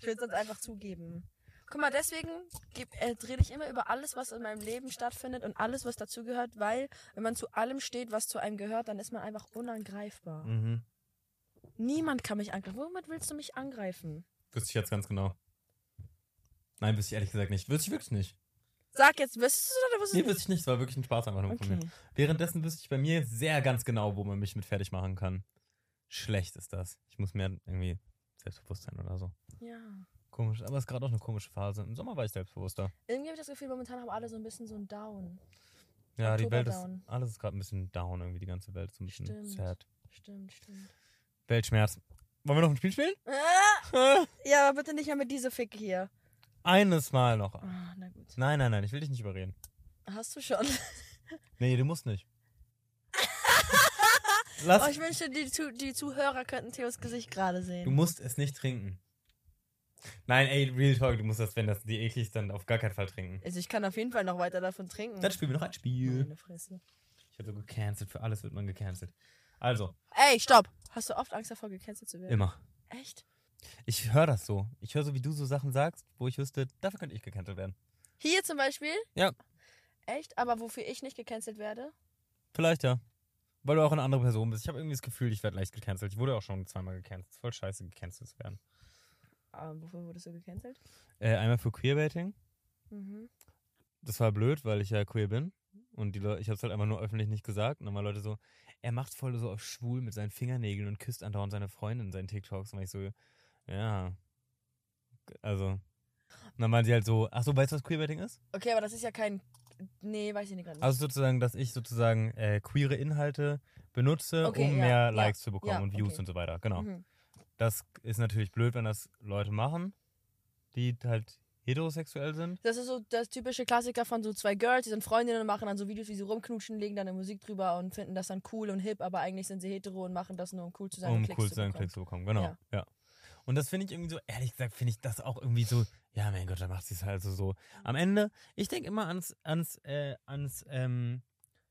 S2: Ich will es uns einfach zugeben. Guck mal, deswegen geb- äh, rede ich immer über alles, was in meinem Leben stattfindet und alles, was dazugehört, weil wenn man zu allem steht, was zu einem gehört, dann ist man einfach unangreifbar.
S1: Mhm.
S2: Niemand kann mich angreifen. Womit willst du mich angreifen?
S1: Wüsste ich jetzt ganz genau. Nein, wüsste ich ehrlich gesagt nicht. Wüsste ich wirklich nicht.
S2: Sag jetzt, wüsstest du es oder wüsstest
S1: Nee,
S2: du es
S1: wüsste ich nicht. Es war wirklich ein Spaß einfach nur
S2: nicht?
S1: von mir.
S2: Okay.
S1: Währenddessen wüsste ich bei mir sehr ganz genau, wo man mich mit fertig machen kann. Schlecht ist das. Ich muss mehr irgendwie Selbstbewusstsein oder so.
S2: Ja.
S1: Komisch, aber es ist gerade auch eine komische Phase. Im Sommer war ich selbstbewusster.
S2: Irgendwie habe ich das Gefühl, momentan haben alle so ein bisschen so einen Down.
S1: Ja, die
S2: Oktober
S1: Welt ist,
S2: down.
S1: alles ist gerade ein bisschen down irgendwie, die ganze Welt ist ein bisschen
S2: Stimmt.
S1: sad.
S2: Stimmt, stimmt.
S1: Weltschmerz. Wollen wir noch ein Spiel spielen? [LAUGHS]
S2: Ah, ja, aber bitte nicht mehr mit dieser Ficke hier.
S1: Eines Mal noch.
S2: Ah, na gut.
S1: Nein, nein, nein, ich will dich nicht überreden.
S2: Hast du [LAUGHS] schon.
S1: Nee, du musst
S2: [LAUGHS]
S1: nicht. Lass,
S2: Oh, ich wünschte, die, Zu die Zuhörer könnten Theos Gesicht gerade
S1: du
S2: sehen.
S1: musst es nicht trinken. Nein, ey, real talk, du musst das, wenn das die eklig ist, dann auf gar keinen Fall trinken.
S2: Also ich kann auf jeden Fall noch weiter davon trinken.
S1: Dann spielen wir noch ein Spiel.
S2: Meine Fresse.
S1: Ich habe so gecancelt, für alles wird man gecancelt. Also,
S2: Ey, stopp! Hast du oft Angst davor, gecancelt zu werden?
S1: immer.
S2: Echt?
S1: Ich höre das so. Ich höre so, wie du so Sachen sagst, wo ich wüsste, dafür könnte ich gecancelt werden.
S2: Hier zum Beispiel?
S1: Ja.
S2: Echt? Aber wofür ich nicht gecancelt werde?
S1: Vielleicht ja. Weil du auch eine andere Person bist. Ich habe irgendwie das Gefühl, ich werde leicht gecancelt. Ich wurde auch schon zweimal gecancelt. Voll scheiße, gecancelt zu werden.
S2: Ähm, wofür wurdest du gecancelt?
S1: Äh, einmal für Queerbaiting.
S2: Mhm.
S1: Das war blöd, weil ich ja queer bin. Und die Leute, ich habe es halt einfach nur öffentlich nicht gesagt. Und dann waren Leute so, er macht voll so auf schwul mit seinen Fingernägeln und küsst andauernd seine Freundin in seinen TikToks. Und ich so, ja. Also. Und dann waren sie halt so, ach so, weißt du, was Queerbaiting ist?
S2: Okay, aber das ist ja kein. Nee, weiß ich nicht gerade.
S1: Also sozusagen, dass ich sozusagen äh, queere Inhalte benutze,
S2: Okay,
S1: um
S2: ja,
S1: mehr
S2: ja,
S1: Likes zu bekommen
S2: ja,
S1: und Views
S2: okay.
S1: und so weiter. Genau.
S2: Mhm.
S1: Das ist natürlich blöd, wenn das Leute machen, die halt heterosexuell sind.
S2: Das ist so das typische Klassiker von so zwei Girls, die sind Freundinnen und machen dann so Videos, wie sie rumknutschen, legen dann eine Musik drüber und finden das dann cool und hip, aber eigentlich sind sie hetero und machen das nur, um cool zu sein und
S1: um
S2: Klicks
S1: cool zu
S2: zu
S1: sein,
S2: bekommen.
S1: Klicks zu bekommen. Genau. Ja.
S2: Ja.
S1: Und das finde ich irgendwie so, ehrlich gesagt, finde ich das auch irgendwie so, ja, mein Gott, da macht sie es halt so so. Am Ende, ich denke immer ans, ans, äh, ans ähm,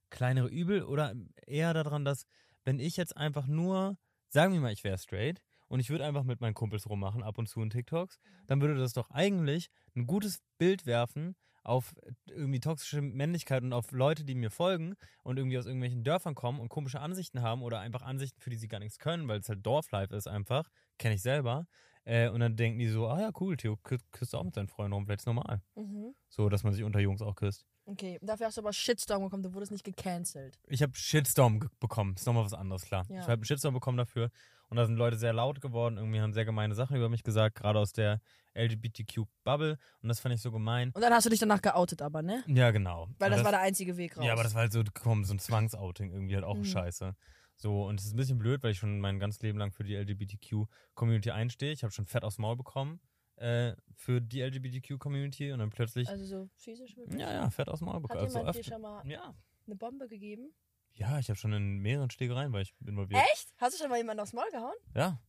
S1: kleinere Übel oder eher daran, dass, wenn ich jetzt einfach nur, sagen wir mal, ich wäre straight und ich würde einfach mit meinen Kumpels rummachen, ab und zu in TikToks,
S2: Mhm.
S1: dann würde das doch eigentlich ein gutes Bild werfen auf irgendwie toxische Männlichkeit und auf Leute, die mir folgen und irgendwie aus irgendwelchen Dörfern kommen und komische Ansichten haben oder einfach Ansichten, für die sie gar nichts können, weil es halt Dorflife ist einfach, kenne ich selber. Äh, und dann denken die so, ah ja, cool, Theo kü- küsst auch mit seinen Freunden rum, vielleicht ist normal.
S2: Mhm.
S1: So, dass man sich unter Jungs auch küsst.
S2: Okay, dafür hast du aber Shitstorm bekommen, du wurdest nicht gecancelt.
S1: Ich habe Shitstorm ge- bekommen. Ist nochmal was anderes, klar.
S2: Ja.
S1: Ich habe einen Shitstorm bekommen dafür. Und da sind Leute sehr laut geworden, irgendwie haben sehr gemeine Sachen über mich gesagt, gerade aus der LGBTQ-Bubble. Und das fand ich so gemein.
S2: Und dann hast du dich danach geoutet aber, ne?
S1: Ja, genau.
S2: Weil
S1: Und
S2: das, war der einzige Weg raus.
S1: Ja, aber das war halt so, komm, so ein Zwangsouting irgendwie halt auch
S2: Mhm.
S1: scheiße. So, und es ist ein bisschen blöd, weil ich schon mein ganzes Leben lang für die LGBTQ-Community einstehe. Ich habe schon fett aufs Maul bekommen äh, für die LGBTQ-Community und dann plötzlich.
S2: also so physisch wirklich.
S1: ja, ja, fett aufs Maul
S2: Hat
S1: bekommen.
S2: jemand
S1: Also
S2: dir
S1: öfter,
S2: schon mal
S1: ja.
S2: eine Bombe gegeben?
S1: ja, ich habe schon in mehreren Schlägereien, weil ich involviert
S2: Echt? Hast du schon mal jemanden aufs Maul gehauen? [LAUGHS]
S1: Ja.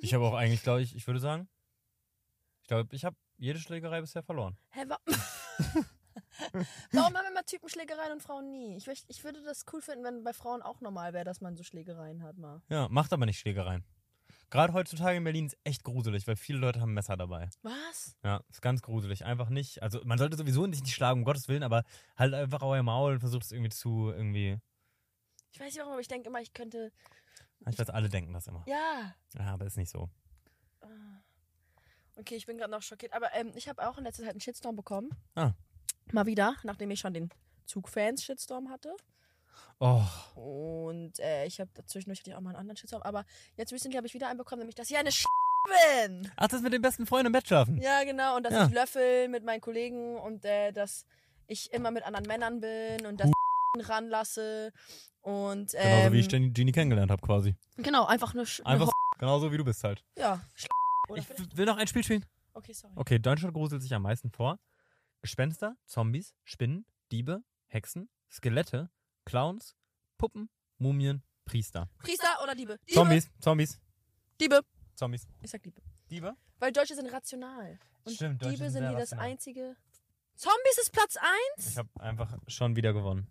S1: ich habe auch eigentlich, glaube ich, ich würde sagen, ich glaube, ich habe jede Schlägerei bisher verloren.
S2: Hä, wa [LAUGHS] warum haben immer Typen Schlägereien und Frauen nie? Ich, möcht, ich würde das cool finden, wenn bei Frauen auch normal wäre, dass man so Schlägereien hat mal.
S1: Ja, macht aber nicht Schlägereien. Gerade heutzutage in Berlin ist echt gruselig, weil viele Leute haben Messer dabei.
S2: Was?
S1: Ja, ist ganz gruselig. Einfach nicht. Also man sollte sowieso nicht nicht schlagen, um Gottes Willen, aber halt einfach euer Maul und versucht es irgendwie zu, irgendwie.
S2: Ich weiß nicht warum, aber ich denke immer, ich könnte.
S1: Ich weiß, alle denken das immer.
S2: Ja.
S1: Ja, aber ist nicht so.
S2: Ah. Okay, ich bin gerade noch schockiert. Aber ähm, ich habe auch in letzter Zeit einen Shitstorm bekommen.
S1: Ah.
S2: Mal wieder, nachdem ich schon den Zugfans-Shitstorm hatte.
S1: Oh,
S2: Und äh, ich habe zwischendurch hatte ich auch mal einen anderen Shitstorm. Aber jetzt recently habe ich wieder einen bekommen, nämlich, dass ich eine Sch bin.
S1: ach, das mit den besten Freunden im Bett schlafen.
S2: Ja, genau. Und dass
S1: Ja.
S2: ich löffel mit meinen Kollegen und äh, dass ich immer mit anderen Männern bin und dass ich [LAUGHS] ranlasse. Und ähm,
S1: Genauso wie ich Jenny, Genie kennengelernt habe quasi.
S2: Genau, einfach eine Sch
S1: Einfach
S2: eine
S1: genauso wie du bist halt.
S2: Ho- ja. Sch Oder
S1: Ich
S2: vielleicht-
S1: w- will noch ein Spiel spielen.
S2: okay, sorry.
S1: Okay, Deutschland gruselt sich am meisten vor. Gespenster, Zombies, Spinnen, Diebe, Hexen, Skelette, Clowns, Puppen, Mumien, Priester.
S2: Priester oder Diebe? Diebe.
S1: Zombies, Zombies,
S2: Diebe.
S1: Zombies.
S2: Ich sag Diebe.
S1: Diebe?
S2: Weil Deutsche sind rational. Und
S1: Stimmt, Deutsche
S2: Diebe
S1: sind
S2: sind
S1: sehr
S2: die das
S1: rational.
S2: einzige. Zombies ist Platz 1?
S1: Ich habe einfach schon wieder gewonnen.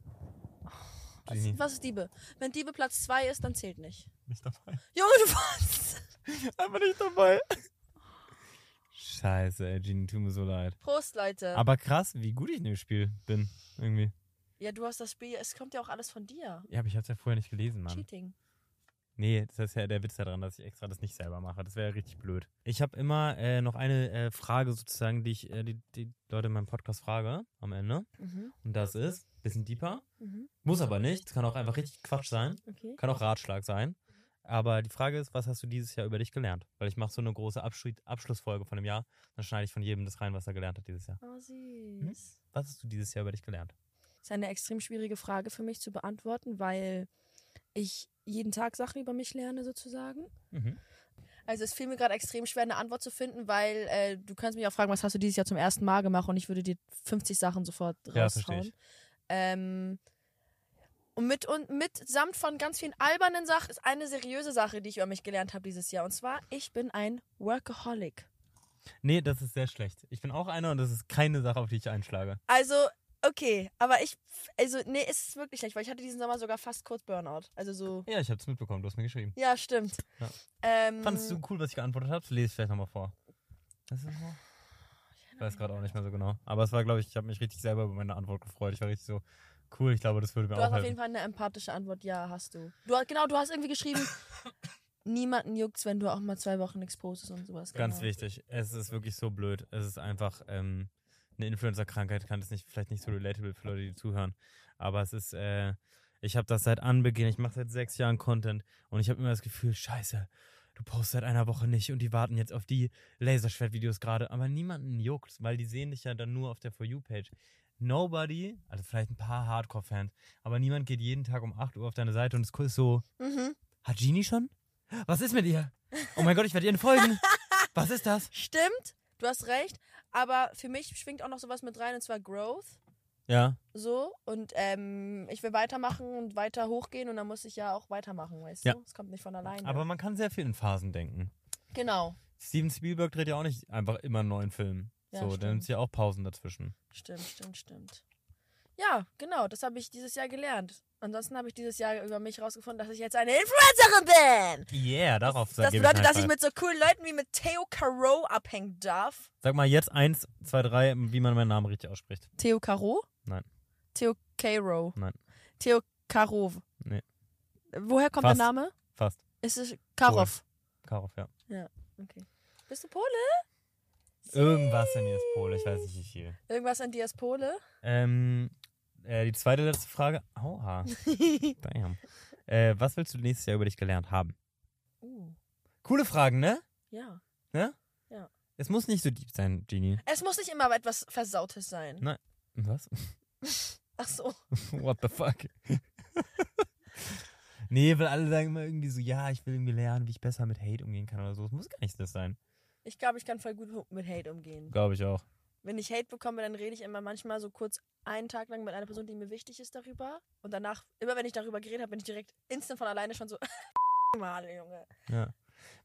S1: Genie.
S2: Was, was ist Diebe? Wenn Diebe Platz 2 ist, dann zählt nicht.
S1: Nicht dabei. [LAUGHS]
S2: Junge, du was?
S1: Einfach nicht dabei. Scheiße, ey, Genie, tut mir so leid.
S2: Prost, Leute.
S1: Aber krass, wie gut ich in dem Spiel bin. Irgendwie.
S2: ja, du hast das Spiel. Es kommt ja auch alles von dir.
S1: Ja, aber ich hab's ja vorher nicht gelesen, Mann.
S2: Cheating.
S1: Nee, das ist ja der Witz daran, dass ich extra das nicht selber mache. Das wäre ja richtig blöd. Ich habe immer äh, noch eine äh, Frage sozusagen, die ich äh, die, die Leute in meinem Podcast frage am Ende.
S2: Mhm.
S1: Und das ist, bisschen deeper,
S2: Mhm.
S1: muss aber nicht, Es kann auch einfach richtig Quatsch sein,
S2: Okay.
S1: kann auch Ratschlag sein. Aber die Frage ist, was hast du dieses Jahr über dich gelernt? Weil ich mache so eine große Abschied, Abschlussfolge von dem Jahr, dann schneide ich von jedem das rein, was er gelernt hat dieses Jahr.
S2: Oh, süß.
S1: Hm? Was hast du dieses Jahr über dich gelernt?
S2: Das ist eine extrem schwierige Frage für mich zu beantworten, weil ich jeden Tag Sachen über mich lerne, sozusagen.
S1: Mhm.
S2: Also es fiel mir gerade extrem schwer, eine Antwort zu finden, weil äh, du kannst mich auch fragen, was hast du dieses Jahr zum ersten Mal gemacht und ich würde dir 50 Sachen sofort
S1: Ja, verstehe
S2: raushauen.
S1: ich.
S2: ähm, und mit und mitsamt von ganz vielen albernen Sachen ist eine seriöse Sache, die ich über mich gelernt habe dieses Jahr. Und zwar, ich bin ein Workaholic.
S1: Nee, das ist sehr schlecht. Ich bin auch einer und das ist keine Sache, auf die ich einschlage.
S2: Also, okay, aber ich, also, nee, ist es wirklich schlecht, weil ich hatte diesen Sommer sogar fast kurz Burnout. Also so,
S1: Ja, ich habe es mitbekommen, du hast mir geschrieben.
S2: ja, stimmt.
S1: Ja.
S2: Ähm,
S1: Fandest du cool, was ich geantwortet habe? Lese ich vielleicht nochmal vor. Das ist so. Ich weiß gerade auch nicht mehr so genau. Aber es war, glaube ich, ich habe mich richtig selber über meine Antwort gefreut. Ich war richtig so, cool, ich glaube, das würde mir
S2: Du
S1: auch
S2: hast auf jeden
S1: helfen.
S2: Fall eine empathische Antwort, ja, hast du. du hast- genau, du hast
S1: [LAUGHS]
S2: irgendwie geschrieben, niemanden juckt's, wenn du auch mal zwei Wochen nichts postest und sowas.
S1: Ganz
S2: genau.
S1: wichtig. Es ist wirklich so blöd. Es ist einfach ähm, eine Influencer-Krankheit, kann das nicht, vielleicht nicht so relatable für Leute, die zuhören. Aber es ist, äh, ich habe das seit Anbeginn, ich mache seit sechs Jahren Content und ich habe immer das Gefühl, scheiße, du postest seit einer Woche nicht und die warten jetzt auf die Laserschwert-Videos gerade. Aber niemanden juckt, weil die sehen dich ja dann nur auf der For You-Page. Nobody, also vielleicht ein paar Hardcore-Fans, aber niemand geht jeden Tag um 8 Uhr auf deine Seite und es ist so,
S2: Mhm.
S1: hat Genie schon? Was ist mit ihr? Oh mein Gott, ich werde ihren
S2: [LAUGHS]
S1: folgen. Was ist das?
S2: Stimmt, du hast recht, aber für mich schwingt auch noch sowas mit rein, und zwar Growth.
S1: Ja.
S2: So, und ähm, ich will weitermachen und weiter hochgehen und dann muss ich ja auch weitermachen, weißt
S1: Ja.
S2: du? Es kommt nicht von alleine.
S1: Aber man kann sehr viel in Phasen denken.
S2: genau,
S1: Steven Spielberg dreht ja auch nicht einfach immer einen neuen Film.
S2: Ja,
S1: so,
S2: stimmt.
S1: dann nimmt ja auch Pausen dazwischen.
S2: stimmt, stimmt, stimmt. Ja, genau, das habe ich dieses Jahr gelernt. Ansonsten habe ich dieses Jahr über mich rausgefunden, dass ich jetzt eine Influencerin bin.
S1: Yeah, darauf
S2: Das
S1: gebe ich
S2: bedeutet,
S1: einen
S2: dass ich
S1: High
S2: mit so coolen Leuten wie mit Theo Caro abhängen darf.
S1: Five. Sag mal jetzt eins, zwei, drei, wie man meinen Namen richtig ausspricht.
S2: Theo Caro?
S1: Nein.
S2: Theo Caro?
S1: Nein.
S2: Theo Karov?
S1: Nee.
S2: Woher kommt
S1: Fast.
S2: der Name?
S1: Fast.
S2: Es ist Karov.
S1: Karof, ja.
S2: Okay. Bist du Pole?
S1: Irgendwas in mir ist Pole, ich weiß nicht wie viel.
S2: Irgendwas an dir ist [LAUGHS] Pole?
S1: Ähm, äh, die zweite letzte Frage.
S2: [LAUGHS]
S1: Aua. Damn. Äh, was willst du nächstes Jahr über dich gelernt haben?
S2: uh,
S1: Coole Fragen, ne?
S2: ja.
S1: Es muss nicht so deep sein, Genie.
S2: Es muss nicht immer aber etwas Versautes sein.
S1: Na- Was?
S2: Ach so.
S1: What the fuck? [LAUGHS] nee, weil alle sagen immer irgendwie so, ja, ich will irgendwie lernen, wie ich besser mit Hate umgehen kann oder so. Es muss gar nicht das sein.
S2: Ich glaube, ich kann voll gut mit Hate umgehen.
S1: Glaube ich auch.
S2: Wenn ich Hate bekomme, dann rede ich immer manchmal so kurz einen Tag lang mit einer Person, die mir wichtig ist, darüber. Und danach, immer wenn ich darüber geredet habe, bin ich direkt instant von alleine schon so. [LAUGHS] Mal, Junge.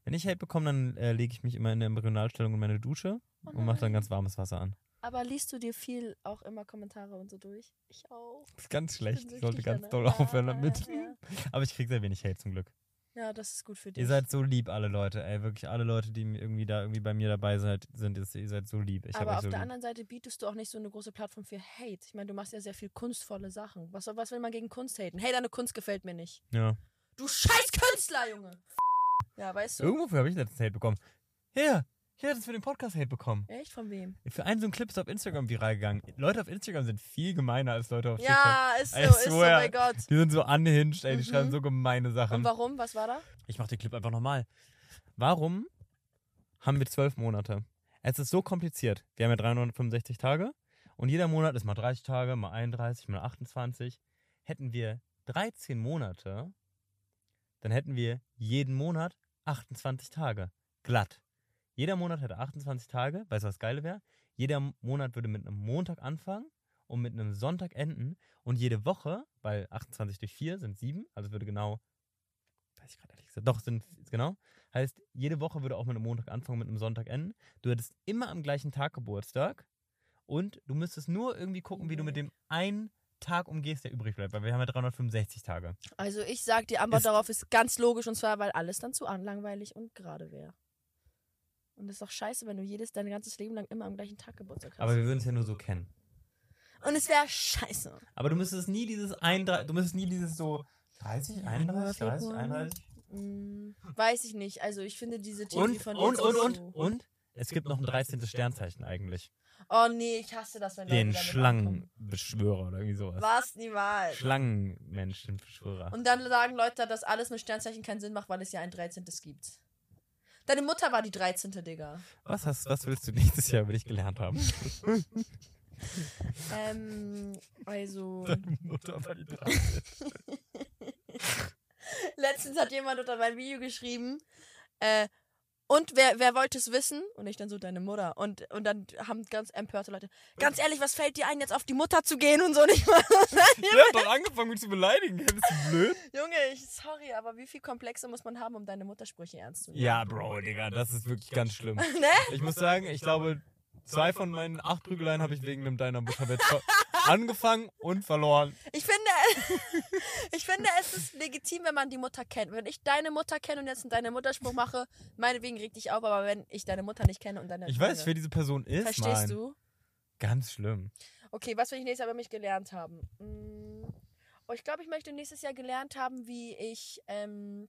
S1: Wenn ich Hate bekomme, dann äh, lege ich mich immer in der Embryonalstellung in meine Dusche
S2: Oh
S1: und mache dann
S2: nein.
S1: ganz warmes Wasser an.
S2: Aber liest du dir viel auch immer Kommentare und so durch? Ich auch.
S1: Das ist ganz
S2: bin
S1: schlecht. Ich
S2: süchtig
S1: sollte ganz
S2: danach.
S1: doll aufhören
S2: Ja,
S1: damit.
S2: ja, ja.
S1: Aber ich kriege sehr wenig Hate zum Glück.
S2: Ja, das ist gut für dich.
S1: Ihr seid so lieb, alle Leute, ey. Wirklich alle Leute, die mir irgendwie da irgendwie bei mir dabei seid, sind, ist- ihr seid so lieb. Ich habe
S2: aber
S1: euch
S2: auf
S1: so
S2: der
S1: lieb.
S2: anderen Seite bietest du auch nicht so eine große Plattform für Hate. Ich meine, du machst ja sehr viel kunstvolle Sachen. Was, soll- was will man gegen Kunst haten? Hey, deine Kunst gefällt mir nicht.
S1: Ja.
S2: Du scheiß Künstler, Junge! Ja, weißt du?
S1: Irgendwofür habe ich letztens Hate bekommen. Hier, hier hat es für den Podcast Hate bekommen.
S2: Echt? Von wem?
S1: Für einen so ein Clip ist auf Instagram viral gegangen. Leute auf Instagram sind viel gemeiner als Leute auf TikTok.
S2: Ja, ist so,
S1: I
S2: ist so,
S1: swear. Hm.
S2: mein Gott.
S1: Die sind so unhinged, ey, die
S2: Mhm.
S1: schreiben so gemeine
S2: Und
S1: Sachen.
S2: warum? Was war da?
S1: Ich mache den Clip einfach nochmal. Warum haben wir zwölf Monate? Es ist so kompliziert. Wir haben ja 365 Tage und jeder Monat ist mal 30 Tage, mal 31, mal 28. Hätten wir 13 Monate, dann hätten wir jeden Monat 28 Tage. Glatt. Jeder Monat hätte 28 Tage. Weißt du, was geil wäre? Jeder M- Monat würde mit einem Montag anfangen und mit einem Sonntag enden. Und jede Woche, weil 28 durch 4 sind 7, also würde genau, weiß ich gerade ehrlich gesagt, doch, sind genau. Heißt, jede Woche würde auch mit einem Montag anfangen, mit einem Sonntag enden. Du hättest immer am gleichen Tag Geburtstag und du müsstest nur irgendwie gucken, wie du mit dem einen Tag umgehst, der übrig bleibt, weil wir haben ja 365 Tage.
S2: Also ich sag, die Antwort
S1: Ist-
S2: darauf ist ganz logisch und zwar, weil alles dann zu an- langweilig und gerade wäre. Und das ist doch scheiße, wenn du jedes dein ganzes Leben lang immer am gleichen Tag Geburtstag hast.
S1: Aber wir würden es ja nur so kennen.
S2: und es wäre scheiße.
S1: Aber du müsstest nie dieses ein, du müsstest nie dieses so 30, 31, 30,
S2: Februar.
S1: 31.
S2: Hm, weiß ich nicht. Also ich finde diese Theorie
S1: Und,
S2: von
S1: und,
S2: jetzt
S1: und,
S2: nicht
S1: und,
S2: so-
S1: und, es gibt noch ein 13. Sternzeichen eigentlich.
S2: Oh nee, ich hasse das, wenn Leute
S1: Den
S2: damit ankommen.
S1: Schlangenbeschwörer oder irgendwie sowas.
S2: Was? Niemals.
S1: Schlangenmenschenbeschwörer.
S2: Und dann sagen Leute, dass alles mit Sternzeichen keinen Sinn macht, weil es ja ein 13. gibt. Deine Mutter war die 13. Digga.
S1: Was, hast, was willst du nächstes Jahr über dich gelernt haben?
S2: Ähm, also.
S1: Deine Mutter war die 13.
S2: [LAUGHS] Letztens hat jemand unter mein Video geschrieben, äh, und wer, wer wollte es wissen? Und ich dann so, deine Mutter. Und, und dann haben ganz empörte Leute, ganz ehrlich, was fällt dir ein, jetzt auf die Mutter zu gehen und so nicht mal?
S1: Ihr habt doch angefangen, mich zu beleidigen. Bist du blöd?
S2: Junge, ich, sorry, aber wie viel Komplexe muss man haben, um deine Muttersprüche ernst zu nehmen?
S1: Ja, Bro, Digga, das ist wirklich ganz schlimm.
S2: [LAUGHS] ne?
S1: Ich muss sagen, ich glaube, zwei von meinen acht Prügeleien habe ich wegen dem deiner Mutter Witz ver- angefangen und verloren.
S2: Ich finde, [LAUGHS] ich finde, es ist legitim, wenn man die Mutter kennt. Wenn ich deine Mutter kenne und jetzt einen deine Mutterspruch mache, meinetwegen reg dich auf, aber wenn ich deine Mutter nicht kenne und deine
S1: Ich weiß, wer diese Person ist. Mann.
S2: Verstehst du?
S1: Ganz schlimm.
S2: Okay, was will ich nächstes Jahr über mich gelernt haben? Mm, Oh, ich glaube, ich möchte nächstes Jahr gelernt haben, wie ich. Ähm,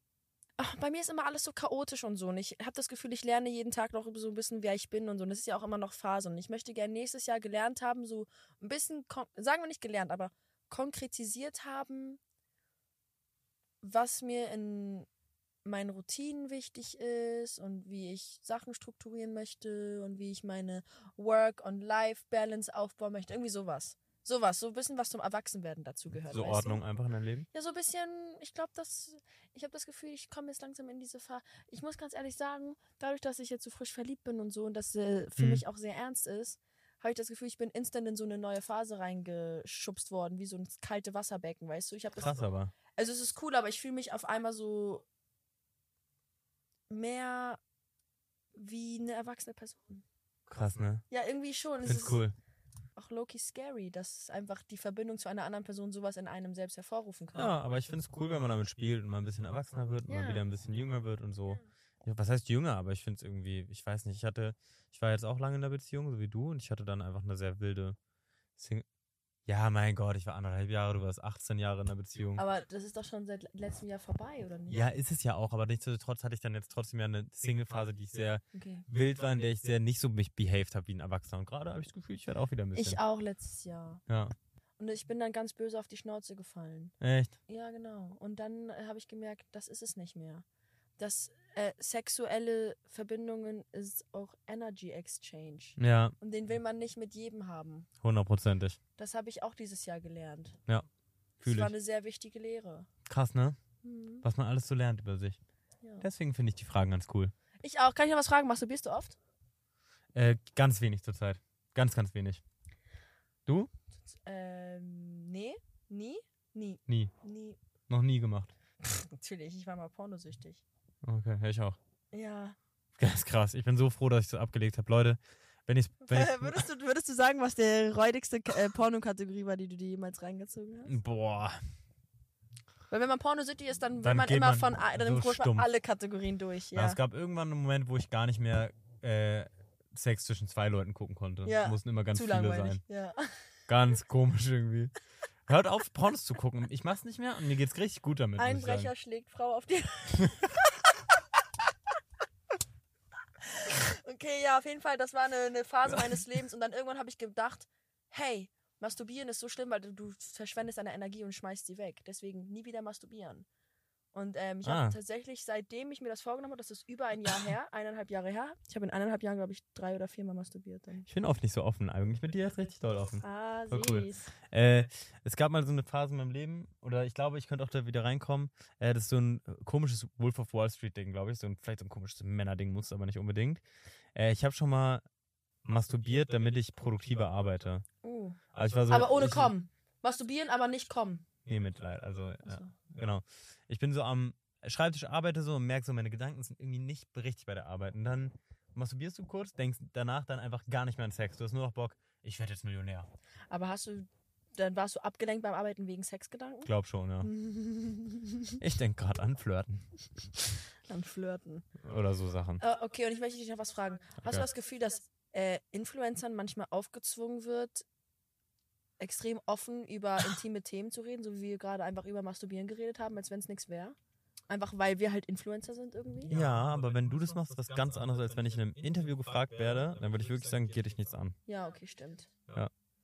S2: ach, bei mir ist immer alles so chaotisch und so. Und ich habe das Gefühl, ich lerne jeden Tag noch so ein bisschen, wer ich bin und so. Und das ist ja auch immer noch Phase. Und ich möchte gerne nächstes Jahr gelernt haben, so ein bisschen, kon- sagen wir nicht gelernt, aber konkretisiert haben, was mir in meinen Routinen wichtig ist und wie ich Sachen strukturieren möchte und wie ich meine Work- und Life-Balance aufbauen möchte. Irgendwie sowas. Sowas, so ein bisschen was zum Erwachsenwerden dazu gehört.
S1: So
S2: weißt du?
S1: Ordnung einfach in dein Leben.
S2: Ja, so ein bisschen, ich glaube, dass ich habe das Gefühl, ich komme jetzt langsam in diese Phase. Ich muss ganz ehrlich sagen, dadurch, dass ich jetzt so frisch verliebt bin und so und das äh, für
S1: Mhm.
S2: mich auch sehr ernst ist, habe ich das Gefühl, ich bin instant in so eine neue Phase reingeschubst worden, wie so ein kalte Wasserbecken, weißt du? Ich habe das
S1: Krass aber.
S2: also es ist cool, aber ich fühle mich auf einmal so mehr wie eine erwachsene Person.
S1: Krass, ne?
S2: Ja, irgendwie schon. Es
S1: Find's
S2: ist,
S1: cool.
S2: auch Loki scary, dass einfach die Verbindung zu einer anderen Person sowas in einem selbst hervorrufen kann.
S1: Ja, aber ich finde es cool, wenn man damit spielt und mal ein bisschen erwachsener wird und mal
S2: Ja.
S1: wieder ein bisschen jünger wird und so. Ja, was heißt jünger? Aber ich finde es irgendwie, ich weiß nicht, ich hatte, ich war jetzt auch lange in der Beziehung, so wie du, und ich hatte dann einfach eine sehr wilde Single. Ja, mein Gott, ich war anderthalb Jahre, du warst 18 Jahre in der Beziehung.
S2: Aber das ist doch schon seit letztem Jahr vorbei, oder nicht?
S1: ja, ist es ja auch, aber nichtsdestotrotz hatte ich dann jetzt trotzdem ja eine Single-Phase, die ich sehr
S2: Okay.
S1: wild war, in der ich sehr nicht so mich behaved habe wie ein Erwachsener. Und gerade habe ich das Gefühl, ich werde auch wieder ein bisschen.
S2: Ich auch letztes Jahr.
S1: ja.
S2: Und ich bin dann ganz böse auf die Schnauze gefallen.
S1: Echt?
S2: Ja, genau. Und dann äh, habe ich gemerkt, das ist es nicht mehr. Das äh, sexuelle Verbindungen ist auch Energy Exchange.
S1: Ja,
S2: Und den will man nicht mit jedem haben.
S1: hundertprozentig.
S2: Das habe ich auch dieses Jahr gelernt. Das
S1: Fühle
S2: war
S1: ich.
S2: eine sehr wichtige Lehre.
S1: Krass, ne?
S2: Mhm.
S1: Was man alles so lernt über sich.
S2: Ja.
S1: Deswegen finde ich die Fragen ganz cool.
S2: Ich auch. Kann ich noch was fragen? Masturbierst du oft?
S1: Äh, ganz wenig zurzeit. Ganz, ganz wenig. Du?
S2: Ähm, nee. Nie? Nie.
S1: Nie.
S2: Nie.
S1: Noch nie gemacht.
S2: Natürlich, ich war mal pornosüchtig.
S1: Okay, ja, ich auch.
S2: Ja.
S1: Ganz krass. Ich bin so froh, dass ich das abgelegt habe. Leute, wenn ich. Wenn ich
S2: Äh, würdest, du, würdest du sagen, was der räudigste K- äh, Pornokategorie war, die du dir jemals reingezogen
S1: Hm.
S2: hast?
S1: boah.
S2: Weil wenn man pornosüchtig ist, dann will
S1: Dann
S2: man
S1: geht
S2: immer
S1: man
S2: von a- dann
S1: so
S2: rutscht man
S1: stumpf.
S2: alle Kategorien durch.
S1: Ja.
S2: Ja.
S1: Es gab irgendwann einen Moment, wo ich gar nicht mehr äh, Sex zwischen zwei Leuten gucken konnte.
S2: Ja.
S1: Mussten immer ganz
S2: Zu
S1: viele
S2: langweilig.
S1: sein.
S2: Ja.
S1: Ganz komisch irgendwie. Hört auf, Pornos zu gucken. Ich mach's nicht mehr und mir geht's richtig gut damit. muss ich
S2: Einbrecher
S1: sagen.
S2: schlägt Frau auf
S1: [LAUGHS]
S2: die. okay, ja, auf jeden Fall, das war eine, eine Phase meines Lebens und dann irgendwann habe ich gedacht, hey, masturbieren ist so schlimm, weil du, du verschwendest deine Energie und schmeißt sie weg. Deswegen nie wieder masturbieren. Und ähm, ich
S1: Ah.
S2: habe tatsächlich, seitdem ich mir das vorgenommen habe, das ist über ein Jahr her, eineinhalb Jahre her, ich habe in eineinhalb Jahren, glaube ich, drei oder viermal masturbiert. Dann.
S1: Ich bin oft nicht so offen eigentlich. Mit dir ist richtig doll offen.
S2: Ah,
S1: Voll cool.
S2: süß.
S1: Äh, es gab mal so eine Phase in meinem Leben, oder ich glaube, ich könnte auch da wieder reinkommen. Äh, das ist so ein äh, komisches Wolf of Wall Street-Ding, glaube ich. So ein, vielleicht so ein komisches Männerding, muss aber nicht unbedingt. Äh, ich habe schon mal masturbiert, damit ich produktiver arbeite.
S2: Uh.
S1: Also ich war so,
S2: aber ohne
S1: ich,
S2: kommen. Masturbieren, aber nicht kommen.
S1: Nee, Mitleid. Also, ja,
S2: Also,
S1: genau. Ich bin so am Schreibtisch, arbeite so und merke so, meine Gedanken sind irgendwie nicht richtig bei der Arbeit. Und dann masturbierst du kurz, denkst danach dann einfach gar nicht mehr an Sex. Du hast nur noch Bock, ich werde jetzt Millionär.
S2: Aber hast du, dann warst du abgelenkt beim Arbeiten wegen Sexgedanken?
S1: Glaub schon,
S2: [LAUGHS]
S1: ja.
S2: An
S1: Ich denke gerade an Flirten
S2: Flirten.
S1: oder so Sachen.
S2: Äh, okay, und ich möchte dich noch was fragen. Hast
S1: Okay.
S2: du das Gefühl, dass äh, Influencern manchmal aufgezwungen wird, extrem offen
S1: [LAUGHS]
S2: über intime Themen zu reden, so wie wir gerade einfach über Masturbieren geredet haben, als wenn es nichts wäre? Einfach weil wir halt Influencer sind irgendwie?
S1: Ja, aber wenn du das machst, was ganz anderes, als wenn ich in einem Interview gefragt werde, dann würde ich wirklich sagen, geht dich nichts an.
S2: Ja, okay, stimmt.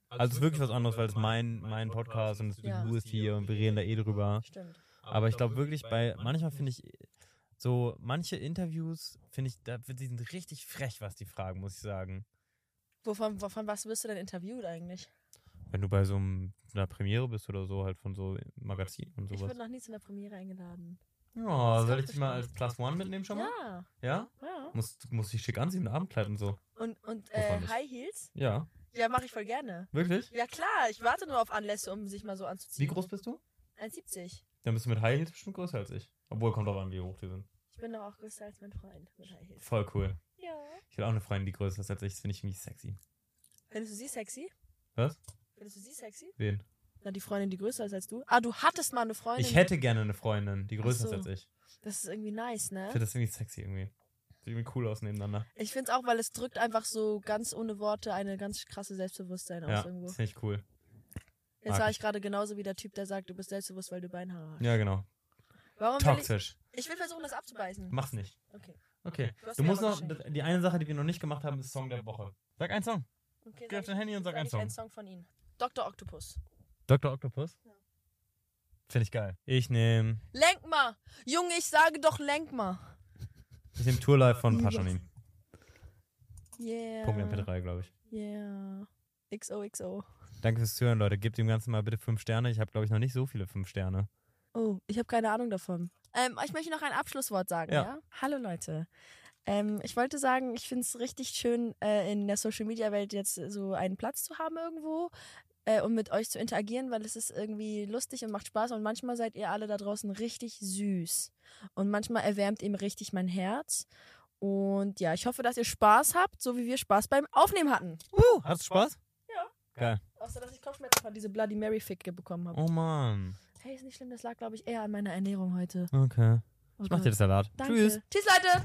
S1: Also es ist wirklich was anderes, weil es mein, mein Podcast und es,
S2: Ja.
S1: du bist hier und wir reden da eh drüber.
S2: Stimmt.
S1: Aber ich glaube wirklich, bei manchmal finde ich so, manche Interviews, finde ich, da die sind richtig frech, was die fragen, muss ich sagen.
S2: Wovon, wovon was wirst du denn interviewt eigentlich?
S1: Wenn du bei so einem, einer Premiere bist oder so, halt von so Magazinen und
S2: Ich wurde
S1: sowas.
S2: noch nie zu einer Premiere eingeladen.
S1: Ja, soll ich dich mal als Plus One mitnehmen schon mal?
S2: Ja,
S1: Ja?
S2: ja.
S1: Muss, muss ich schick anziehen, Abendkleid und so.
S2: Und, und
S1: Wovon
S2: äh,
S1: das?
S2: High Heels?
S1: Ja,
S2: Ja, mache ich voll gerne.
S1: wirklich?
S2: Ja klar, ich warte nur auf Anlässe, um sich mal so anzuziehen.
S1: Wie groß bist du?
S2: 1,70.
S1: Dann bist du mit High Heels bestimmt größer als ich. Obwohl, kommt drauf an, wie hoch die sind.
S2: Ich bin doch auch größer als mein Freund mit High Heels.
S1: Voll cool.
S2: Ja.
S1: Ich will auch eine Freundin, die größer ist als ich. Das finde ich irgendwie sexy.
S2: Findest du sie sexy?
S1: Was?
S2: Findest du sie sexy?
S1: Wen?
S2: Na, die Freundin, die größer ist als du. Ah, du hattest mal eine Freundin.
S1: Ich hätte gerne eine Freundin, die
S2: Ach
S1: größer
S2: so.
S1: ist als ich.
S2: Das ist irgendwie nice,
S1: Ich
S2: ne?
S1: finde das irgendwie sexy irgendwie. Sieht irgendwie cool aus nebeneinander.
S2: Ich find's auch, weil es drückt einfach so ganz ohne Worte eine ganz krasse Selbstbewusstsein
S1: ja,
S2: aus irgendwo.
S1: das finde ich cool.
S2: Jetzt
S1: mag
S2: war
S1: ich.
S2: ich gerade genauso wie der Typ, der sagt, du bist selbstbewusst, weil du Beinhaare hast.
S1: Ja, genau.
S2: Warum will
S1: Toxisch.
S2: ich, ich will versuchen, das abzubeißen.
S1: Mach's nicht.
S2: Okay.
S1: Okay.
S2: Du hast
S1: Du
S2: mir
S1: musst
S2: aber
S1: noch,
S2: geschenkt.
S1: die eine Sache, die wir noch nicht gemacht haben, ist Song der Woche. Sag einen Song.
S2: Okay,
S1: Geh auf dein Handy und sag einen
S2: ich einen
S1: Song.
S2: Song von ihnen. Dr. Octopus.
S1: Dr. Octopus?
S2: Ja.
S1: Finde ich geil. Ich nehme
S2: Lenk mal! Junge, ich sage doch, lenk mal!
S1: ich nehm Tour Live von Paschanim.
S2: Yeah.
S1: Punkt MP3, glaube ich.
S2: Yeah. XOXO.
S1: Danke fürs Zuhören, Leute. Gebt dem Ganzen mal bitte fünf Sterne. Ich habe, glaube ich, noch nicht so viele fünf Sterne.
S2: Oh, ich habe keine Ahnung davon. Ähm, ich möchte noch ein Abschlusswort sagen, ja?
S1: Ja.
S2: Hallo Leute. Ähm, ich wollte sagen, ich finde es richtig schön, äh, in der Social Media Welt jetzt so einen Platz zu haben irgendwo äh, und mit euch zu interagieren, weil es ist irgendwie lustig und macht Spaß und manchmal seid ihr alle da draußen richtig süß und manchmal erwärmt eben richtig mein Herz. Und ja, ich hoffe, dass ihr Spaß habt, so wie wir Spaß beim Aufnehmen hatten.
S1: Uh, hat's Spaß? Geil.
S2: Außer, dass ich Kopfschmerzen von diese Bloody Mary Ficke bekommen habe.
S1: Oh Mann.
S2: Hey, ist nicht schlimm, das lag, glaube ich, eher an meiner Ernährung heute.
S1: Okay.
S2: Oh
S1: Ich mach dir
S2: Gott.
S1: das Salat.
S2: Danke.
S1: Tschüss.
S2: Tschüss, Leute!